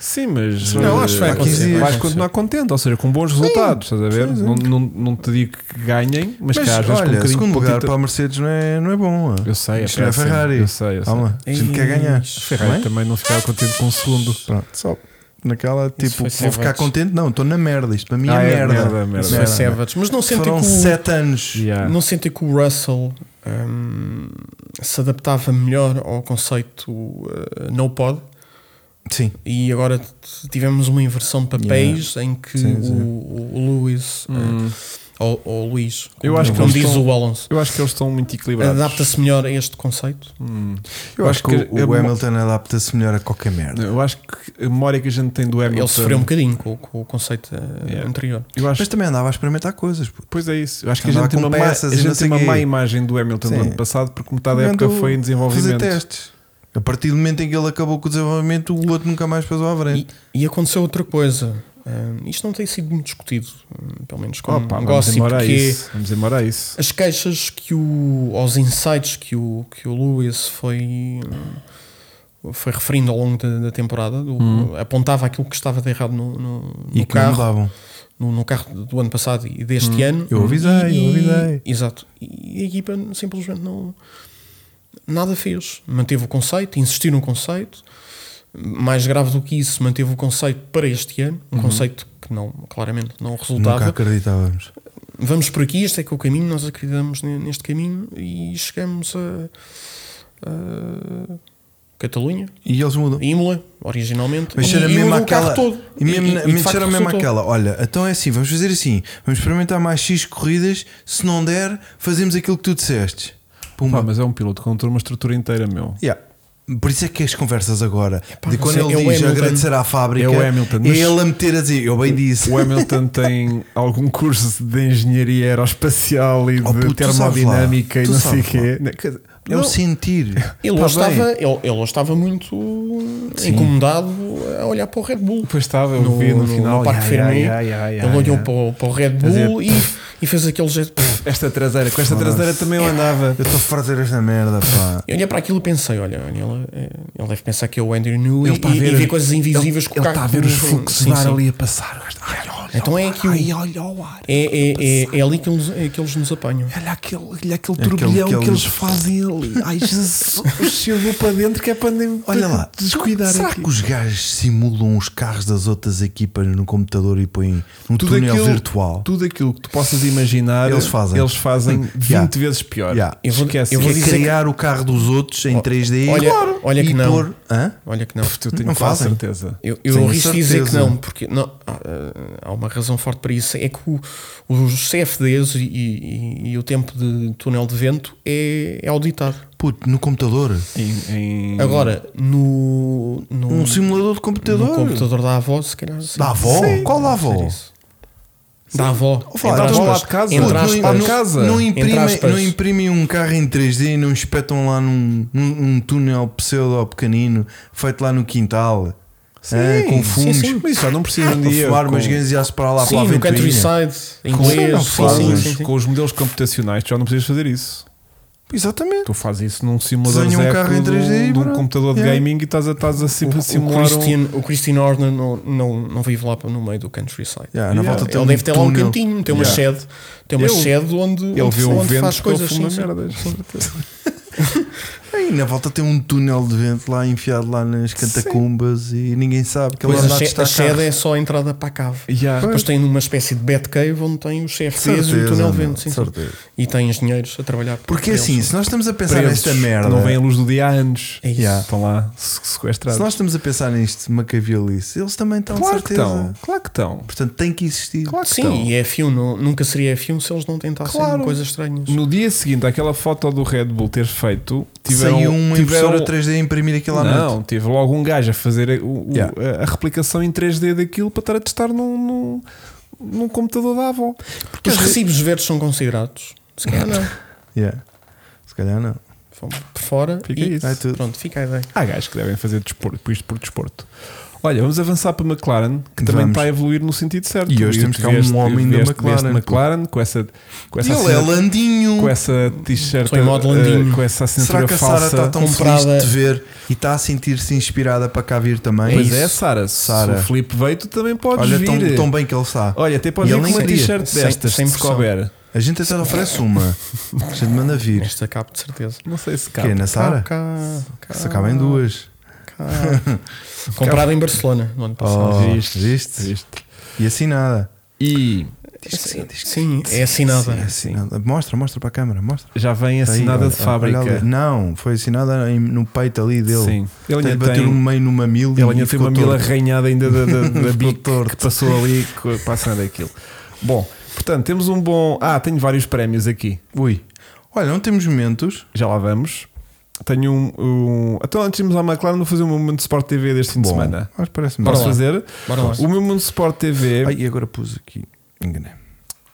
Speaker 2: Sim, mas.
Speaker 3: Não,
Speaker 2: eh,
Speaker 3: acho que vai
Speaker 2: há
Speaker 1: 15
Speaker 2: quinze
Speaker 1: dias.
Speaker 2: vais continuar contente, ou seja, com bons resultados, estás a ver? Não, não, não te digo que ganhem, mas,
Speaker 1: Mas,
Speaker 2: que às vezes com um
Speaker 1: olha,
Speaker 2: bocadinho de
Speaker 1: segundo lugar
Speaker 2: pontita-
Speaker 1: para a Mercedes não é, não é bom. ah.
Speaker 2: Eu sei,
Speaker 1: Isto não é
Speaker 2: péssimo.
Speaker 1: Ferrari.
Speaker 2: Eu sei, eu sei.
Speaker 1: Calma, a gente quer ganhar. Tá
Speaker 2: Ferrari
Speaker 1: Bem?
Speaker 2: também não ficava contente com o um segundo.
Speaker 1: Pronto, só naquela tipo,
Speaker 3: foi
Speaker 1: vou
Speaker 3: savage.
Speaker 1: ficar contente? Não, estou na merda. Isto para mim
Speaker 2: Ah,
Speaker 1: é,
Speaker 2: é
Speaker 1: merda.
Speaker 2: merda, merda.
Speaker 3: Isso foi savage. é Mas não sentem que
Speaker 1: Foram
Speaker 3: o-
Speaker 1: 7 anos.
Speaker 2: Yeah.
Speaker 3: Não sentem que o Russell hum, se adaptava melhor ao conceito uh, no pod
Speaker 1: Sim,
Speaker 3: e agora t- tivemos uma inversão de papéis em que
Speaker 1: Sim,
Speaker 3: o,
Speaker 1: sim.
Speaker 3: o- o Lewis uh,
Speaker 2: Hum.
Speaker 3: ou, ou o Luís,
Speaker 2: Eu
Speaker 3: como-
Speaker 2: acho que
Speaker 3: como
Speaker 2: eles
Speaker 3: diz
Speaker 2: estão-
Speaker 3: o Alonso,
Speaker 2: Eu acho que eles estão muito equilibrados.
Speaker 3: adapta-se melhor a este conceito.
Speaker 2: Hum.
Speaker 1: eu, acho, que, o,
Speaker 2: a
Speaker 1: o
Speaker 2: mo-
Speaker 1: Hamilton adapta-se melhor a qualquer merda.
Speaker 2: Eu acho que a memória que a gente tem do Hamilton.
Speaker 3: Ele sofreu um bocadinho com, com o conceito uh,
Speaker 2: Yeah.
Speaker 3: anterior.
Speaker 2: Eu acho
Speaker 1: Mas também andava a experimentar coisas. puto.
Speaker 2: Pois é isso. Eu acho que a
Speaker 1: Andava
Speaker 2: gente tem
Speaker 1: com
Speaker 2: uma, má,
Speaker 1: peças
Speaker 2: a
Speaker 1: e
Speaker 2: gente
Speaker 1: não
Speaker 2: tem
Speaker 1: sei
Speaker 2: uma
Speaker 1: quê.
Speaker 2: má imagem do Hamilton do
Speaker 1: Sim.
Speaker 2: ano passado porque metade da época
Speaker 1: Andou
Speaker 2: foi em
Speaker 1: Fazer
Speaker 2: desenvolvimento.
Speaker 1: testes. A partir do momento em que ele acabou com o desenvolvimento, o outro nunca mais passou à frente.
Speaker 3: E, e aconteceu outra coisa. Hum, isto não tem sido muito discutido, hum, pelo menos como
Speaker 2: Opa, vamos
Speaker 3: gossip,
Speaker 2: embora a
Speaker 3: que é-
Speaker 2: isso. Vamos embora a isso.
Speaker 3: As queixas que o. aos insights que o, que o Lewis foi. foi referindo ao longo da, da temporada, do- apontava aquilo que estava de errado no, no,
Speaker 1: Hum. E
Speaker 3: no
Speaker 1: que não
Speaker 3: carro,
Speaker 1: mudavam.
Speaker 3: no, no carro do ano passado e deste ano.
Speaker 1: Eu avisei, eu avisei.
Speaker 3: Exato. E a equipa simplesmente não. nada fez. Manteve o conceito, insistiu no conceito. Mais grave do que isso, manteve o conceito para este ano, um conceito que não, claramente não resultava
Speaker 1: Uhum. Nunca acreditávamos.
Speaker 3: vamos por aqui, este é que é o caminho, nós acreditamos ne- neste caminho e chegamos a, a Catalunha,
Speaker 1: E eles mudam.
Speaker 3: a Imola, originalmente,
Speaker 1: Mas
Speaker 3: e,
Speaker 1: era
Speaker 3: e
Speaker 1: mesmo
Speaker 3: mudou o carro
Speaker 1: aquela.
Speaker 3: todo.
Speaker 1: E mesmo,
Speaker 3: E- e, de
Speaker 1: mas
Speaker 3: facto,
Speaker 1: era mesmo
Speaker 3: resultou.
Speaker 1: aquela. Olha, então é assim, vamos fazer assim. Vamos experimentar mais X corridas. Se não der, fazemos aquilo que tu disseste. Pumba.
Speaker 2: Pá, mas é um piloto que controla uma estrutura inteira, meu.
Speaker 1: Yeah. Por isso é que as conversas agora, de
Speaker 3: mas
Speaker 1: quando
Speaker 3: é-
Speaker 1: ele
Speaker 3: é o
Speaker 1: diz
Speaker 3: Hamilton.
Speaker 1: agradecer à fábrica,
Speaker 2: É o Hamilton,
Speaker 1: é
Speaker 2: mas-
Speaker 1: ele a meter a dizer, eu bem disse.
Speaker 2: O Hamilton tem algum curso de engenharia aeroespacial e de
Speaker 1: Oh, puto, tu sabes lá.
Speaker 2: termodinâmica e
Speaker 1: Tu
Speaker 2: não sei o
Speaker 1: sabes lá.
Speaker 2: quê. Quer dizer,
Speaker 1: É o sentir.
Speaker 3: Ele,
Speaker 1: Tá
Speaker 3: hoje
Speaker 1: bem.
Speaker 3: estava, ele, ele hoje estava muito incomodado a olhar para o Red Bull.
Speaker 2: Pois estava, eu vi no final,
Speaker 3: Parque
Speaker 2: ya,
Speaker 3: Fermé,
Speaker 2: ya, ya, ya,
Speaker 3: ele olhou
Speaker 2: ya.
Speaker 3: Para, o, para o Red
Speaker 2: dizer,
Speaker 3: Bull e, e fez aquele jeito. pff.
Speaker 2: Esta traseira, com esta traseira também eu andava.
Speaker 1: Eu estou a fazer esta merda, pá.
Speaker 3: Eu olhei para aquilo e pensei: olha, olha, ele, eh, ele deve pensar que é o Andrew New e,
Speaker 2: Ele está a
Speaker 3: e
Speaker 2: ver-
Speaker 3: vê coisas invisíveis
Speaker 2: ele,
Speaker 3: com o
Speaker 2: ele está
Speaker 3: carro.
Speaker 2: a ver os fluxos
Speaker 3: Sim,
Speaker 2: de ar
Speaker 3: sim.
Speaker 2: ali a passar. Ai, olha,
Speaker 3: Então é
Speaker 1: um
Speaker 3: que o-
Speaker 2: ai, olha o ar.
Speaker 3: É, é, é, é ali que eles, é que eles nos apanham.
Speaker 2: Olha aquele, olha aquele turbilhão
Speaker 1: aquele-
Speaker 2: que eles fazem ali. Ai, Jesus, se eu vou para dentro que é para nem
Speaker 1: Olha lá,
Speaker 2: descuidar
Speaker 1: será
Speaker 2: aqui.
Speaker 1: que os gajos simulam os carros das outras equipas no computador e põem num túnel virtual?
Speaker 2: tudo aquilo que tu possas imaginar,
Speaker 1: Eles fazem.
Speaker 2: eles fazem 20
Speaker 1: Yeah.
Speaker 2: vezes pior.
Speaker 1: Yeah.
Speaker 3: Eu vou-
Speaker 2: Esquece.
Speaker 3: eu vou
Speaker 1: Que é
Speaker 2: isso.
Speaker 3: dizer
Speaker 1: criar o carro dos outros em 3D
Speaker 3: olha-
Speaker 1: Claro.
Speaker 3: olha que
Speaker 1: e
Speaker 3: não.
Speaker 1: pôr. Hã?
Speaker 3: Olha que não.
Speaker 2: Eu tenho
Speaker 1: Não
Speaker 2: quase
Speaker 1: fazem.
Speaker 2: certeza.
Speaker 3: Eu, eu
Speaker 1: Tenho
Speaker 3: arrisco dizer que
Speaker 1: certeza.
Speaker 3: não, porque não, há, há uma razão forte para isso. É que o- os CFDs e, e- e o tempo de túnel de vento é, é auditado.
Speaker 1: Puto, no computador.
Speaker 2: Em- em-
Speaker 3: Agora, no, no,
Speaker 1: Hum. Um simulador de
Speaker 3: no
Speaker 1: computador.
Speaker 3: computador da avó, se calhar. sim.
Speaker 1: Da avó?
Speaker 3: Sim.
Speaker 1: Qual da avó?
Speaker 3: Fazer isso. Da avó.
Speaker 1: Vou falar,
Speaker 3: Entre
Speaker 1: então,
Speaker 3: aspas.
Speaker 2: lá de casa.
Speaker 3: Entre
Speaker 2: Puto,
Speaker 1: Não,
Speaker 3: aspas.
Speaker 2: Lá de
Speaker 1: não-
Speaker 2: casa.
Speaker 1: não
Speaker 3: Entre
Speaker 1: imprimem,
Speaker 3: aspas.
Speaker 1: não imprimem um carro em 3D e não espetam lá num, num, num túnel pseudo pequenino feito lá no quintal hã, com
Speaker 2: sim,
Speaker 1: fumos
Speaker 2: sim. É, Mas isso já não precisa um
Speaker 1: a
Speaker 2: dia.
Speaker 1: fumar
Speaker 2: com-
Speaker 1: umas ganhas e a soprar lá
Speaker 3: Sim,
Speaker 1: para a
Speaker 3: no
Speaker 1: ventoinha.
Speaker 3: countryside,
Speaker 1: Sim, não
Speaker 3: inglês. Sim, sim,
Speaker 1: fazes.
Speaker 3: sim, sim.
Speaker 2: com os modelos computacionais, tu já não precisas fazer isso.
Speaker 1: Exatamente.
Speaker 2: Tu fazes isso num simulador
Speaker 1: Desenha um
Speaker 2: Zeco
Speaker 1: carro em 3D e
Speaker 2: de um, de um
Speaker 1: pronto.
Speaker 2: computador de
Speaker 1: Yeah.
Speaker 2: gaming e estás a, estás a sim-
Speaker 3: O
Speaker 2: simular um,
Speaker 3: Christian, o Christian Horner não, não, não vive lá no meio do countryside.
Speaker 1: Yeah, na
Speaker 2: Yeah.
Speaker 1: volta tem
Speaker 3: Ele deve ter lá um
Speaker 1: túnel.
Speaker 3: cantinho, tem uma
Speaker 2: Yeah.
Speaker 3: sede, tem uma
Speaker 2: Ele-
Speaker 3: sede onde,
Speaker 2: Ele
Speaker 3: onde,
Speaker 2: vê o
Speaker 3: onde
Speaker 2: vento
Speaker 3: faz
Speaker 2: que ele
Speaker 3: coisas.
Speaker 2: fuma
Speaker 3: sim, sim.
Speaker 2: merdas.
Speaker 1: Aí na volta tem um túnel de vento lá enfiado lá nas catacumbas e ninguém sabe que
Speaker 3: Pois
Speaker 1: ela
Speaker 3: a,
Speaker 1: lá
Speaker 3: che-
Speaker 1: está
Speaker 3: a sede
Speaker 1: carro.
Speaker 3: é só a entrada para a cave.
Speaker 2: Yeah.
Speaker 3: Depois tem uma espécie de Batcave onde tem os CFCs e o
Speaker 1: Certeza,
Speaker 3: túnel
Speaker 1: meu,
Speaker 3: de vento. sim, sim.
Speaker 1: certeza.
Speaker 3: E tem engenheiros a trabalhar.
Speaker 2: é
Speaker 3: por-
Speaker 1: Porque
Speaker 3: por eles.
Speaker 1: assim, se nós estamos a pensar
Speaker 2: Presos,
Speaker 1: nesta merda,
Speaker 2: Não vem a luz do dia há anos.
Speaker 3: É isso.
Speaker 1: Yeah.
Speaker 2: Estão lá se-
Speaker 1: se
Speaker 2: sequestrados.
Speaker 1: nós estamos a pensar nisto, macavialice, eles também estão,
Speaker 2: Claro
Speaker 1: de
Speaker 2: que
Speaker 1: certeza.
Speaker 2: estão. Claro que estão.
Speaker 1: Portanto, tem que existir.
Speaker 3: Sim, e F1 não- nunca seria F1 se eles não tentassem
Speaker 2: Claro.
Speaker 3: coisas estranhas.
Speaker 2: No dia seguinte, aquela foto do Red Bull ter feito, tiveram,
Speaker 1: Saiu
Speaker 3: um
Speaker 1: uma
Speaker 2: tiveram,
Speaker 1: impressora 3D a imprimir aquilo à noite.
Speaker 2: Não, teve logo um gajo a fazer o- o-
Speaker 1: Yeah.
Speaker 2: a, a replicação em 3D daquilo para estar a testar num, num, num computador da avó.
Speaker 3: Os recibos verdes são considerados. Se calhar não.
Speaker 1: Yeah. Se calhar não.
Speaker 3: Vão por fora
Speaker 2: Fica
Speaker 3: e
Speaker 2: isso.
Speaker 1: Ai, tu-
Speaker 3: pronto, fica a ideia.
Speaker 2: Há gajos que devem fazer desporto, por isto por desporto. Olha, vamos avançar para a McLaren, que também
Speaker 1: Vamos.
Speaker 2: está a evoluir no sentido certo.
Speaker 1: E hoje temos
Speaker 2: Tu
Speaker 1: cá um
Speaker 2: vieste-
Speaker 1: homem da
Speaker 2: vieste- vieste
Speaker 1: McLaren, pô.
Speaker 2: McLaren com essa, com essa,
Speaker 1: Ele é
Speaker 2: assina-
Speaker 1: Landinho.
Speaker 2: com essa t-shirt,
Speaker 3: Foi modo
Speaker 2: eh,
Speaker 3: Landinho.
Speaker 2: com essa
Speaker 1: Será
Speaker 2: assinatura
Speaker 1: que a Sara
Speaker 2: falsa.
Speaker 1: está tão
Speaker 3: comprada-
Speaker 1: feliz de te ver e está a sentir-se inspirada para cá vir também?
Speaker 2: Pois
Speaker 3: isso.
Speaker 2: é, Sara. Se
Speaker 1: Sara.
Speaker 2: o Felipe veio, tu também podes
Speaker 1: Olha
Speaker 2: vir.
Speaker 1: tão, tão bem que ele está.
Speaker 2: Olha, até podes
Speaker 1: E
Speaker 2: vir
Speaker 1: ele
Speaker 2: com
Speaker 1: nem
Speaker 2: uma
Speaker 1: queria.
Speaker 2: t-shirt
Speaker 3: Sem-
Speaker 2: destas,
Speaker 3: sem
Speaker 2: se
Speaker 3: pressão.
Speaker 2: couber.
Speaker 1: A gente até lhe oferece uma. A gente manda vir.
Speaker 3: Nesta capa, de certeza.
Speaker 2: Não sei se
Speaker 1: Que é
Speaker 2: cabe.
Speaker 1: na Sara?
Speaker 3: Cá, cá,
Speaker 1: Se acaba em duas.
Speaker 3: cá. Comprada em Barcelona no ano passado.
Speaker 1: Oh,
Speaker 2: Viste,
Speaker 1: viste? E assim assinada.
Speaker 2: E
Speaker 3: sim, Oh. sim, é assinada.
Speaker 1: Sim, assinada. Assim, Mostra, mostra para a câmara. Mostra.
Speaker 2: já vem
Speaker 1: Está Tá aí,
Speaker 2: assinada
Speaker 1: olha,
Speaker 2: de
Speaker 1: olha
Speaker 2: fábrica.
Speaker 1: ali. Não, foi assinada em- no peito ali dele.
Speaker 2: Sim. Ele
Speaker 1: Ele
Speaker 2: ainda
Speaker 1: bateu no
Speaker 2: tem,
Speaker 1: meio no mamilo
Speaker 2: ele ainda
Speaker 1: e
Speaker 2: tem
Speaker 1: ficou
Speaker 2: uma mila
Speaker 1: torto.
Speaker 2: arranhada ainda da, da, da
Speaker 1: Ficou
Speaker 2: bico que passou ali co- passando aquilo. Bom, portanto, temos um bom. Ah, tenho vários prémios aqui.
Speaker 1: Ui. Olha, não temos momentos.
Speaker 2: Já lá vamos. Tenho um. um... Então, antes de irmos à McLaren, vou fazer o meu momento de Sport TV deste fim de
Speaker 1: Bom,
Speaker 2: semana.
Speaker 1: Mas parece-me
Speaker 3: Bora
Speaker 2: Posso
Speaker 1: bem.
Speaker 3: lá.
Speaker 2: fazer?
Speaker 3: Bora lá.
Speaker 2: O meu momento de Sport TV.
Speaker 1: Ai, e agora pus aqui. Enganei.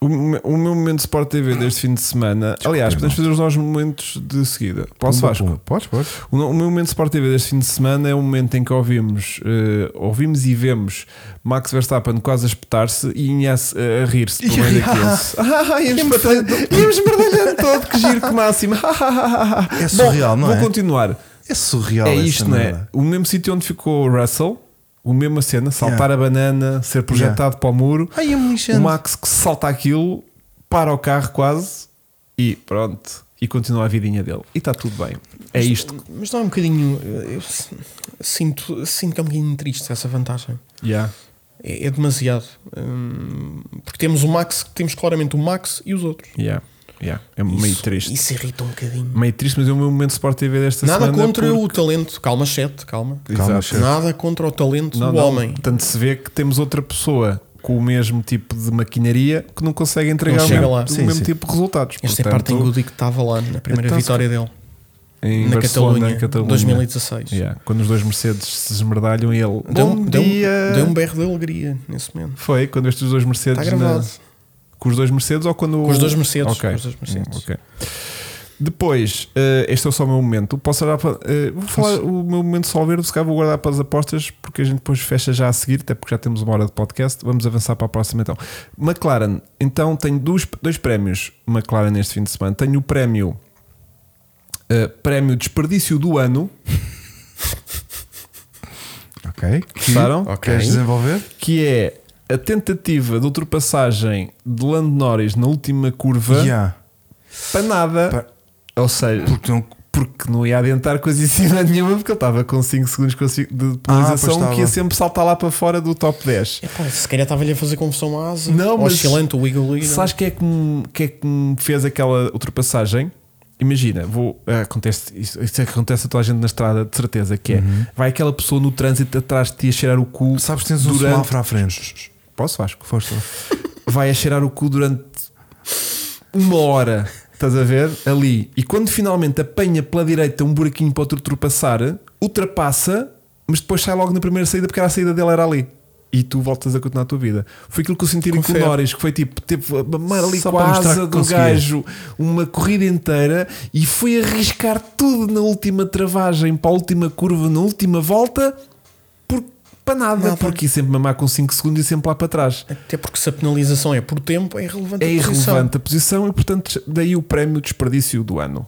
Speaker 2: O, me- o meu momento de Sport TV deste fim de semana. Aliás, podemos fazer os nossos momentos de seguida. Posso,
Speaker 1: Pumba,
Speaker 2: Vasco?
Speaker 1: pumba. Podes, podes.
Speaker 2: O, no- o meu momento de Sport TV deste fim de semana é o momento em que ouvimos, eh, ouvimos e vemos Max Verstappen quase a espetar-se e Inés eh, a rir-se pelo meio daquilo. Ah, íamos batalhando- íamos bardalhando todo, que giro que máximo.
Speaker 1: É surreal,
Speaker 2: Bom,
Speaker 1: não
Speaker 2: vou
Speaker 1: é?
Speaker 2: continuar.
Speaker 1: É surreal
Speaker 2: É
Speaker 1: essa
Speaker 2: isto, não é?
Speaker 1: merda.
Speaker 2: O mesmo sítio onde ficou o Russell, o mesmo a cena, saltar
Speaker 1: Yeah.
Speaker 2: a banana, ser projetado para o muro.
Speaker 1: Ai, é é-me
Speaker 2: O
Speaker 1: lixando.
Speaker 2: Max que salta aquilo, para o carro quase e pronto. E continua a vidinha dele. E está tudo bem. É isto.
Speaker 3: Mas dá um bocadinho. Eu s- sinto, sinto que é um bocadinho triste essa vantagem.
Speaker 2: Yeah.
Speaker 3: É, é demasiado. Hum, porque temos o Max, temos claramente o Max e os outros.
Speaker 2: Yeah. Yeah. É meio
Speaker 3: Isso-
Speaker 2: triste.
Speaker 3: Isso irrita um bocadinho.
Speaker 2: Meio triste, mas é o meu momento de Sport TV desta
Speaker 3: Nada
Speaker 2: semana.
Speaker 3: contra
Speaker 2: é porque-
Speaker 3: o talento. Calma, chat, calma.
Speaker 1: Calma,
Speaker 2: Exato.
Speaker 1: chefe.
Speaker 3: Nada contra o talento
Speaker 2: Não,
Speaker 3: do
Speaker 2: não.
Speaker 3: homem.
Speaker 2: Tanto se vê que temos outra pessoa com o mesmo tipo de maquinaria que não consegue entregar
Speaker 3: Não
Speaker 2: o
Speaker 3: chega
Speaker 2: mesmo,
Speaker 3: lá.
Speaker 2: o
Speaker 1: Sim,
Speaker 2: mesmo
Speaker 1: sim.
Speaker 2: tipo de resultados.
Speaker 3: Esta é a
Speaker 2: Portanto,
Speaker 3: parte em que o Dick estava lá na primeira
Speaker 2: Então,
Speaker 3: vitória dele.
Speaker 2: em
Speaker 3: na
Speaker 2: Barcelona,
Speaker 3: Catalunha,
Speaker 2: Catalunha.
Speaker 3: 2016.
Speaker 2: Yeah. Quando os dois Mercedes se esmerdalham, ele.
Speaker 3: Deu,
Speaker 2: Bom
Speaker 3: deu,
Speaker 2: dia!
Speaker 3: deu um berro de alegria nesse momento.
Speaker 2: Foi quando estes dois Mercedes.
Speaker 3: Está
Speaker 2: na-
Speaker 3: gravado.
Speaker 2: Com os dois Mercedes ou quando.
Speaker 3: Com os dois Mercedes,
Speaker 2: Ok.
Speaker 3: com os dois Mercedes.
Speaker 2: Hum, ok. Depois, eh, este é só o meu momento. Posso olhar para. eh, vou falar o meu momento só verde, se calhar vou guardar para as apostas, porque a gente depois fecha já a seguir, até porque já temos uma hora de podcast. Vamos avançar para a próxima então. McLaren, então tenho dois, dois prémios McLaren neste fim de semana. Tenho o prémio. eh, prémio Desperdício do Ano,
Speaker 1: Ok.
Speaker 2: gostaram?
Speaker 1: Queres desenvolver?
Speaker 2: Que é a tentativa de ultrapassagem de Lando Norris na última curva
Speaker 1: Yeah.
Speaker 2: para nada.
Speaker 1: Para-
Speaker 2: Ou seja,
Speaker 1: Porque não.
Speaker 2: Porque não ia adiantar coisíssima nenhuma, porque ele estava com 5 segundos com a ci- de
Speaker 1: Ah,
Speaker 2: penalização
Speaker 1: pois
Speaker 2: que ia
Speaker 1: estava.
Speaker 2: sempre saltar lá para fora do top 10.
Speaker 3: Epá, É, se calhar estava-lhe a fazer confusão à asa.
Speaker 2: Não, mas-
Speaker 3: Oscilante, o Wiggle e.
Speaker 2: Sabes quem é, que me, quem é que me fez aquela ultrapassagem? Imagina, vou, ah, acontece, isso, isso é que acontece a toda a gente na estrada, de certeza, que é vai aquela pessoa no trânsito atrás de ti a cheirar o cu.
Speaker 1: Uhum. Sabes que tens um
Speaker 2: durante,
Speaker 1: semáforo à frente.
Speaker 2: Posso, Vasco?
Speaker 1: Força.
Speaker 2: vai a cheirar o cu durante uma hora, estás a ver? Ali. E quando finalmente apanha pela direita um buraquinho para outro ultrapassar, ultrapassa, mas depois sai logo na primeira saída porque a saída dele era ali. E tu voltas a continuar a tua vida. Foi aquilo que eu senti com o
Speaker 3: Confere.
Speaker 2: Norris, que foi tipo, teve a mamar ali
Speaker 1: Só
Speaker 2: com
Speaker 1: para
Speaker 2: a
Speaker 1: mostrar
Speaker 2: asa
Speaker 1: que
Speaker 2: do
Speaker 1: conseguia.
Speaker 2: gajo uma corrida inteira e foi arriscar tudo na última travagem, para a última curva, na última volta, por- para nada,
Speaker 3: Nada.
Speaker 2: porque ia sempre mamar com 5 segundos e sempre lá para trás
Speaker 3: Até porque se a penalização é por tempo, é irrelevante.
Speaker 2: é
Speaker 3: a posição.
Speaker 2: irrelevante a posição e, portanto, daí o prémio desperdício do ano.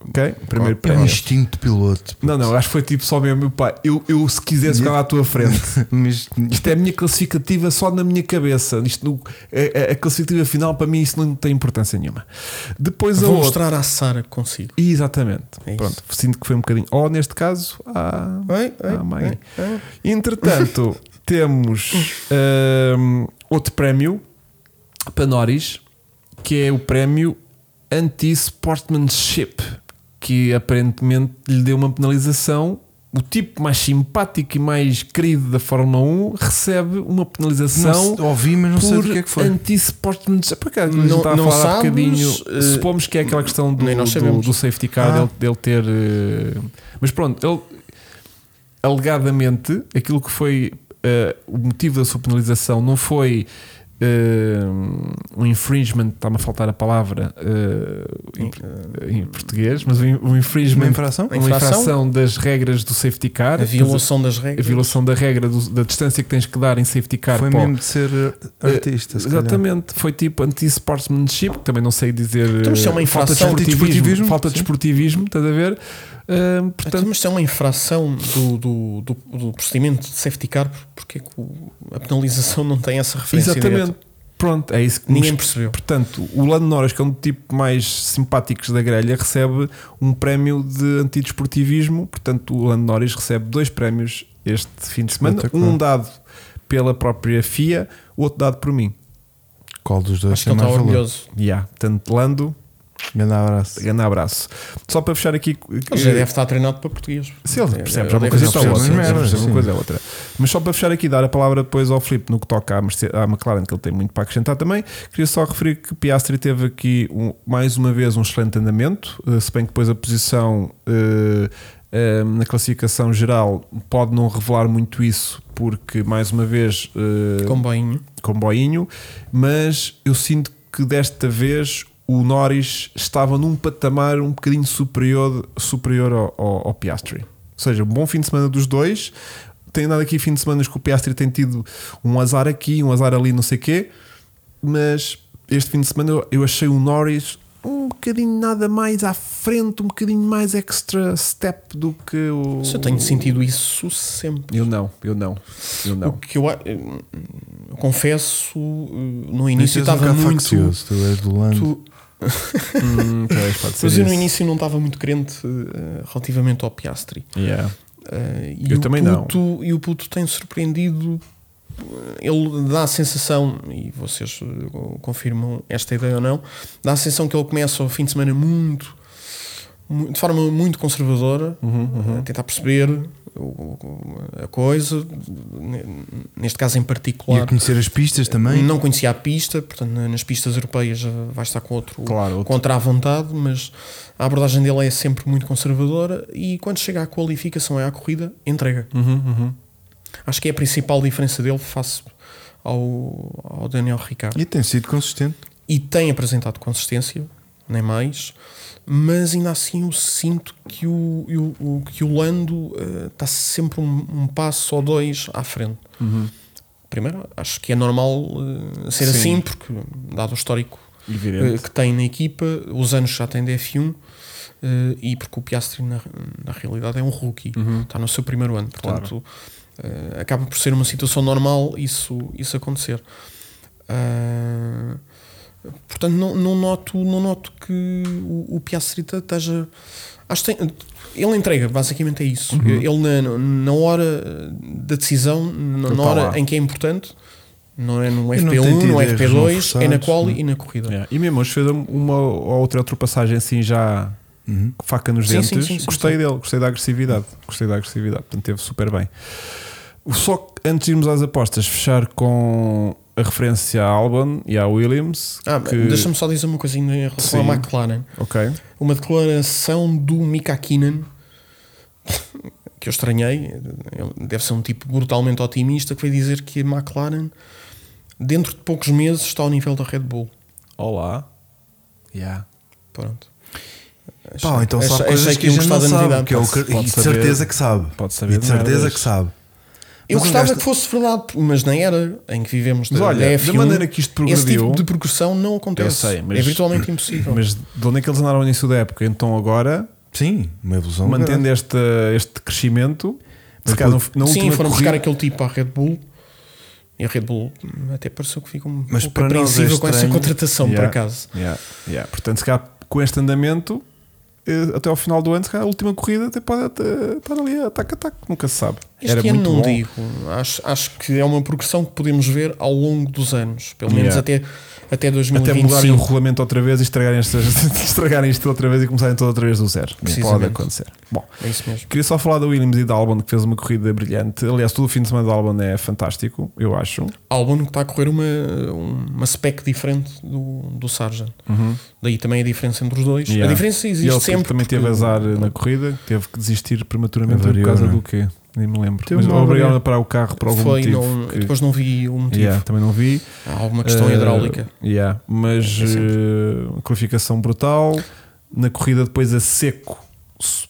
Speaker 2: Ok? Primeiro
Speaker 1: É um
Speaker 2: prémio.
Speaker 1: instinto de piloto.
Speaker 2: Não, não, acho que foi tipo só mesmo, pá, eu, eu se quisesse ficar lá à tua frente.
Speaker 1: Mas
Speaker 2: Isto é a minha classificativa só na minha cabeça. Isto no- a, a- a classificativa final, para mim, isso não tem importância nenhuma. Depois a
Speaker 3: Vou
Speaker 2: outra.
Speaker 3: mostrar à Sara que consigo.
Speaker 2: Exatamente.
Speaker 3: É isso.
Speaker 2: Pronto, sinto que foi um bocadinho. Ou neste caso, a.
Speaker 3: Oi, oi,
Speaker 2: Ah, mãe.
Speaker 3: oi, oi.
Speaker 2: Entretanto, temos ahm, outro prémio para Norris, que é o prémio Anti-Sportmanship, que aparentemente lhe deu uma penalização. O tipo mais simpático e mais querido da Fórmula 1 recebe uma penalização
Speaker 1: não se- ouvi, mas não sei
Speaker 2: por
Speaker 1: do que é que foi.
Speaker 2: anti-sportmanship. Por acaso,
Speaker 3: Não-
Speaker 2: não, estava
Speaker 3: não
Speaker 2: a falar há
Speaker 3: sabes,
Speaker 2: bocadinho.
Speaker 3: eh,
Speaker 2: Supomos que é aquela questão do,
Speaker 3: nem nós
Speaker 2: do,
Speaker 3: sabemos.
Speaker 2: do safety car,
Speaker 1: Ah.
Speaker 2: dele, dele ter. eh, Mas pronto, ele. Alegadamente, aquilo que foi eh, o motivo da sua penalização não foi eh, um infringement, está-me a faltar a palavra eh, em, em português, mas um, um
Speaker 1: Uma
Speaker 2: infringement,
Speaker 1: infração?
Speaker 2: uma infração das regras do safety car,
Speaker 3: A violação das regras.
Speaker 2: a violação da regra do- da distância que tens que dar em safety car
Speaker 1: Foi
Speaker 2: para o-
Speaker 1: mesmo de ser uh, artista, se calhar.
Speaker 2: Exatamente, foi tipo anti-sportsmanship, que também não sei dizer.
Speaker 3: Então, mas isso é uma
Speaker 2: eh, falta de
Speaker 3: infração.
Speaker 2: esportivismo,
Speaker 1: Antidesportivismo,
Speaker 2: falta de
Speaker 1: sim.
Speaker 2: esportivismo, estás a ver? Eh,
Speaker 3: Então,
Speaker 2: portanto,
Speaker 3: mas se é uma infração do, do, do, do procedimento de safety car, porque é que o- a penalização não tem essa referência?
Speaker 2: exatamente.
Speaker 3: direta?
Speaker 2: Pronto, é isso que
Speaker 3: Ninguém
Speaker 2: nos-
Speaker 3: percebeu.
Speaker 2: Portanto, o Lando Norris, que é um dos tipo mais simpáticos da grelha, recebe um prémio de antidesportivismo. Portanto, o Lando Norris recebe dois prémios este fim de semana.
Speaker 1: Espetacular.
Speaker 2: Um dado pela própria FIA, o outro dado por mim.
Speaker 1: Qual dos dois
Speaker 3: Acho que ele
Speaker 1: tem
Speaker 3: está
Speaker 1: mais valor?
Speaker 3: orgulhoso.
Speaker 2: Yeah. Portanto, Lando,
Speaker 1: Grande abraço.
Speaker 2: grande abraço. Só para fechar aqui. eh,
Speaker 3: Ele já deve estar treinado para português.
Speaker 2: Se ele
Speaker 3: É,
Speaker 2: percebe,
Speaker 3: ele
Speaker 2: já uma
Speaker 3: deve
Speaker 2: coisa é
Speaker 3: ter
Speaker 2: para outra.
Speaker 1: percebido, mas merda,
Speaker 2: percebe uma
Speaker 1: sim.
Speaker 2: coisa é outra. Mas só para fechar aqui, dar a palavra depois ao Filipe no que toca à, Merce- à McLaren, que ele tem muito para acrescentar também. Queria só referir que Piastri teve aqui um- mais uma vez um excelente andamento, eh, se bem que depois a posição eh, eh, na classificação geral pode não revelar muito isso, porque mais uma vez. eh,
Speaker 3: Com bainho.
Speaker 2: comboinho, mas eu sinto que desta vez o Norris estava num patamar um bocadinho superior, superior ao, ao- ao Piastri. Ou seja, um bom fim de semana dos dois. Tem andado aqui fim de semana que o Piastri tem tido um azar aqui, um azar ali, não sei o quê. Mas este fim de semana eu- eu achei o Norris um bocadinho nada mais à frente, um bocadinho mais extra step do que o.
Speaker 3: Se eu tenho sentido isso sempre.
Speaker 2: Eu não, eu não, eu
Speaker 3: O
Speaker 2: não.
Speaker 3: que eu, a- eh, eu confesso, eh, no
Speaker 1: Tu és
Speaker 3: início
Speaker 1: um
Speaker 3: estava
Speaker 1: bocado
Speaker 3: muito.
Speaker 1: faccioso, Tu és do Lando.
Speaker 3: tu-
Speaker 2: Hum, pois, pode ser
Speaker 3: Mas eu no
Speaker 2: isso.
Speaker 3: início não estava muito crente eh, relativamente ao Piastri.
Speaker 2: Yeah.
Speaker 3: Eh, e
Speaker 2: Eu
Speaker 3: o
Speaker 2: também não.
Speaker 3: puto, E o puto tem surpreendido. eh, Ele dá a sensação, e vocês eh, confirmam esta ideia ou não, dá a sensação que ele começa o fim de semana muito, mu- de forma muito conservadora,
Speaker 2: Uhum,
Speaker 3: a tentar perceber o- o- a coisa, ne- neste caso em
Speaker 1: E
Speaker 3: particular.
Speaker 1: a conhecer as pistas também.
Speaker 3: Não conhecia a pista, portanto, na- nas pistas europeias eh, vai estar com outro,
Speaker 2: Claro, outro-
Speaker 3: contra à vontade, mas a abordagem dele é sempre muito conservadora e quando chega à qualificação é à corrida, entrega.
Speaker 2: Uhum,
Speaker 3: Acho que é a principal diferença dele face ao, ao Daniel Ricciardo.
Speaker 1: E tem sido consistente.
Speaker 3: E tem apresentado consistência, nem mais, mas ainda assim eu sinto que o, eu- o- que o Lando eh, está sempre um, um passo ou dois à frente. Primeiro, acho que é normal eh, ser
Speaker 2: Sim.
Speaker 3: assim, porque dado o histórico eh,
Speaker 2: Evidente.
Speaker 3: que tem na equipa, os anos que já tem de F1 eh, e porque o Piastri na, na realidade é um rookie,
Speaker 2: Uhum.
Speaker 3: está no seu primeiro ano, portanto eh, acaba por ser uma situação normal isso, isso acontecer. Ah, portanto, não, não, noto, não noto que o, o Piastri ta- esteja. Acho que tem- ele entrega, basicamente é isso.
Speaker 2: Uhum.
Speaker 3: Ele, na, na hora da decisão, na,
Speaker 2: Ele
Speaker 3: na
Speaker 2: tá
Speaker 3: hora
Speaker 2: lá.
Speaker 3: em que é importante, não é no
Speaker 1: E não tem
Speaker 3: FP1, no
Speaker 1: tido erros
Speaker 3: FP2, é na
Speaker 1: reforçados,
Speaker 3: quali e na corrida.
Speaker 2: Yeah. É. E mesmo hoje fez um- uma ou outra ultrapassagem assim já
Speaker 3: Uhum.
Speaker 2: com faca nos
Speaker 3: Sim,
Speaker 2: dentes.
Speaker 3: sim, sim, sim,
Speaker 2: gostei
Speaker 3: sim.
Speaker 2: dele, gostei da agressividade. Gostei da agressividade, portanto teve super bem. Só que antes de irmos às apostas, fechar com a referência à Albon e à Williams.
Speaker 3: Ah,
Speaker 2: que-
Speaker 3: Deixa-me só dizer uma coisinha em relação
Speaker 2: Sim.
Speaker 3: à McLaren.
Speaker 2: Ok.
Speaker 3: Uma declaração do Mika Keenan que eu estranhei, ele deve ser um tipo brutalmente otimista, que foi dizer que a McLaren dentro de poucos meses está ao nível da Red Bull.
Speaker 2: Olá. Yeah.
Speaker 3: Pronto. Achei-
Speaker 1: Pá, então sabe
Speaker 3: achei-
Speaker 1: coisas
Speaker 3: achei
Speaker 1: que a gente
Speaker 3: iam
Speaker 1: não
Speaker 3: gostar da
Speaker 1: sabe.
Speaker 3: é novidade.
Speaker 1: Que é o que- e
Speaker 2: pode
Speaker 1: de
Speaker 2: saber-
Speaker 1: certeza que sabe.
Speaker 2: pode saber
Speaker 1: E de certeza
Speaker 2: merdas.
Speaker 1: que sabe.
Speaker 3: Eu
Speaker 1: Mas um
Speaker 3: gostava
Speaker 1: gajo-
Speaker 3: que fosse verdade, mas não era em que vivemos
Speaker 2: Mas
Speaker 3: da,
Speaker 2: olha,
Speaker 3: da
Speaker 2: da
Speaker 3: F1.
Speaker 2: maneira que isto
Speaker 3: Esse
Speaker 2: progrediu-
Speaker 3: tipo de progressão não acontece.
Speaker 2: Eu sei, mas-
Speaker 3: é virtualmente impossível.
Speaker 2: Mas de onde é que eles andaram no início da época? Então agora,
Speaker 1: Sim, uma evolução.
Speaker 3: Então,
Speaker 2: mantendo
Speaker 1: grande.
Speaker 2: este, este crescimento, se
Speaker 1: Mas
Speaker 2: calhar
Speaker 1: pode-
Speaker 2: na, na
Speaker 3: Sim,
Speaker 2: última
Speaker 3: foram
Speaker 2: corrida-
Speaker 3: buscar aquele tipo à Red Bull e a Red Bull hum, até pareceu que ficou um
Speaker 1: Mas
Speaker 3: pouco
Speaker 1: para nós é
Speaker 3: apreensível com essa
Speaker 1: estranho.
Speaker 3: contratação, por
Speaker 2: Yeah,
Speaker 3: acaso.
Speaker 2: yeah, yeah. Portanto, se calhar com este andamento, eh, até ao final do ano, se calhar a última corrida até pode até estar ali a ataque a ataque, nunca se sabe.
Speaker 3: Este
Speaker 2: Era
Speaker 3: ano
Speaker 2: muito
Speaker 3: não
Speaker 2: bom.
Speaker 3: digo, acho, acho que é uma progressão que podemos ver ao longo dos anos, pelo menos
Speaker 2: Yeah.
Speaker 3: até, até
Speaker 2: Até mudarem o
Speaker 3: 2025.
Speaker 2: regulamento outra vez e estragarem, estas, estragarem isto outra vez e começarem tudo outra vez do zero. Pode
Speaker 3: Precisamente.
Speaker 2: acontecer. Bom,
Speaker 3: é isso mesmo.
Speaker 2: Queria só falar da Williams e da Albon, que fez uma corrida brilhante. Aliás, todo o fim de semana da Albon é fantástico, eu acho.
Speaker 3: Albon um que está a correr uma, uma spec diferente do, do Sargent. Daí também a diferença entre os dois.
Speaker 2: Yeah.
Speaker 3: A diferença
Speaker 2: e
Speaker 3: existe
Speaker 2: ele
Speaker 3: sempre.
Speaker 2: também teve
Speaker 3: porque-
Speaker 2: azar na corrida, teve que desistir prematuramente
Speaker 1: Avariou,
Speaker 2: por causa
Speaker 1: não é?
Speaker 2: do quê? Nem me lembro.
Speaker 1: Teve
Speaker 2: Mas
Speaker 1: uma avaria.
Speaker 2: obrigaram a parar o carro por algum
Speaker 3: foi,
Speaker 2: motivo.
Speaker 3: não-
Speaker 2: que-
Speaker 3: depois não vi o motivo.
Speaker 2: Yeah, também não vi.
Speaker 3: Há alguma Um tipo. questão
Speaker 2: Eh,
Speaker 3: hidráulica.
Speaker 2: yeah, Mas
Speaker 3: É sempre.
Speaker 2: eh, qualificação brutal. Na corrida depois a seco, su-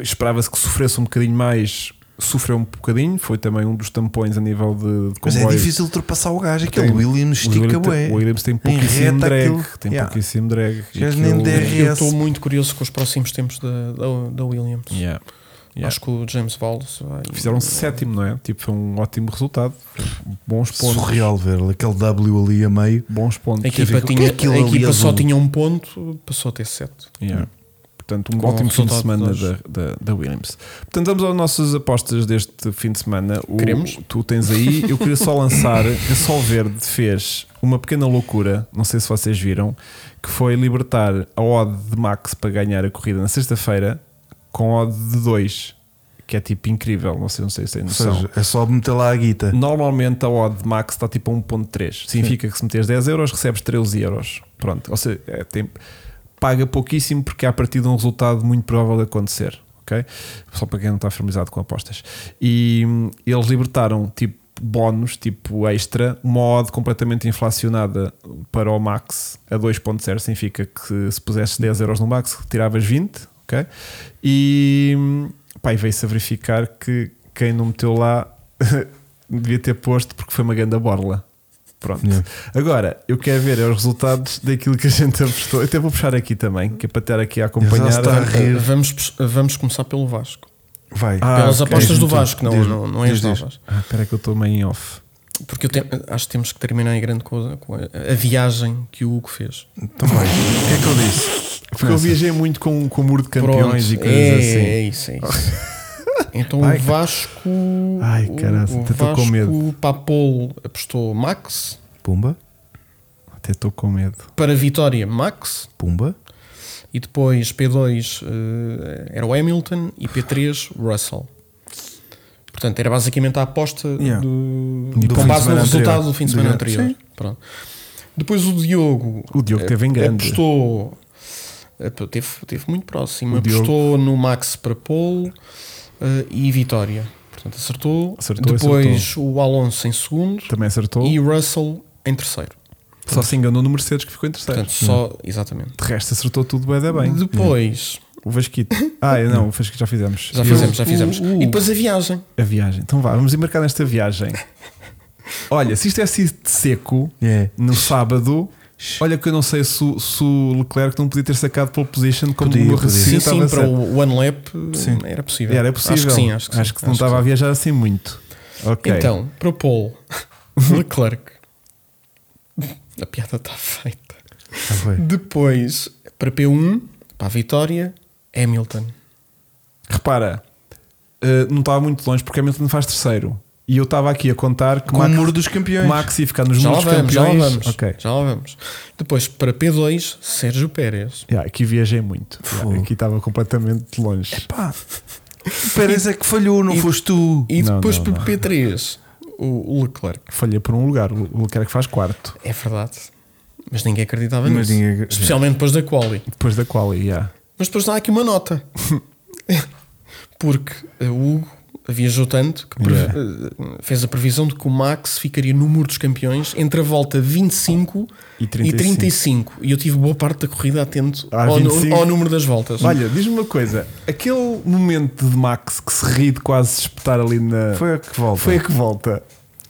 Speaker 2: esperava-se que sofresse um bocadinho mais, sofreu um bocadinho. Foi também um dos tampões a nível de, de
Speaker 1: Mas é
Speaker 2: comboio.
Speaker 1: difícil ultrapassar o gajo. Aquele
Speaker 2: Tem-
Speaker 1: Williams
Speaker 2: O Williams
Speaker 1: estica
Speaker 2: tem-
Speaker 1: bué.
Speaker 2: O Williams tem
Speaker 1: Em
Speaker 2: pouquíssimo
Speaker 1: reta
Speaker 2: drag.
Speaker 1: aquilo.
Speaker 2: Tem
Speaker 1: Yeah.
Speaker 2: pouquíssimo drag.
Speaker 1: Os gajos nem DRS.
Speaker 3: Eu estou muito curioso com os próximos tempos da, da, da Williams.
Speaker 2: Yeah. Yeah.
Speaker 3: Acho que o James Valls vai.
Speaker 2: Fizeram sétimo, não é? Tipo, foi um ótimo resultado. Bons pontos.
Speaker 1: Surreal ver aquele W ali a meio.
Speaker 2: Bons
Speaker 3: A
Speaker 2: pontos.
Speaker 1: ver,
Speaker 3: equipa,
Speaker 1: o que é
Speaker 3: tinha,
Speaker 1: aquilo
Speaker 3: a
Speaker 1: ali
Speaker 3: equipa só
Speaker 1: azul?
Speaker 3: tinha um ponto, passou a ter sete.
Speaker 2: Yeah. Portanto, um
Speaker 3: Com
Speaker 2: ótimo fim de
Speaker 3: resultado
Speaker 2: semana
Speaker 3: de
Speaker 2: da, da, da Williams. Portanto, vamos às nossas apostas deste fim de semana. O,
Speaker 3: Queremos?
Speaker 2: Tu tens aí. Eu queria só lançar que a Sol Verde fez uma pequena loucura. Não sei se vocês viram. Que foi libertar a odd de Max para ganhar a corrida na sexta-feira com odd de 2. Que é tipo incrível. Não sei, não sei se tem
Speaker 1: Ou
Speaker 2: noção.
Speaker 1: seja, é só meter lá a guita.
Speaker 2: Normalmente a odd max está tipo a 1.3. Significa que se meteres 10 euros, recebes 13 euros. Pronto, ou seja, é, tem- paga pouquíssimo porque há partido um resultado muito provável de acontecer. ok? Só para quem não está familiarizado com apostas. E hum, eles libertaram tipo bónus, tipo extra, uma odd completamente inflacionada para o max a 2.0. Significa que se pusesses 10 euros no max, retiravas 20. ok? E, hum, pá, e veio-se a verificar que quem não meteu lá devia ter posto porque foi uma grande borla. Pronto.
Speaker 1: Yeah.
Speaker 2: Agora, eu quero ver é os resultados daquilo que a gente apostou. Eu até vou puxar aqui também, que é para ter aqui a
Speaker 1: Já se
Speaker 2: acompanhar.
Speaker 1: está a rir.
Speaker 3: Vamos, pes- vamos começar pelo Vasco.
Speaker 1: Vai.
Speaker 2: Ah,
Speaker 3: Pelas
Speaker 2: ok.
Speaker 3: apostas do
Speaker 1: Diz-me tu.
Speaker 3: Vasco, não,
Speaker 1: Diz-me.
Speaker 3: não, não é as
Speaker 1: Diz, diz.
Speaker 3: novas.
Speaker 2: Ah, espera aí que eu estou meio em off.
Speaker 3: Porque eu te- acho que temos que terminar em grande coisa com a, a viagem que o Hugo fez.
Speaker 1: Então vai. O que é que eu disse?
Speaker 2: Porque eu viajei muito com, com o muro de campeões
Speaker 3: Pronto,
Speaker 2: e coisas
Speaker 3: é,
Speaker 2: assim.
Speaker 3: é isso, é isso. Então
Speaker 2: Ai,
Speaker 3: o Vasco.
Speaker 2: Ai,
Speaker 3: o-
Speaker 2: caralho,
Speaker 3: o
Speaker 2: até estou com
Speaker 3: Vasco
Speaker 2: medo.
Speaker 3: Papolo apostou Max.
Speaker 1: Pumba,
Speaker 2: Até estou com medo.
Speaker 3: Para a vitória, Max.
Speaker 1: pumba.
Speaker 3: E depois P2 eh, era o Hamilton e P3 Russell. Portanto, era basicamente a aposta
Speaker 1: Yeah.
Speaker 3: do,
Speaker 1: E do fim
Speaker 3: com
Speaker 1: de
Speaker 3: base no
Speaker 1: semana
Speaker 3: resultado
Speaker 1: anterior.
Speaker 3: do fim de semana
Speaker 1: Do-
Speaker 3: anterior.
Speaker 1: Sim.
Speaker 3: Pronto. Depois o Diogo eh,
Speaker 2: O Diogo teve em grande.
Speaker 3: É, apostou. eh, pô, Teve, teve muito próximo.
Speaker 2: O Diogo-
Speaker 3: apostou no Max para Polo eh, e Vitória. Portanto, acertou.
Speaker 2: Acertou,
Speaker 3: depois o Alonso em segundo
Speaker 2: Também acertou.
Speaker 3: e o Russell em terceiro.
Speaker 2: Só se enganou no Mercedes que ficou em terceiro.
Speaker 3: Portanto, só. Exatamente.
Speaker 2: de resto, acertou tudo bem, é Hum. bem.
Speaker 3: Depois.
Speaker 2: O Vasquito. Ah, não, o Vasquito já fizemos.
Speaker 3: Já
Speaker 2: E
Speaker 3: fizemos, já
Speaker 2: o-
Speaker 3: fizemos.
Speaker 2: o-
Speaker 3: E depois a viagem.
Speaker 2: A viagem. Então vá, vamos embarcar nesta viagem. Olha, se isto é assim de seco,
Speaker 1: É.
Speaker 2: no sábado, olha que eu não sei se, o- se o Leclerc não podia ter sacado pole position como
Speaker 1: Podia,
Speaker 2: o meu
Speaker 1: podia.
Speaker 2: raciocínio
Speaker 3: Sim,
Speaker 2: estava
Speaker 3: sim, para
Speaker 2: certo.
Speaker 3: o One Lap
Speaker 2: Sim.
Speaker 3: era possível.
Speaker 2: Era possível.
Speaker 3: Acho que sim, acho que sim.
Speaker 2: não
Speaker 3: Acho que
Speaker 2: estava a
Speaker 3: sim.
Speaker 2: viajar assim muito. Ok.
Speaker 3: Então, para o Paul, Leclerc. A piada está feita.
Speaker 1: Já Ah, foi.
Speaker 3: Depois, para P1, para a vitória, Hamilton.
Speaker 2: repara, eh, não estava muito longe porque Hamilton faz terceiro. E eu estava aqui a contar que
Speaker 1: Com o muro dos campeões.
Speaker 2: Max ia ficar nos
Speaker 3: já lá
Speaker 2: muros
Speaker 3: vamos, já lá
Speaker 2: campeões.
Speaker 3: vamos.
Speaker 2: Ok.
Speaker 3: Já lá vamos. Depois, para P2, Sérgio Pérez.
Speaker 2: Yeah, aqui viajei muito. Yeah,
Speaker 1: Fogo.
Speaker 2: aqui estava completamente longe.
Speaker 1: Pá. O Pérez é que falhou, não
Speaker 3: e-
Speaker 1: foste tu.
Speaker 3: E
Speaker 2: Não,
Speaker 3: depois,
Speaker 2: não,
Speaker 3: para
Speaker 2: não.
Speaker 3: P3, o o Leclerc.
Speaker 2: Falha por um lugar. O Leclerc faz quarto.
Speaker 3: É verdade. Mas ninguém acreditava
Speaker 1: Mas
Speaker 3: nisso.
Speaker 1: ninguém-
Speaker 3: Especialmente depois da Quali.
Speaker 2: Depois da quali, yeah.
Speaker 3: Mas depois dá aqui uma nota. Porque eh, o Hugo viajou tanto que pre-
Speaker 2: Yeah.
Speaker 3: eh, fez a previsão de que o Max ficaria no muro dos campeões entre a volta 25
Speaker 2: E
Speaker 3: e
Speaker 2: 35.
Speaker 3: 35. E, eu tive boa parte da corrida atento
Speaker 2: Ah,
Speaker 3: ao, nu-
Speaker 2: 25.
Speaker 3: ao número das voltas.
Speaker 2: Olha, diz-me uma coisa: aquele momento de Max que se ri de quase se espetar ali na.
Speaker 1: Foi a que volta.
Speaker 2: Foi a que volta.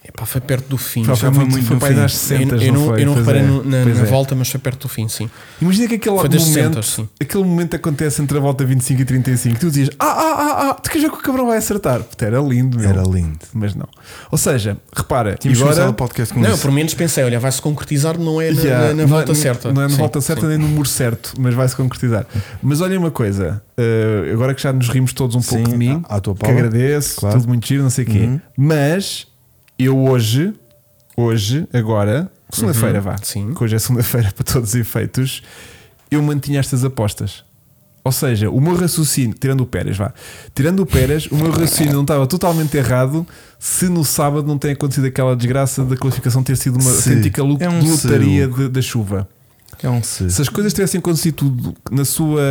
Speaker 3: Epá, foi perto do fim.
Speaker 2: Pá,
Speaker 1: já foi muito
Speaker 2: foi
Speaker 1: no
Speaker 2: para
Speaker 1: fim.
Speaker 2: aí das
Speaker 3: Eu,
Speaker 2: 60,
Speaker 3: eu
Speaker 2: não
Speaker 3: não,
Speaker 2: foi?
Speaker 3: eu não
Speaker 2: Pois
Speaker 3: reparei
Speaker 2: é.
Speaker 3: no- na,
Speaker 2: Pois
Speaker 3: na
Speaker 2: é.
Speaker 3: volta, mas foi perto do fim, sim.
Speaker 2: Imagina que aquele
Speaker 3: Foi das
Speaker 2: momento,
Speaker 3: 60, sim.
Speaker 2: aquele momento acontece entre a volta 25 e 35. Tu dizias, ah, ah, ah, ah, tu queres ver que o cabrão vai acertar? Puta, era lindo, meu.
Speaker 1: Era lindo.
Speaker 2: Mas não. Ou seja, repara, e
Speaker 1: Tínhamos
Speaker 2: agora.
Speaker 1: começado o podcast com
Speaker 3: Não, eu
Speaker 1: isso.
Speaker 3: pelo menos pensei, olha, vai-se concretizar, não é na,
Speaker 2: Yeah,
Speaker 3: na- na
Speaker 2: não é-
Speaker 3: volta certa.
Speaker 2: Não é na
Speaker 3: Sim,
Speaker 2: volta certa
Speaker 3: sim.
Speaker 2: nem no muro certo, mas vai-se concretizar. Mas olha uma coisa, eh, agora que já nos rimos todos um pouco
Speaker 1: Sim,
Speaker 2: de mim,
Speaker 1: à- à tua
Speaker 2: que
Speaker 1: pala,
Speaker 2: agradeço,
Speaker 1: claro.
Speaker 2: tudo muito giro, não sei o quê.
Speaker 3: Uhum.
Speaker 2: Mas eu hoje, hoje, agora, segunda-feira, vá,
Speaker 3: Uhum. Sim.
Speaker 2: que hoje é segunda-feira para todos os efeitos, eu mantinha estas apostas. Ou seja, o meu raciocínio, tirando o Pérez, vá, tirando o Pérez, o meu raciocínio não estava totalmente errado se no sábado não tem acontecido aquela desgraça da qualificação ter sido uma
Speaker 1: Se.
Speaker 2: autêntica lu-
Speaker 1: É um
Speaker 2: lotaria de- da chuva.
Speaker 1: É um se.
Speaker 2: Se as coisas tivessem acontecido tudo na sua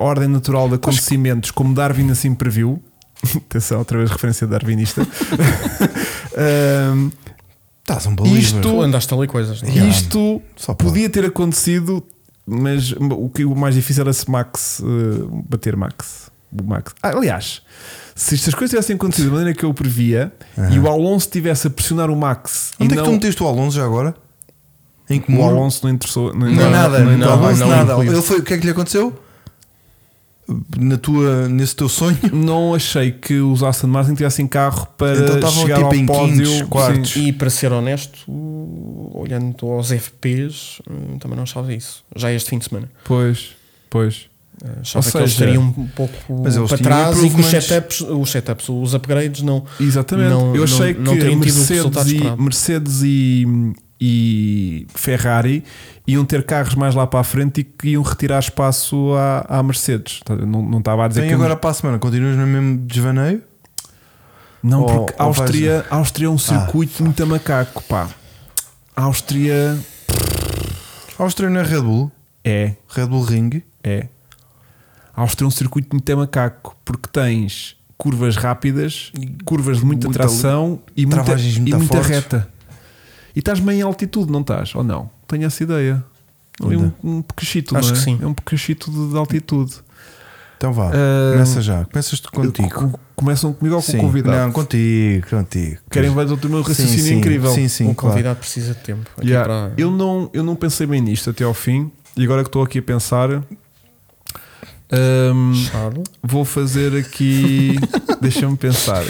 Speaker 2: ordem natural de acontecimentos, como Darwin assim previu, atenção, outra vez referência darwinista, Ahm,
Speaker 1: Estás um believer.
Speaker 2: Isto-
Speaker 3: Tu andaste ali coisas. não é?
Speaker 1: Yeah.
Speaker 2: isto
Speaker 1: Só pode.
Speaker 2: podia ter acontecido, mas o que o mais difícil era se Max eh, bater Max. O Max. Ah, aliás, se estas coisas tivessem acontecido da maneira que eu previa e o Alonso tivesse a pressionar o Max e
Speaker 1: Onde é que
Speaker 2: não-
Speaker 1: tu meteste o Alonso já agora? Em que
Speaker 2: o
Speaker 1: muro?
Speaker 2: Alonso não interessou. Não,
Speaker 1: Não,
Speaker 3: Não,
Speaker 1: nada,
Speaker 3: não,
Speaker 1: o
Speaker 3: não,
Speaker 1: Alonso
Speaker 3: não
Speaker 1: nada.
Speaker 3: incluído.
Speaker 1: Ele foi, o que é que lhe aconteceu? Na tua, nesse teu sonho?
Speaker 2: não achei que os Aston Martin tivessem carro para
Speaker 1: Então estavam
Speaker 2: chegar
Speaker 1: tipo
Speaker 2: ao
Speaker 1: em
Speaker 2: pódio
Speaker 1: quintos,
Speaker 2: Sim.
Speaker 1: quartos.
Speaker 3: E para ser honesto, olhando aos FPs, hum, também não chave isso. Já este fim de semana.
Speaker 2: Pois, pois.
Speaker 3: Chave
Speaker 2: Ou
Speaker 3: que eles
Speaker 2: seja,
Speaker 3: estariam um pouco
Speaker 1: mas eles
Speaker 3: para
Speaker 1: tinham
Speaker 3: trás e que os
Speaker 1: improvements.
Speaker 3: setups, os setups, os upgrades não.
Speaker 2: Exatamente.
Speaker 3: Não-
Speaker 2: eu achei
Speaker 3: não- não
Speaker 2: que
Speaker 3: teriam tido o
Speaker 2: Mercedes,
Speaker 3: resultado
Speaker 2: e,
Speaker 3: esperado.
Speaker 2: Mercedes e, e Ferrari iam ter carros mais lá para a frente e que iam retirar espaço à, à Mercedes. Tá- Não, não estava a dizer
Speaker 1: Vem
Speaker 2: que
Speaker 1: agora para a semana, continuas no mesmo desvaneio?
Speaker 2: não,
Speaker 1: ou-
Speaker 2: porque a
Speaker 1: ou vais-
Speaker 2: Áustria, a Áustria é
Speaker 1: Ah.
Speaker 2: um circuito muito a macaco, pá. A Áustria
Speaker 1: Áustria na Red Bull,
Speaker 2: é
Speaker 1: Red Bull Ring.
Speaker 2: É. A Áustria é um circuito muito é macaco, porque tens curvas rápidas, curvas de muita,
Speaker 1: muita
Speaker 2: tração e muita,
Speaker 1: travagens
Speaker 2: e
Speaker 1: muito
Speaker 2: muita
Speaker 1: fortes.
Speaker 2: reta. E estás meio em altitude, não estás? Ou não? Tenho essa ideia. Ali um,
Speaker 1: Ainda.
Speaker 2: um pecachito,
Speaker 3: Acho
Speaker 2: não é?
Speaker 3: que sim.
Speaker 2: É um pecachito de, de altitude.
Speaker 1: Então vá,
Speaker 2: Ah,
Speaker 1: começa já. Começas tu contigo.
Speaker 2: Co- co- Começam comigo ou com
Speaker 1: Sim.
Speaker 2: o convidado?
Speaker 1: Não, contigo, contigo.
Speaker 2: Querem ver outro meu
Speaker 1: Sim,
Speaker 2: raciocínio
Speaker 1: sim,
Speaker 2: incrível? Um
Speaker 1: Sim, sim,
Speaker 3: o
Speaker 1: claro.
Speaker 3: um convidado precisa de tempo. aqui
Speaker 2: Yeah.
Speaker 3: para-
Speaker 2: Eu, não, eu não pensei bem nisto até ao fim e agora que estou aqui a pensar. hum,
Speaker 3: Chave.
Speaker 2: Vou fazer aqui. Deixa-me pensar.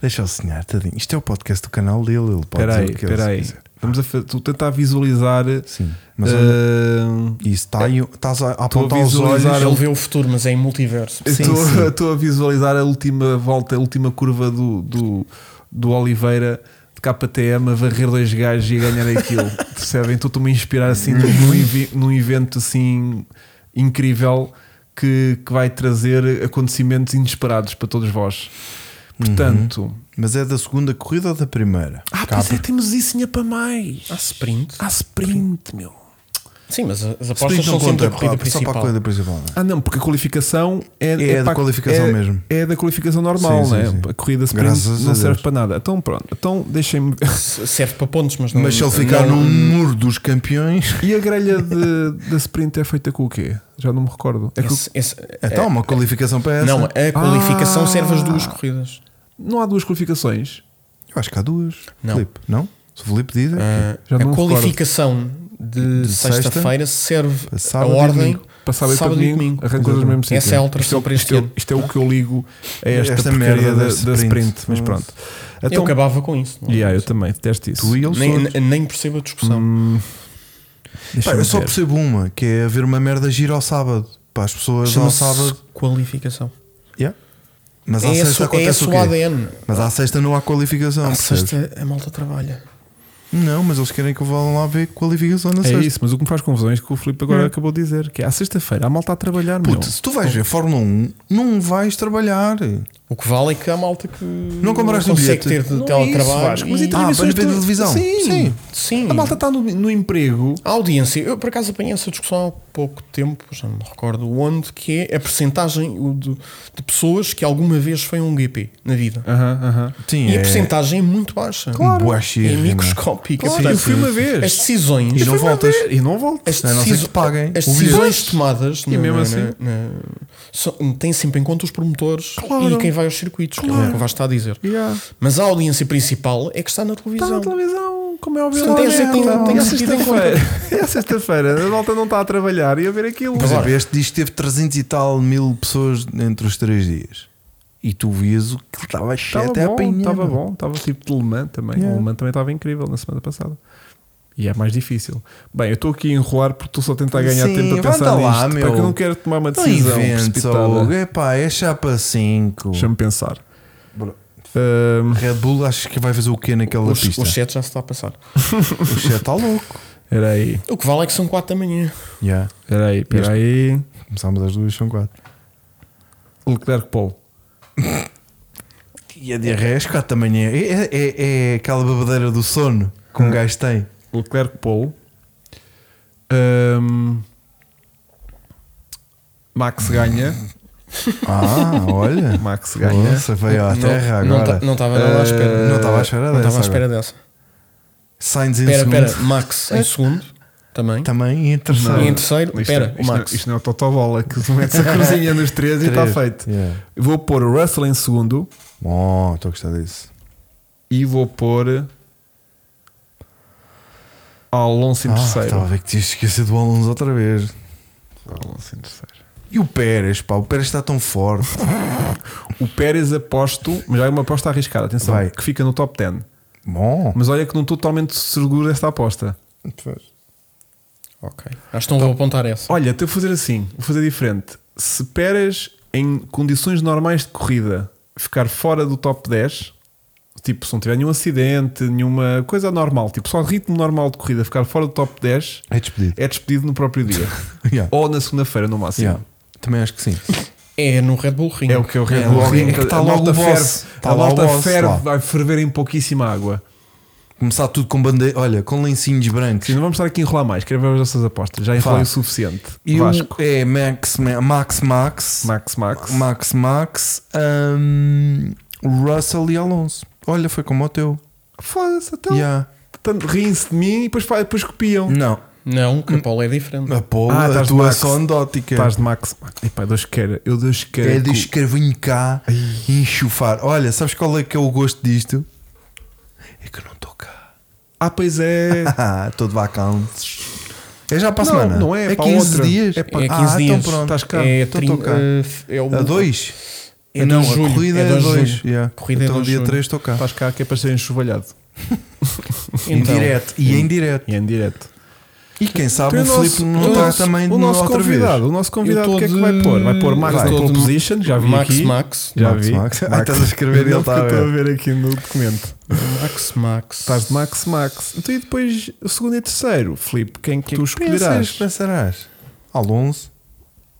Speaker 1: Deixa o senhor, tadinho. Isto é o podcast do canal dele, ele pode
Speaker 2: Espera aí,
Speaker 1: dizer o que ele
Speaker 2: espera aí.
Speaker 1: quiser.
Speaker 2: Vamos a fa- tu tentar visualizar.
Speaker 1: Sim, mas
Speaker 2: ah,
Speaker 1: olha, isso está aí, estás a, a
Speaker 2: Estou a
Speaker 1: apontar os olhos.
Speaker 2: visualizar
Speaker 3: Ele vê o futuro, mas é em multiverso.
Speaker 2: eu
Speaker 1: Sim,
Speaker 2: estou-
Speaker 1: sim.
Speaker 2: eu Estou a visualizar a última volta, a última curva do, do, do Oliveira de KTM a varrer dois gajos e a ganhar aquilo. Percebem? Então Estou-me a inspirar assim num, num evi- num evento assim incrível que, que vai trazer acontecimentos inesperados para todos vós.
Speaker 1: Uhum.
Speaker 2: Portanto,
Speaker 1: Mas é da segunda corrida ou da primeira?
Speaker 2: ah,
Speaker 1: Cá
Speaker 2: pois é, temos isso ainda para mais.
Speaker 3: Há Ah, sprint.
Speaker 2: Há sprint, meu.
Speaker 3: Sim, mas as apostas
Speaker 1: Split
Speaker 3: são
Speaker 1: não
Speaker 3: sempre
Speaker 1: conta
Speaker 3: a
Speaker 1: pá, só para
Speaker 3: corrida
Speaker 1: a
Speaker 3: principal.
Speaker 1: corrida principal.
Speaker 2: Ah, não, porque a qualificação é,
Speaker 1: É da
Speaker 2: para-
Speaker 1: qualificação
Speaker 2: é-
Speaker 1: mesmo.
Speaker 2: É da qualificação normal,
Speaker 1: Sim, sim,
Speaker 2: né?
Speaker 1: sim.
Speaker 2: A corrida
Speaker 1: Graças
Speaker 2: sprint
Speaker 1: a
Speaker 2: não
Speaker 1: Deus.
Speaker 2: serve para nada. Então, pronto. Então, deixem-me. ver.
Speaker 3: S- Serve para pontos, mas não
Speaker 1: Mas se ele ficar
Speaker 3: não-
Speaker 1: num muro dos campeões.
Speaker 2: E a grelha de- da sprint é feita com o quê? Já não me recordo. É que
Speaker 3: Esse- esse- é-
Speaker 1: Então, uma qualificação para essa.
Speaker 3: não, a qualificação
Speaker 2: Ah.
Speaker 3: serve as duas corridas.
Speaker 2: não há duas qualificações.
Speaker 1: Eu acho que há duas.
Speaker 3: Não.
Speaker 1: Filipe, não? Se o Filipe diz. é
Speaker 3: Ah,
Speaker 2: Já não
Speaker 3: a
Speaker 2: me recordo.
Speaker 3: qualificação de,
Speaker 1: De sexta,
Speaker 3: sexta-feira serve
Speaker 1: para
Speaker 3: a
Speaker 1: sábado e
Speaker 3: ordem
Speaker 1: domingo.
Speaker 2: Para sábado, e
Speaker 3: Sábado e
Speaker 2: para domingo,
Speaker 3: domingo.
Speaker 2: arrancou do mesmo sítio.
Speaker 3: Essa é a alteração
Speaker 2: Isto
Speaker 3: para
Speaker 2: isto
Speaker 3: este
Speaker 2: é-
Speaker 3: ano.
Speaker 2: Isto é o que eu ligo a esta,
Speaker 1: Esta
Speaker 2: merda
Speaker 1: merda
Speaker 2: da,
Speaker 1: deste
Speaker 2: da
Speaker 1: sprint.
Speaker 2: sprint, mas pronto.
Speaker 3: Eu
Speaker 2: Então,
Speaker 3: acabava com isso. não é?
Speaker 2: Yeah, eu também, detesto isso.
Speaker 1: Tu e eles
Speaker 3: nem,
Speaker 1: todos.
Speaker 3: n- nem percebo a discussão.
Speaker 1: Hum, Pá,
Speaker 2: Deixa-me
Speaker 1: eu só
Speaker 2: ver.
Speaker 1: percebo uma, que é haver uma merda gira ao sábado. Para as pessoas ao
Speaker 3: Chama-se
Speaker 1: sábado.
Speaker 3: qualificação.
Speaker 1: Yeah. Mas à
Speaker 3: é
Speaker 1: sexta
Speaker 3: esse, é
Speaker 1: acontece
Speaker 3: esse
Speaker 1: o
Speaker 3: o
Speaker 1: quê? Ah,
Speaker 3: ADN.
Speaker 1: Mas à sexta não há qualificação.
Speaker 3: À
Speaker 1: percebes?
Speaker 3: sexta a malta trabalha.
Speaker 1: Não, mas eles querem que eu vá lá ver qualificação na
Speaker 2: É
Speaker 1: sexta.
Speaker 2: isso, mas o que me faz confusão é isso que o Filipe
Speaker 3: Hum.
Speaker 2: agora acabou de dizer: que é à sexta-feira, a malta a trabalhar, meu.
Speaker 1: Puto, se tu vais ver Fórmula 1, não vais trabalhar.
Speaker 3: O que vale é que há malta que não
Speaker 1: compraste o
Speaker 3: consegue
Speaker 1: bilhete.
Speaker 3: ter
Speaker 2: Não
Speaker 3: de
Speaker 2: é isso,
Speaker 3: teletrabalho.
Speaker 2: Vasco, mas
Speaker 3: e-
Speaker 2: e
Speaker 1: Ah, para
Speaker 2: transmissões
Speaker 1: ver
Speaker 2: de-
Speaker 1: televisão.
Speaker 2: Sim.
Speaker 1: Sim.
Speaker 3: Sim,
Speaker 2: A malta está no, no emprego.
Speaker 3: A audiência, eu por acaso apanhei essa discussão há pouco tempo, já não me recordo onde, que é a percentagem o de, de pessoas que alguma vez foi a um GP na vida.
Speaker 2: Aham, aham.
Speaker 1: Sim,
Speaker 3: E a
Speaker 1: é-
Speaker 3: percentagem é muito baixa.
Speaker 1: Claro.
Speaker 3: É
Speaker 1: Boachirrima.
Speaker 3: microscópica.
Speaker 2: Claro, eu
Speaker 3: Portanto,
Speaker 2: fui uma vez.
Speaker 3: As decisões.
Speaker 1: E não
Speaker 2: Eu fui uma
Speaker 1: voltas.
Speaker 2: vez- E não voltas.
Speaker 3: As,
Speaker 1: A não ser que
Speaker 3: decisões
Speaker 1: te paguem
Speaker 3: as
Speaker 1: o bilhete.
Speaker 3: decisões tomadas
Speaker 2: E mesmo assim?
Speaker 3: na- são- têm sempre em conta os promotores
Speaker 2: Claro.
Speaker 3: e quem vai aos circuitos, que é o que vais estar a dizer.
Speaker 2: Yeah.
Speaker 3: Mas a audiência principal é que está na
Speaker 2: Está
Speaker 3: televisão.
Speaker 2: tá na televisão, como é óbvio.
Speaker 3: Portanto, é assim, tem- tem
Speaker 2: é
Speaker 3: que ser tido em
Speaker 2: sexta-feira. É à sexta-feira, a malta não está a trabalhar e a ver aquilo.
Speaker 1: Por exemplo,
Speaker 3: Agora.
Speaker 1: este diz que teve 300 e tal mil pessoas entre os três dias. E tu vias o que estava cheio
Speaker 2: Estava
Speaker 1: até a
Speaker 2: bom,
Speaker 1: pinha.
Speaker 2: estava bom, estava tipo de Lemã também.
Speaker 1: Yeah.
Speaker 2: O Lemã também estava incrível na semana passada. E é mais difícil. Bem, eu estou aqui a enrolar porque estou só a tentar ganhar
Speaker 1: Sim,
Speaker 2: tempo a
Speaker 1: levanta
Speaker 2: pensar
Speaker 1: lá,
Speaker 2: nisto.
Speaker 1: meu.
Speaker 2: Porque eu não quero tomar uma
Speaker 1: Não
Speaker 2: decisão
Speaker 1: Então inventes, Hugo.
Speaker 2: precipitada.
Speaker 1: Epá, é chapa 5.
Speaker 2: Deixa-me pensar. Ahm,
Speaker 1: Red Bull acho que vai fazer o quê naquela
Speaker 3: Os,
Speaker 1: pista?
Speaker 3: os sete já se está a passar.
Speaker 1: O chat está louco.
Speaker 2: Espera aí,
Speaker 3: O que vale é que são quatro da manhã.
Speaker 1: Yeah.
Speaker 2: espera aí, espera aí.
Speaker 1: Começámos às duas, são quatro.
Speaker 2: Leclerc Paul.
Speaker 1: E a diarreia às quatro da manhã. É, é- é aquela babadeira do sono que um gajo tem.
Speaker 2: Leclerc Paul. Ahm, Max ganha.
Speaker 1: Ah, olha.
Speaker 2: Max ganha.
Speaker 1: Nossa, veio à terra
Speaker 3: não,
Speaker 1: agora.
Speaker 3: ta- Não tá- estava nada à espera.
Speaker 1: Eh, não estava à espera
Speaker 3: Não estava
Speaker 1: dessa
Speaker 3: à espera dessa.
Speaker 1: Sainz em
Speaker 3: Espera,
Speaker 1: segundo.
Speaker 3: espera, Max em segundo também.
Speaker 1: Também e em terceiro.
Speaker 3: E em terceiro,
Speaker 2: Isto,
Speaker 3: espera,
Speaker 2: isto
Speaker 3: o Max.
Speaker 2: Não, isto não é o Totobola que se mete a cruzinha nos três e está
Speaker 1: Três.
Speaker 2: feito.
Speaker 1: Yeah.
Speaker 2: Vou pôr o Russell em segundo
Speaker 1: Bom, estou a gostar disso.
Speaker 2: e vou pôr Alonso em
Speaker 1: Ah,
Speaker 2: terceiro.
Speaker 1: Estava a ver que tinha esquecido do Alonso outra vez.
Speaker 2: Alonso em terceiro.
Speaker 1: E o Pérez, pá, o Pérez está tão forte.
Speaker 2: O Pérez aposto, mas já é uma aposta arriscada, atenção,
Speaker 1: Vai.
Speaker 2: que fica no top 10.
Speaker 1: Bom,
Speaker 2: Mas olha que não estou totalmente seguro desta aposta.
Speaker 3: Ok. Acho que não vou apontar essa.
Speaker 2: Olha, tenho que fazer assim, vou fazer diferente. Se Pérez, em condições normais de corrida, ficar fora do top 10, tipo, se não tiver nenhum acidente, nenhuma coisa normal, tipo, só ritmo normal de corrida, ficar fora do top 10,
Speaker 1: é despedido.
Speaker 2: é despedido no próprio dia.
Speaker 1: Yeah.
Speaker 2: Ou na segunda-feira, no máximo.
Speaker 1: Yeah. Também acho que sim.
Speaker 3: É no Red Bull Ring.
Speaker 2: É o que eu Red
Speaker 1: É,
Speaker 2: Bull
Speaker 1: logo-
Speaker 2: diz,
Speaker 1: é que tá
Speaker 2: a
Speaker 1: logo
Speaker 2: malta
Speaker 1: o boss.
Speaker 2: ferve-
Speaker 1: Tá
Speaker 2: a
Speaker 1: lá o
Speaker 2: malta
Speaker 1: boss
Speaker 2: ferve,
Speaker 1: lá.
Speaker 2: vai ferver em pouquíssima água.
Speaker 1: Começar tudo com bandeira, olha, com lencinhos brancos.
Speaker 2: Sim, não vamos estar aqui a enrolar mais, quero ver as nossas apostas. Já enrolei
Speaker 1: Vá.
Speaker 2: o suficiente.
Speaker 1: E
Speaker 2: Vasco,
Speaker 1: o é Max, Ma- Max, Max,
Speaker 2: Max, Max.
Speaker 1: Max, Max, hum, Russell e Alonso. Olha, foi como o teu.
Speaker 2: Foda-se, então.
Speaker 1: Yeah.
Speaker 2: Portanto, riem-se de mim e depois, fa- depois copiam.
Speaker 1: Não,
Speaker 3: Não, que a Paula é diferente.
Speaker 1: a Paula,
Speaker 2: Ah,
Speaker 1: a
Speaker 2: estás de
Speaker 1: tua é
Speaker 2: Max.
Speaker 1: só andótica.
Speaker 2: Estás de Max. Epá, Deus queira. Eu Deus queira.
Speaker 1: É
Speaker 2: que
Speaker 1: de
Speaker 2: o-
Speaker 1: escravinho cá enxufar. Olha, sabes qual é que é o gosto disto? É que eu não estou cá.
Speaker 2: Ah, pois é.
Speaker 1: Estou de vacances. É já para a
Speaker 2: Não,
Speaker 1: semana.
Speaker 2: não é,
Speaker 1: é
Speaker 2: para
Speaker 1: 15
Speaker 2: outra.
Speaker 1: dias.
Speaker 2: É
Speaker 3: É 15
Speaker 1: ah,
Speaker 3: dias.
Speaker 1: Então pronto,
Speaker 2: Estás cá. Então
Speaker 3: É,
Speaker 1: Então
Speaker 3: trin-
Speaker 1: estou cá.
Speaker 3: eh, é o,
Speaker 1: A 2?
Speaker 3: É
Speaker 1: não,
Speaker 3: dois de
Speaker 1: a
Speaker 3: julho,
Speaker 1: corrida é
Speaker 3: dois de
Speaker 1: 2.
Speaker 3: julho. Corrida é
Speaker 1: então
Speaker 3: dois de
Speaker 1: dia
Speaker 3: julho.
Speaker 1: 3 estou cá.
Speaker 2: Estás cá que é para ser enxovalhado.
Speaker 1: Em
Speaker 3: Então,
Speaker 1: direto. E em direto.
Speaker 2: E é em direto.
Speaker 1: E quem sabe
Speaker 2: Então,
Speaker 1: o Tá Filipe não está também
Speaker 2: o nosso
Speaker 1: outra vez.
Speaker 2: convidado. O nosso convidado,
Speaker 3: Eu
Speaker 2: o que é que
Speaker 3: tô
Speaker 2: vai
Speaker 3: de-
Speaker 2: pôr? Vai pôr Max
Speaker 3: eu
Speaker 2: na
Speaker 3: tô
Speaker 2: pole
Speaker 3: de-
Speaker 2: position, já vi
Speaker 3: Max,
Speaker 2: aqui.
Speaker 3: Max.
Speaker 2: Já
Speaker 1: Max,
Speaker 2: vi.
Speaker 1: Max. Ah, estás a escrever e ele
Speaker 2: Não,
Speaker 1: está
Speaker 2: porque
Speaker 1: a
Speaker 2: eu Estou tá
Speaker 1: ver.
Speaker 2: a ver aqui no documento.
Speaker 3: Max, Max.
Speaker 2: Estás de Max, Max. Então, e depois o segundo e terceiro, Filipe, quem que tu
Speaker 1: Pensas,
Speaker 2: escolherás?
Speaker 1: pensarás. Alonso.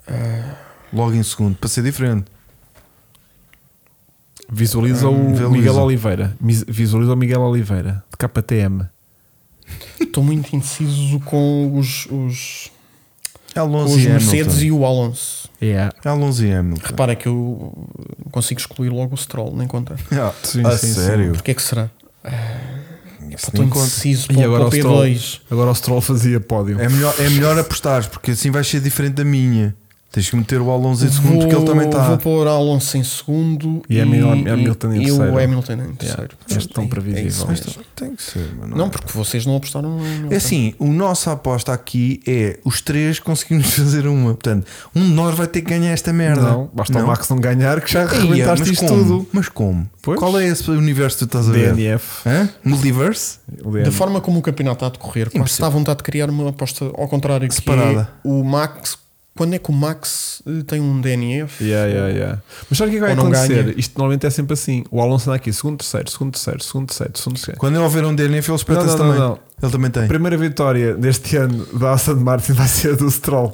Speaker 1: ah, Logo em segundo, para ser diferente.
Speaker 2: Visualiza o
Speaker 1: Visualiza. Ah,
Speaker 2: Miguel Oliveira. Mis- Visualiza o Miguel Oliveira, de KTM.
Speaker 3: Estou muito indeciso com os, os, com
Speaker 1: Alonso
Speaker 3: os
Speaker 1: e
Speaker 3: Mercedes
Speaker 1: Hamilton.
Speaker 3: e o Alonso.
Speaker 2: É
Speaker 1: É Alonso e Hamilton.
Speaker 3: Repara que eu consigo excluir logo o Stroll, nem conta.
Speaker 1: Ah,
Speaker 2: Sim,
Speaker 1: a
Speaker 2: sim, sim.
Speaker 1: sério.
Speaker 3: Porquê é que será?
Speaker 1: Isso
Speaker 3: Estou
Speaker 1: nem conta.
Speaker 3: indeciso
Speaker 2: E
Speaker 3: para
Speaker 2: agora
Speaker 3: o
Speaker 2: o Stroll,
Speaker 3: P2.
Speaker 2: agora o Stroll fazia pódio.
Speaker 1: É melhor, é melhor apostares, porque assim vai ser diferente da minha. Tens que meter o Alonso em segundo, porque ele também tá-
Speaker 3: Vou
Speaker 1: está.
Speaker 3: pôr Alonso em segundo
Speaker 2: E Hamilton-
Speaker 1: tá
Speaker 2: Hamilton em
Speaker 3: e
Speaker 2: terceiro.
Speaker 3: o Hamilton em terceiro.
Speaker 2: Este tão
Speaker 3: É- é
Speaker 2: previsível.
Speaker 3: isso mesmo.
Speaker 1: Tem que ser, mas
Speaker 3: Não, porque vocês não apostaram no Hamilton.
Speaker 1: É assim, o nossa aposta aqui é os três conseguimos fazer uma. Portanto, um de nós vai ter que ganhar esta merda.
Speaker 2: Não, basta o Max não ganhar que já
Speaker 1: Ia,
Speaker 2: arrebentaste
Speaker 1: é, mas
Speaker 2: isto
Speaker 1: como?
Speaker 2: tudo.
Speaker 1: Mas como?
Speaker 2: Pois.
Speaker 1: Qual é esse universo que tu estás a ver?
Speaker 2: DNF.
Speaker 1: Hã? Multiverse?
Speaker 2: O
Speaker 3: Da
Speaker 2: DNF.
Speaker 3: forma como o campeonato está a decorrer, quase está à vontade de criar uma aposta ao contrário que
Speaker 1: Separada.
Speaker 3: é o Max. Quando é que o Max eh, tem um DNF?
Speaker 2: Yeah, yeah, yeah. Mas sabe o que é que vai
Speaker 3: Ou não
Speaker 2: acontecer?
Speaker 3: ganha.
Speaker 2: Isto normalmente é sempre assim. O Alonso anda aqui, segundo, terceiro, segundo, terceiro, segundo, terceiro, segundo, terceiro.
Speaker 1: Quando ele houver um DNF, ele espeta
Speaker 2: Não, não,
Speaker 1: também.
Speaker 2: não, não.
Speaker 1: Ele também tem.
Speaker 2: Primeira vitória deste ano da Aston Martin vai ser a do Stroll.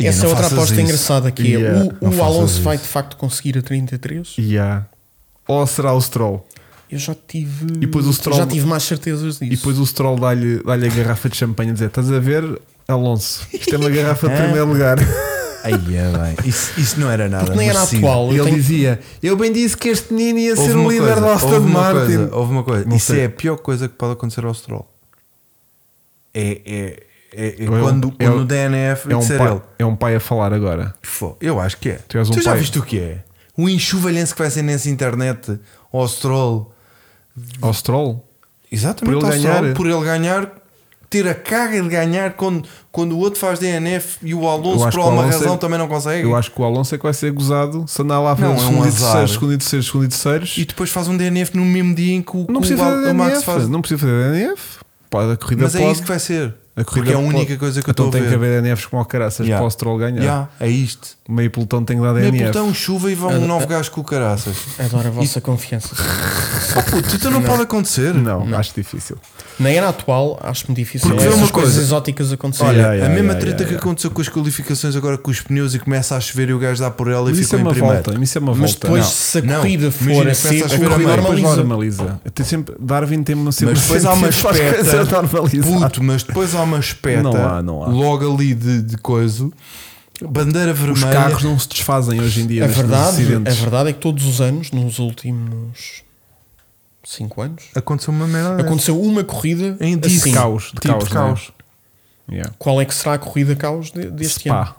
Speaker 1: Ia,
Speaker 3: Essa é
Speaker 1: não
Speaker 3: outra
Speaker 1: faças
Speaker 3: aposta
Speaker 1: isso.
Speaker 3: engraçada que
Speaker 2: Yeah,
Speaker 3: é
Speaker 1: não
Speaker 3: o, o
Speaker 1: faças
Speaker 3: Alonso
Speaker 1: isso.
Speaker 3: vai de facto conseguir a 33.
Speaker 2: Yeah. Ou será o Stroll?
Speaker 3: Eu já tive
Speaker 2: E depois o Stroll-
Speaker 3: já tive mais certezas disso.
Speaker 2: E depois o Stroll dá-lhe dá a garrafa de champanhe a dizer: Estás a ver, Alonso? Isto é uma garrafa de primeiro lugar.
Speaker 1: Ai, é bem. Isso, isso não era nada.
Speaker 3: Porque nem era
Speaker 1: merecido.
Speaker 3: atual.
Speaker 2: E
Speaker 3: Eu
Speaker 2: ele
Speaker 3: tenho-
Speaker 2: dizia: Eu bem disse que este menino ia
Speaker 1: Houve
Speaker 2: ser o
Speaker 1: uma
Speaker 2: líder
Speaker 1: coisa,
Speaker 2: da Aston
Speaker 1: houve uma
Speaker 2: Martin.
Speaker 1: Coisa, houve uma coisa.
Speaker 2: Não
Speaker 1: Isso
Speaker 2: sei.
Speaker 1: é a pior coisa que pode acontecer ao Stroll. É, é, é, é
Speaker 2: Ou é um-
Speaker 1: quando,
Speaker 2: é
Speaker 1: quando
Speaker 2: um-
Speaker 1: o DNF
Speaker 2: É um,
Speaker 1: disser
Speaker 2: pai,
Speaker 1: ele.
Speaker 2: é um pai a falar agora.
Speaker 1: Fo- Eu acho que é.
Speaker 2: Tu
Speaker 1: Tu,
Speaker 2: és um
Speaker 1: já
Speaker 2: pai.
Speaker 1: viste o que é? O enxovalhense que vai ser nessa internet ao Stroll.
Speaker 2: Ao Stroll?
Speaker 1: Exatamente,
Speaker 2: Por
Speaker 1: por
Speaker 2: ele
Speaker 1: ele,
Speaker 2: ganhar.
Speaker 1: Stroll, por ele ganhar, ter a carga de ganhar quando, quando o outro faz DNF e o
Speaker 2: Eu
Speaker 1: Alonso,
Speaker 2: acho
Speaker 1: por
Speaker 2: que o
Speaker 1: alguma
Speaker 2: Alonso é-
Speaker 1: razão, também não consegue.
Speaker 2: Eu acho que o Alonso é que vai ser gozado se andar lá a fazer
Speaker 1: Não, é um
Speaker 2: segundo, e
Speaker 1: azar.
Speaker 2: terceiro, segundo e terceiro, segundo e terceiros.
Speaker 1: E depois faz um DNF no mesmo dia em que o, que
Speaker 2: não
Speaker 1: o,
Speaker 2: precisa
Speaker 1: Al-
Speaker 2: fazer
Speaker 1: o Max
Speaker 2: DNF.
Speaker 1: faz.
Speaker 2: Não precisa fazer DNF. Pode, a corrida
Speaker 1: Mas
Speaker 2: pode.
Speaker 1: é isso que vai ser.
Speaker 2: a corrida
Speaker 1: Porque é a única
Speaker 2: pode.
Speaker 1: coisa que eu
Speaker 2: então
Speaker 1: estou a ver.
Speaker 2: tem que haver DNFs com o caraças
Speaker 1: Yeah.
Speaker 2: para o Stroll ganhar.
Speaker 1: Já, é isto.
Speaker 2: O meio pelotão tem que dar
Speaker 1: Meio
Speaker 2: DNF.
Speaker 1: pelotão, chuva e vão
Speaker 3: Ah,
Speaker 1: nove gajos com o caraças.
Speaker 3: Adoro a vossa confiança.
Speaker 1: Oh, puto, então não, pode acontecer.
Speaker 2: Não, acho difícil.
Speaker 3: Na era atual, acho-me difícil
Speaker 1: Porque vê
Speaker 3: essas
Speaker 1: uma
Speaker 3: coisas
Speaker 1: coisa.
Speaker 3: exóticas acontecerem.
Speaker 1: Olha,
Speaker 2: Yeah, yeah,
Speaker 1: a mesma
Speaker 2: yeah,
Speaker 1: treta
Speaker 2: yeah,
Speaker 1: que
Speaker 2: yeah.
Speaker 1: aconteceu com as qualificações agora com os pneus e começa a chover e o gajo dá por ela e
Speaker 2: Mas isso
Speaker 1: fica
Speaker 2: é
Speaker 1: em
Speaker 2: uma
Speaker 1: primeiro.
Speaker 2: volta. Isso é uma
Speaker 3: Mas
Speaker 2: volta.
Speaker 3: depois,
Speaker 1: Não,
Speaker 3: se a
Speaker 1: não.
Speaker 3: corrida for
Speaker 1: Imagina,
Speaker 3: assim,
Speaker 1: começa
Speaker 3: a
Speaker 1: a chover
Speaker 2: Não,
Speaker 1: a
Speaker 3: corrida
Speaker 1: meio,
Speaker 2: depois
Speaker 3: normaliza.
Speaker 2: normaliza. Tem sempre, Darwin tem sempre
Speaker 1: Mas depois há uma espeta.
Speaker 2: normaliza.
Speaker 1: Puto, mas depois há uma espeta
Speaker 2: Não há, não há.
Speaker 1: logo ali de, de coiso, bandeira
Speaker 2: Os
Speaker 1: vermelha.
Speaker 2: carros não se desfazem hoje em dia.
Speaker 1: É
Speaker 3: A
Speaker 2: nestes
Speaker 3: É verdade, a
Speaker 2: acidentes.
Speaker 3: verdade é que todos os anos, nos últimos 5 anos,
Speaker 1: Aconteceu uma merda. dessa.
Speaker 3: aconteceu uma corrida
Speaker 1: Em
Speaker 3: assim.
Speaker 1: disco.
Speaker 2: caos, de
Speaker 1: Tipo
Speaker 2: caos,
Speaker 1: de
Speaker 2: não é?
Speaker 1: caos.
Speaker 2: Yeah.
Speaker 3: Qual é que será a corrida caos de- deste ano?
Speaker 2: Spa.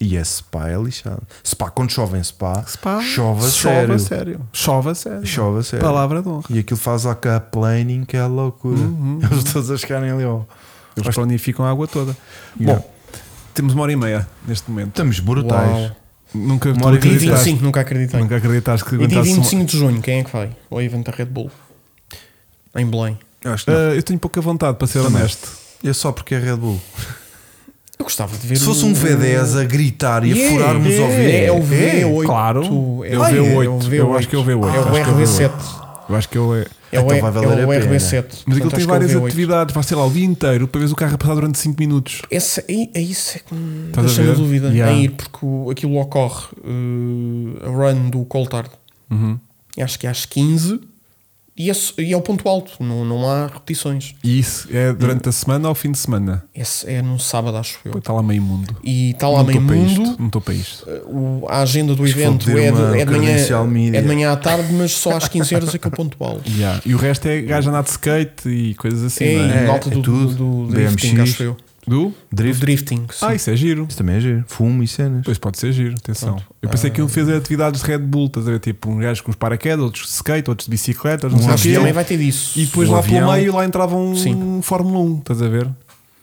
Speaker 1: E é spa, é lixado. Spa, quando chove em spa,
Speaker 2: Spa.
Speaker 1: chove a
Speaker 2: Chove
Speaker 1: sério.
Speaker 2: a sério. Chove a sério.
Speaker 1: Chove a sério.
Speaker 2: Palavra de honra.
Speaker 1: E aquilo faz a caplaning que é a loucura. Eles todos a chegarem ali ao.
Speaker 2: Eles planificam a água toda.
Speaker 1: Yeah.
Speaker 2: Bom, temos uma hora e meia neste momento.
Speaker 1: Estamos brutais.
Speaker 3: Uau.
Speaker 2: Nunca
Speaker 1: Uma
Speaker 2: tu
Speaker 1: hora e
Speaker 3: Dia
Speaker 1: Acreditaste.
Speaker 3: 25, nunca acreditei.
Speaker 2: Nunca acreditaste que
Speaker 3: E dia
Speaker 2: aguentasse uma-
Speaker 3: 25 de junho, quem é que vai? O evento da Red Bull. Em Belém.
Speaker 1: Acho que não.
Speaker 2: Ah, eu tenho pouca vontade, para ser
Speaker 1: Também.
Speaker 2: honesto.
Speaker 1: É só porque é Red Bull.
Speaker 3: Eu gostava de ver.
Speaker 1: Se fosse um V10 a gritar e a
Speaker 3: eh, Yeah,
Speaker 1: furar-nos ao
Speaker 3: yeah,
Speaker 1: ouvido.
Speaker 3: É o V8.
Speaker 2: Claro.
Speaker 3: É
Speaker 2: Eu
Speaker 3: o
Speaker 1: vi o
Speaker 3: V8.
Speaker 2: oito. Eu acho que eu vi o oito.
Speaker 3: É o
Speaker 2: Acho que eu vi o
Speaker 3: RB7.
Speaker 2: Eu acho que ele é.
Speaker 3: É o
Speaker 1: Então vai valer
Speaker 3: é o
Speaker 1: a pena.
Speaker 2: Mas
Speaker 3: RB7.
Speaker 2: aquilo
Speaker 3: Portanto,
Speaker 2: tem
Speaker 3: acho que
Speaker 2: várias
Speaker 3: é o
Speaker 1: um
Speaker 3: V8.
Speaker 2: atividades, vai ser lá o dia inteiro para veres o carro a passar durante 5 minutos.
Speaker 3: Essa, é, é isso é que me
Speaker 2: Estás a
Speaker 3: deixa na
Speaker 2: ver?
Speaker 3: dúvida
Speaker 2: Yeah.
Speaker 3: em ir, porque o- aquilo ocorre eh, a run do Coltard,
Speaker 2: Uhum.
Speaker 3: acho que é às 15 e é, s- e é o ponto alto, não, não há repetições.
Speaker 2: E isso é durante a semana ou fim de semana?
Speaker 3: Esse é num sábado, acho eu.
Speaker 2: Pô, está lá meio mundo.
Speaker 3: E está Tá lá
Speaker 2: não
Speaker 3: meio
Speaker 2: estou para
Speaker 3: mundo.
Speaker 2: isto. Não estou para isto.
Speaker 3: eh, o- a agenda do
Speaker 1: Isto
Speaker 3: evento
Speaker 1: vou pedir
Speaker 3: é de,
Speaker 1: uma
Speaker 3: é de
Speaker 1: credencial
Speaker 3: manhã,
Speaker 1: media.
Speaker 3: é de manhã à tarde, mas só às 15 horas é que é o ponto alto.
Speaker 2: Yeah. E o resto é gajo andar de skate e coisas assim.
Speaker 3: é,
Speaker 2: não é?
Speaker 1: é?
Speaker 3: e malta
Speaker 1: É
Speaker 3: do,
Speaker 1: tudo.
Speaker 3: do, do drifting,
Speaker 1: BMX.
Speaker 3: acho eu.
Speaker 2: Do?
Speaker 1: Drift.
Speaker 3: Do drifting, sim.
Speaker 2: Ah, isso é giro.
Speaker 1: Isso também é giro. Fumo e cenas.
Speaker 2: Pois pode ser giro, atenção. Eu pensei
Speaker 3: Ah.
Speaker 2: que um fez atividades de Red Bull, estás a ver? Tipo, um gajo com os paraquedas, outros de skate, outros de bicicleta, outros não
Speaker 3: acho que
Speaker 2: sei o
Speaker 3: também
Speaker 2: quê.
Speaker 3: vai ter disso.
Speaker 2: E depois
Speaker 1: Um
Speaker 2: lá pelo
Speaker 1: avião.
Speaker 2: meio lá entrava um
Speaker 3: Sim.
Speaker 2: Fórmula 1, estás a ver?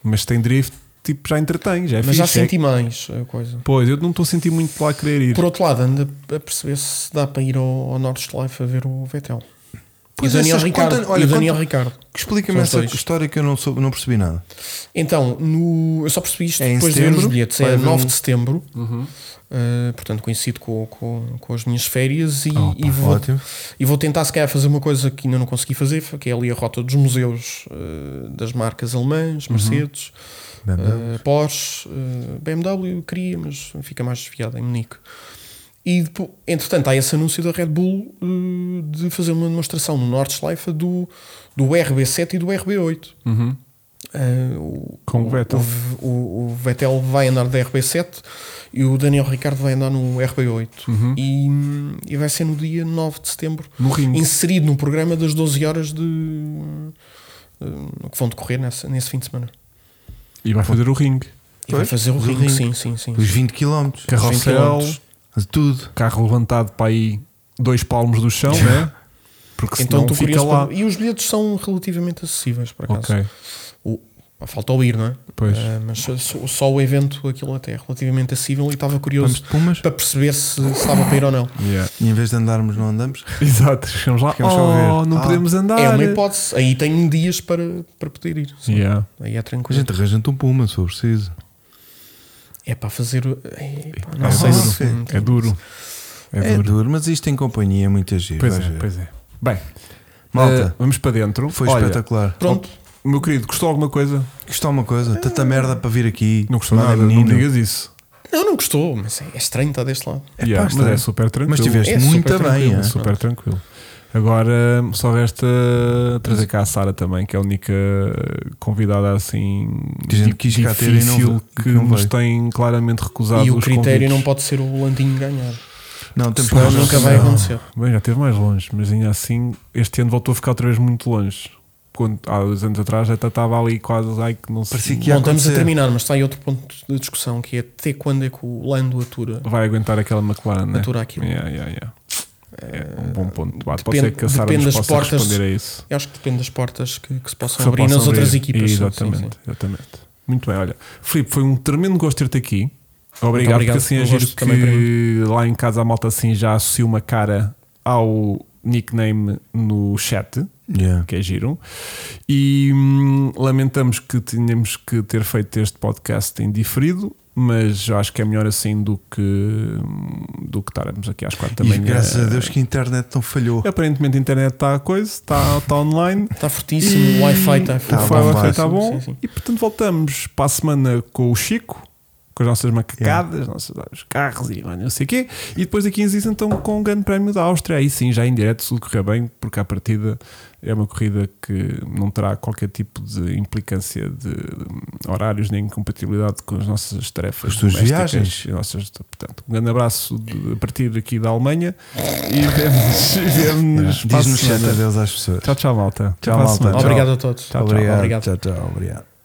Speaker 2: Mas tem drift, tipo, já entretém, já é
Speaker 3: mas já
Speaker 2: fixe, é-
Speaker 3: senti mais a coisa.
Speaker 2: Pois, eu não estou a sentir muito lá a querer ir.
Speaker 3: Por outro lado, anda a perceber se dá para ir ao, ao Nordschleife a ver o Vettel.
Speaker 1: Pois
Speaker 3: e o Daniel
Speaker 1: essas-
Speaker 3: Ricardo.
Speaker 1: conta- olha,
Speaker 3: e o Daniel
Speaker 1: conta-
Speaker 3: Ricardo.
Speaker 1: Explica-me
Speaker 3: São os
Speaker 1: essa
Speaker 3: dois.
Speaker 1: história que eu não, soube, não percebi nada.
Speaker 3: Então, no, eu só percebi isto
Speaker 1: É em
Speaker 3: depois de ver os
Speaker 1: setembro?
Speaker 3: bilhetes.
Speaker 1: Vai
Speaker 3: É
Speaker 1: haver
Speaker 3: 9
Speaker 1: um-
Speaker 3: de setembro. Uh, portanto, coincido com, com, com as minhas férias. E, e vou,
Speaker 1: ótimo.
Speaker 3: e vou tentar, se calhar, fazer uma coisa que ainda não consegui fazer, que é ali a rota dos museus uh, das marcas alemãs,
Speaker 1: Uhum.
Speaker 3: Mercedes, eh,
Speaker 1: BMW.
Speaker 3: uh, Porsche, uh, BMW. Queria, mas fica mais desviada em Munique. E depois, entretanto, há esse anúncio da Red Bull eh, de fazer uma demonstração no Nordschleife do, do RB7 e do RB8. Eh, o,
Speaker 2: Com o Vettel.
Speaker 3: O, o- o Vettel vai andar da RB7 e o Daniel Ricardo vai andar no RB8.
Speaker 2: Uhum.
Speaker 3: E, e vai ser no dia 9 de setembro,
Speaker 2: No ringue.
Speaker 3: inserido no programa das 12 horas de. eh, que vão decorrer nessa- nesse fim de semana.
Speaker 2: E vai fazer o ringue.
Speaker 3: E vai
Speaker 1: Pois,
Speaker 3: fazer o
Speaker 1: do
Speaker 3: ringue,
Speaker 1: ringue.
Speaker 3: sim, sim, sim.
Speaker 1: Os 20 km,
Speaker 2: Carrossel,
Speaker 3: 20 km.
Speaker 1: tudo.
Speaker 2: carro levantado para aí dois palmos do chão, né? Porque
Speaker 3: Então
Speaker 2: senão
Speaker 3: tu
Speaker 2: fica
Speaker 3: fica
Speaker 2: lá.
Speaker 3: E os bilhetes são relativamente acessíveis, por acaso.
Speaker 2: Ok,
Speaker 3: O- pá, falta ouvir, não é?
Speaker 2: Pois.
Speaker 3: Ah, mas só, só- só o evento, aquilo até é relativamente acessível e estava
Speaker 1: Vamos
Speaker 3: curioso
Speaker 1: de Pumas.
Speaker 3: para perceber se, se estava para ir ou não.
Speaker 2: yeah.
Speaker 1: E em vez de andarmos, não andamos.
Speaker 2: exato. Chegamos lá,
Speaker 1: Ficamos só a
Speaker 2: oh,
Speaker 1: ver.
Speaker 2: não
Speaker 1: Ah.
Speaker 2: podemos andar.
Speaker 3: É uma hipótese. Aí tenho dias para, para poder ir. Sim.
Speaker 2: Yeah.
Speaker 3: Aí é
Speaker 1: A
Speaker 3: tranquilo.
Speaker 1: gente arranja-te um Puma, se for preciso.
Speaker 3: É para fazer. o- é, pá,
Speaker 2: então-
Speaker 3: não
Speaker 2: É
Speaker 3: sei
Speaker 2: duro.
Speaker 3: se.
Speaker 2: É duro. É
Speaker 1: É,
Speaker 2: duro.
Speaker 1: duro, mas isto em companhia é muito giro.
Speaker 2: Pois
Speaker 1: vais
Speaker 2: é,
Speaker 1: ver.
Speaker 2: pois é. Bem,
Speaker 1: Malta.
Speaker 2: eh, vamos para dentro.
Speaker 1: Foi
Speaker 2: Olha,
Speaker 1: espetacular.
Speaker 3: Pronto.
Speaker 2: Meu querido, gostou alguma coisa?
Speaker 1: Gostou uma coisa? Tanta merda para vir aqui.
Speaker 2: Não gostou
Speaker 1: Nada,
Speaker 2: nada, não
Speaker 1: menino.
Speaker 2: digas isso.
Speaker 3: Não, não gostou, mas é, é estranho estar deste lado.
Speaker 1: É
Speaker 2: Yeah,
Speaker 1: pá,
Speaker 2: mas
Speaker 1: estranho.
Speaker 2: é super tranquilo.
Speaker 1: Mas estiveste
Speaker 3: É super
Speaker 1: muito bem.
Speaker 3: tranquilo,
Speaker 1: é?
Speaker 3: super
Speaker 2: super tranquilo. Agora só resta trazer cá a Sara também, que é a única convidada assim
Speaker 1: Que a gente quis cá ter e não
Speaker 2: difícil
Speaker 1: veio-
Speaker 2: que
Speaker 1: não
Speaker 2: nos
Speaker 1: veio.
Speaker 2: tem claramente recusado
Speaker 3: e o
Speaker 2: os
Speaker 3: critério
Speaker 2: convites.
Speaker 3: não pode ser o Landinho ganhar.
Speaker 1: Não, temos um que
Speaker 3: Senão
Speaker 1: arranjar
Speaker 3: nunca
Speaker 1: outra
Speaker 3: vai
Speaker 1: merda.
Speaker 3: acontecer.
Speaker 2: Bem, já esteve mais longe, mas ainda assim este ano voltou a ficar outra vez muito longe. Quando, há dois anos atrás já estava ali quase ai que não
Speaker 1: Parecia
Speaker 2: se
Speaker 1: que ia
Speaker 3: Bom, estamos a
Speaker 1: acontecer.
Speaker 3: terminar, mas está aí outro ponto de discussão que é até quando é que o Lando atura,
Speaker 2: vai aguentar aquela McLaren, né?
Speaker 3: atura aquilo.
Speaker 2: Yeah, yeah, yeah. É um bom ponto. de debate. Pode
Speaker 3: depende-
Speaker 2: ser que a Sara
Speaker 3: depende
Speaker 2: nos
Speaker 3: das
Speaker 2: possa
Speaker 3: portas
Speaker 2: responder a isso.
Speaker 3: Eu acho que depende das portas que, que se possam
Speaker 2: Só
Speaker 3: abrir
Speaker 2: posso
Speaker 3: nas outras
Speaker 2: abrir.
Speaker 3: equipas. sim,
Speaker 2: Exatamente,
Speaker 3: sim, sim.
Speaker 2: exatamente. Muito bem, olha. Filipe, foi um tremendo gosto ter-te aqui. Obrigado,
Speaker 3: obrigado,
Speaker 2: porque assim é
Speaker 3: um
Speaker 2: giro
Speaker 3: gosto também para
Speaker 2: que lá em casa a malta assim já associa uma cara ao nickname no chat,
Speaker 1: Yeah.
Speaker 2: que é giro. E hum, lamentamos que tínhamos que ter feito este podcast em diferido, mas eu acho que é melhor assim do que, hum, do que estarmos aqui às quatro da
Speaker 1: E
Speaker 2: manhã.
Speaker 1: graças a Deus que a internet não
Speaker 2: É
Speaker 1: falhou.
Speaker 2: Aparentemente a internet está a coisa, está, está online.
Speaker 3: Está fortíssimo, o Wi-Fi está
Speaker 1: Tá
Speaker 2: O
Speaker 1: bom,
Speaker 2: Fábio Alfredo
Speaker 1: vai.
Speaker 2: está
Speaker 3: Sim,
Speaker 2: bom.
Speaker 3: sim, sim.
Speaker 2: E portanto voltamos para a semana com o Chico, com as nossas macacadas, nossos, os carros e não sei o quê. E depois daqui 15 dias então com o Grande Prémio da Áustria. Aí sim, já em direto, se tudo correr bem, porque à partida é uma corrida que não terá qualquer tipo de implicância de horários nem incompatibilidade com as nossas tarefas.
Speaker 1: As tuas
Speaker 2: domésticas
Speaker 1: viagens.
Speaker 2: e Nossas, portanto, um grande abraço de- a partir daqui da Alemanha e vemos-nos
Speaker 1: Yeah.
Speaker 2: vemos
Speaker 1: Diz-nos chat adeus às pessoas.
Speaker 2: né? Tchau, tchau, malta.
Speaker 1: Tchau,
Speaker 2: Até para a
Speaker 1: malta.
Speaker 2: semana.
Speaker 1: Tchau.
Speaker 3: Obrigado a todos.
Speaker 2: Tchau, tchau.
Speaker 1: obrigado.
Speaker 3: Obrigado.
Speaker 1: Tchau, tchau. Obrigado.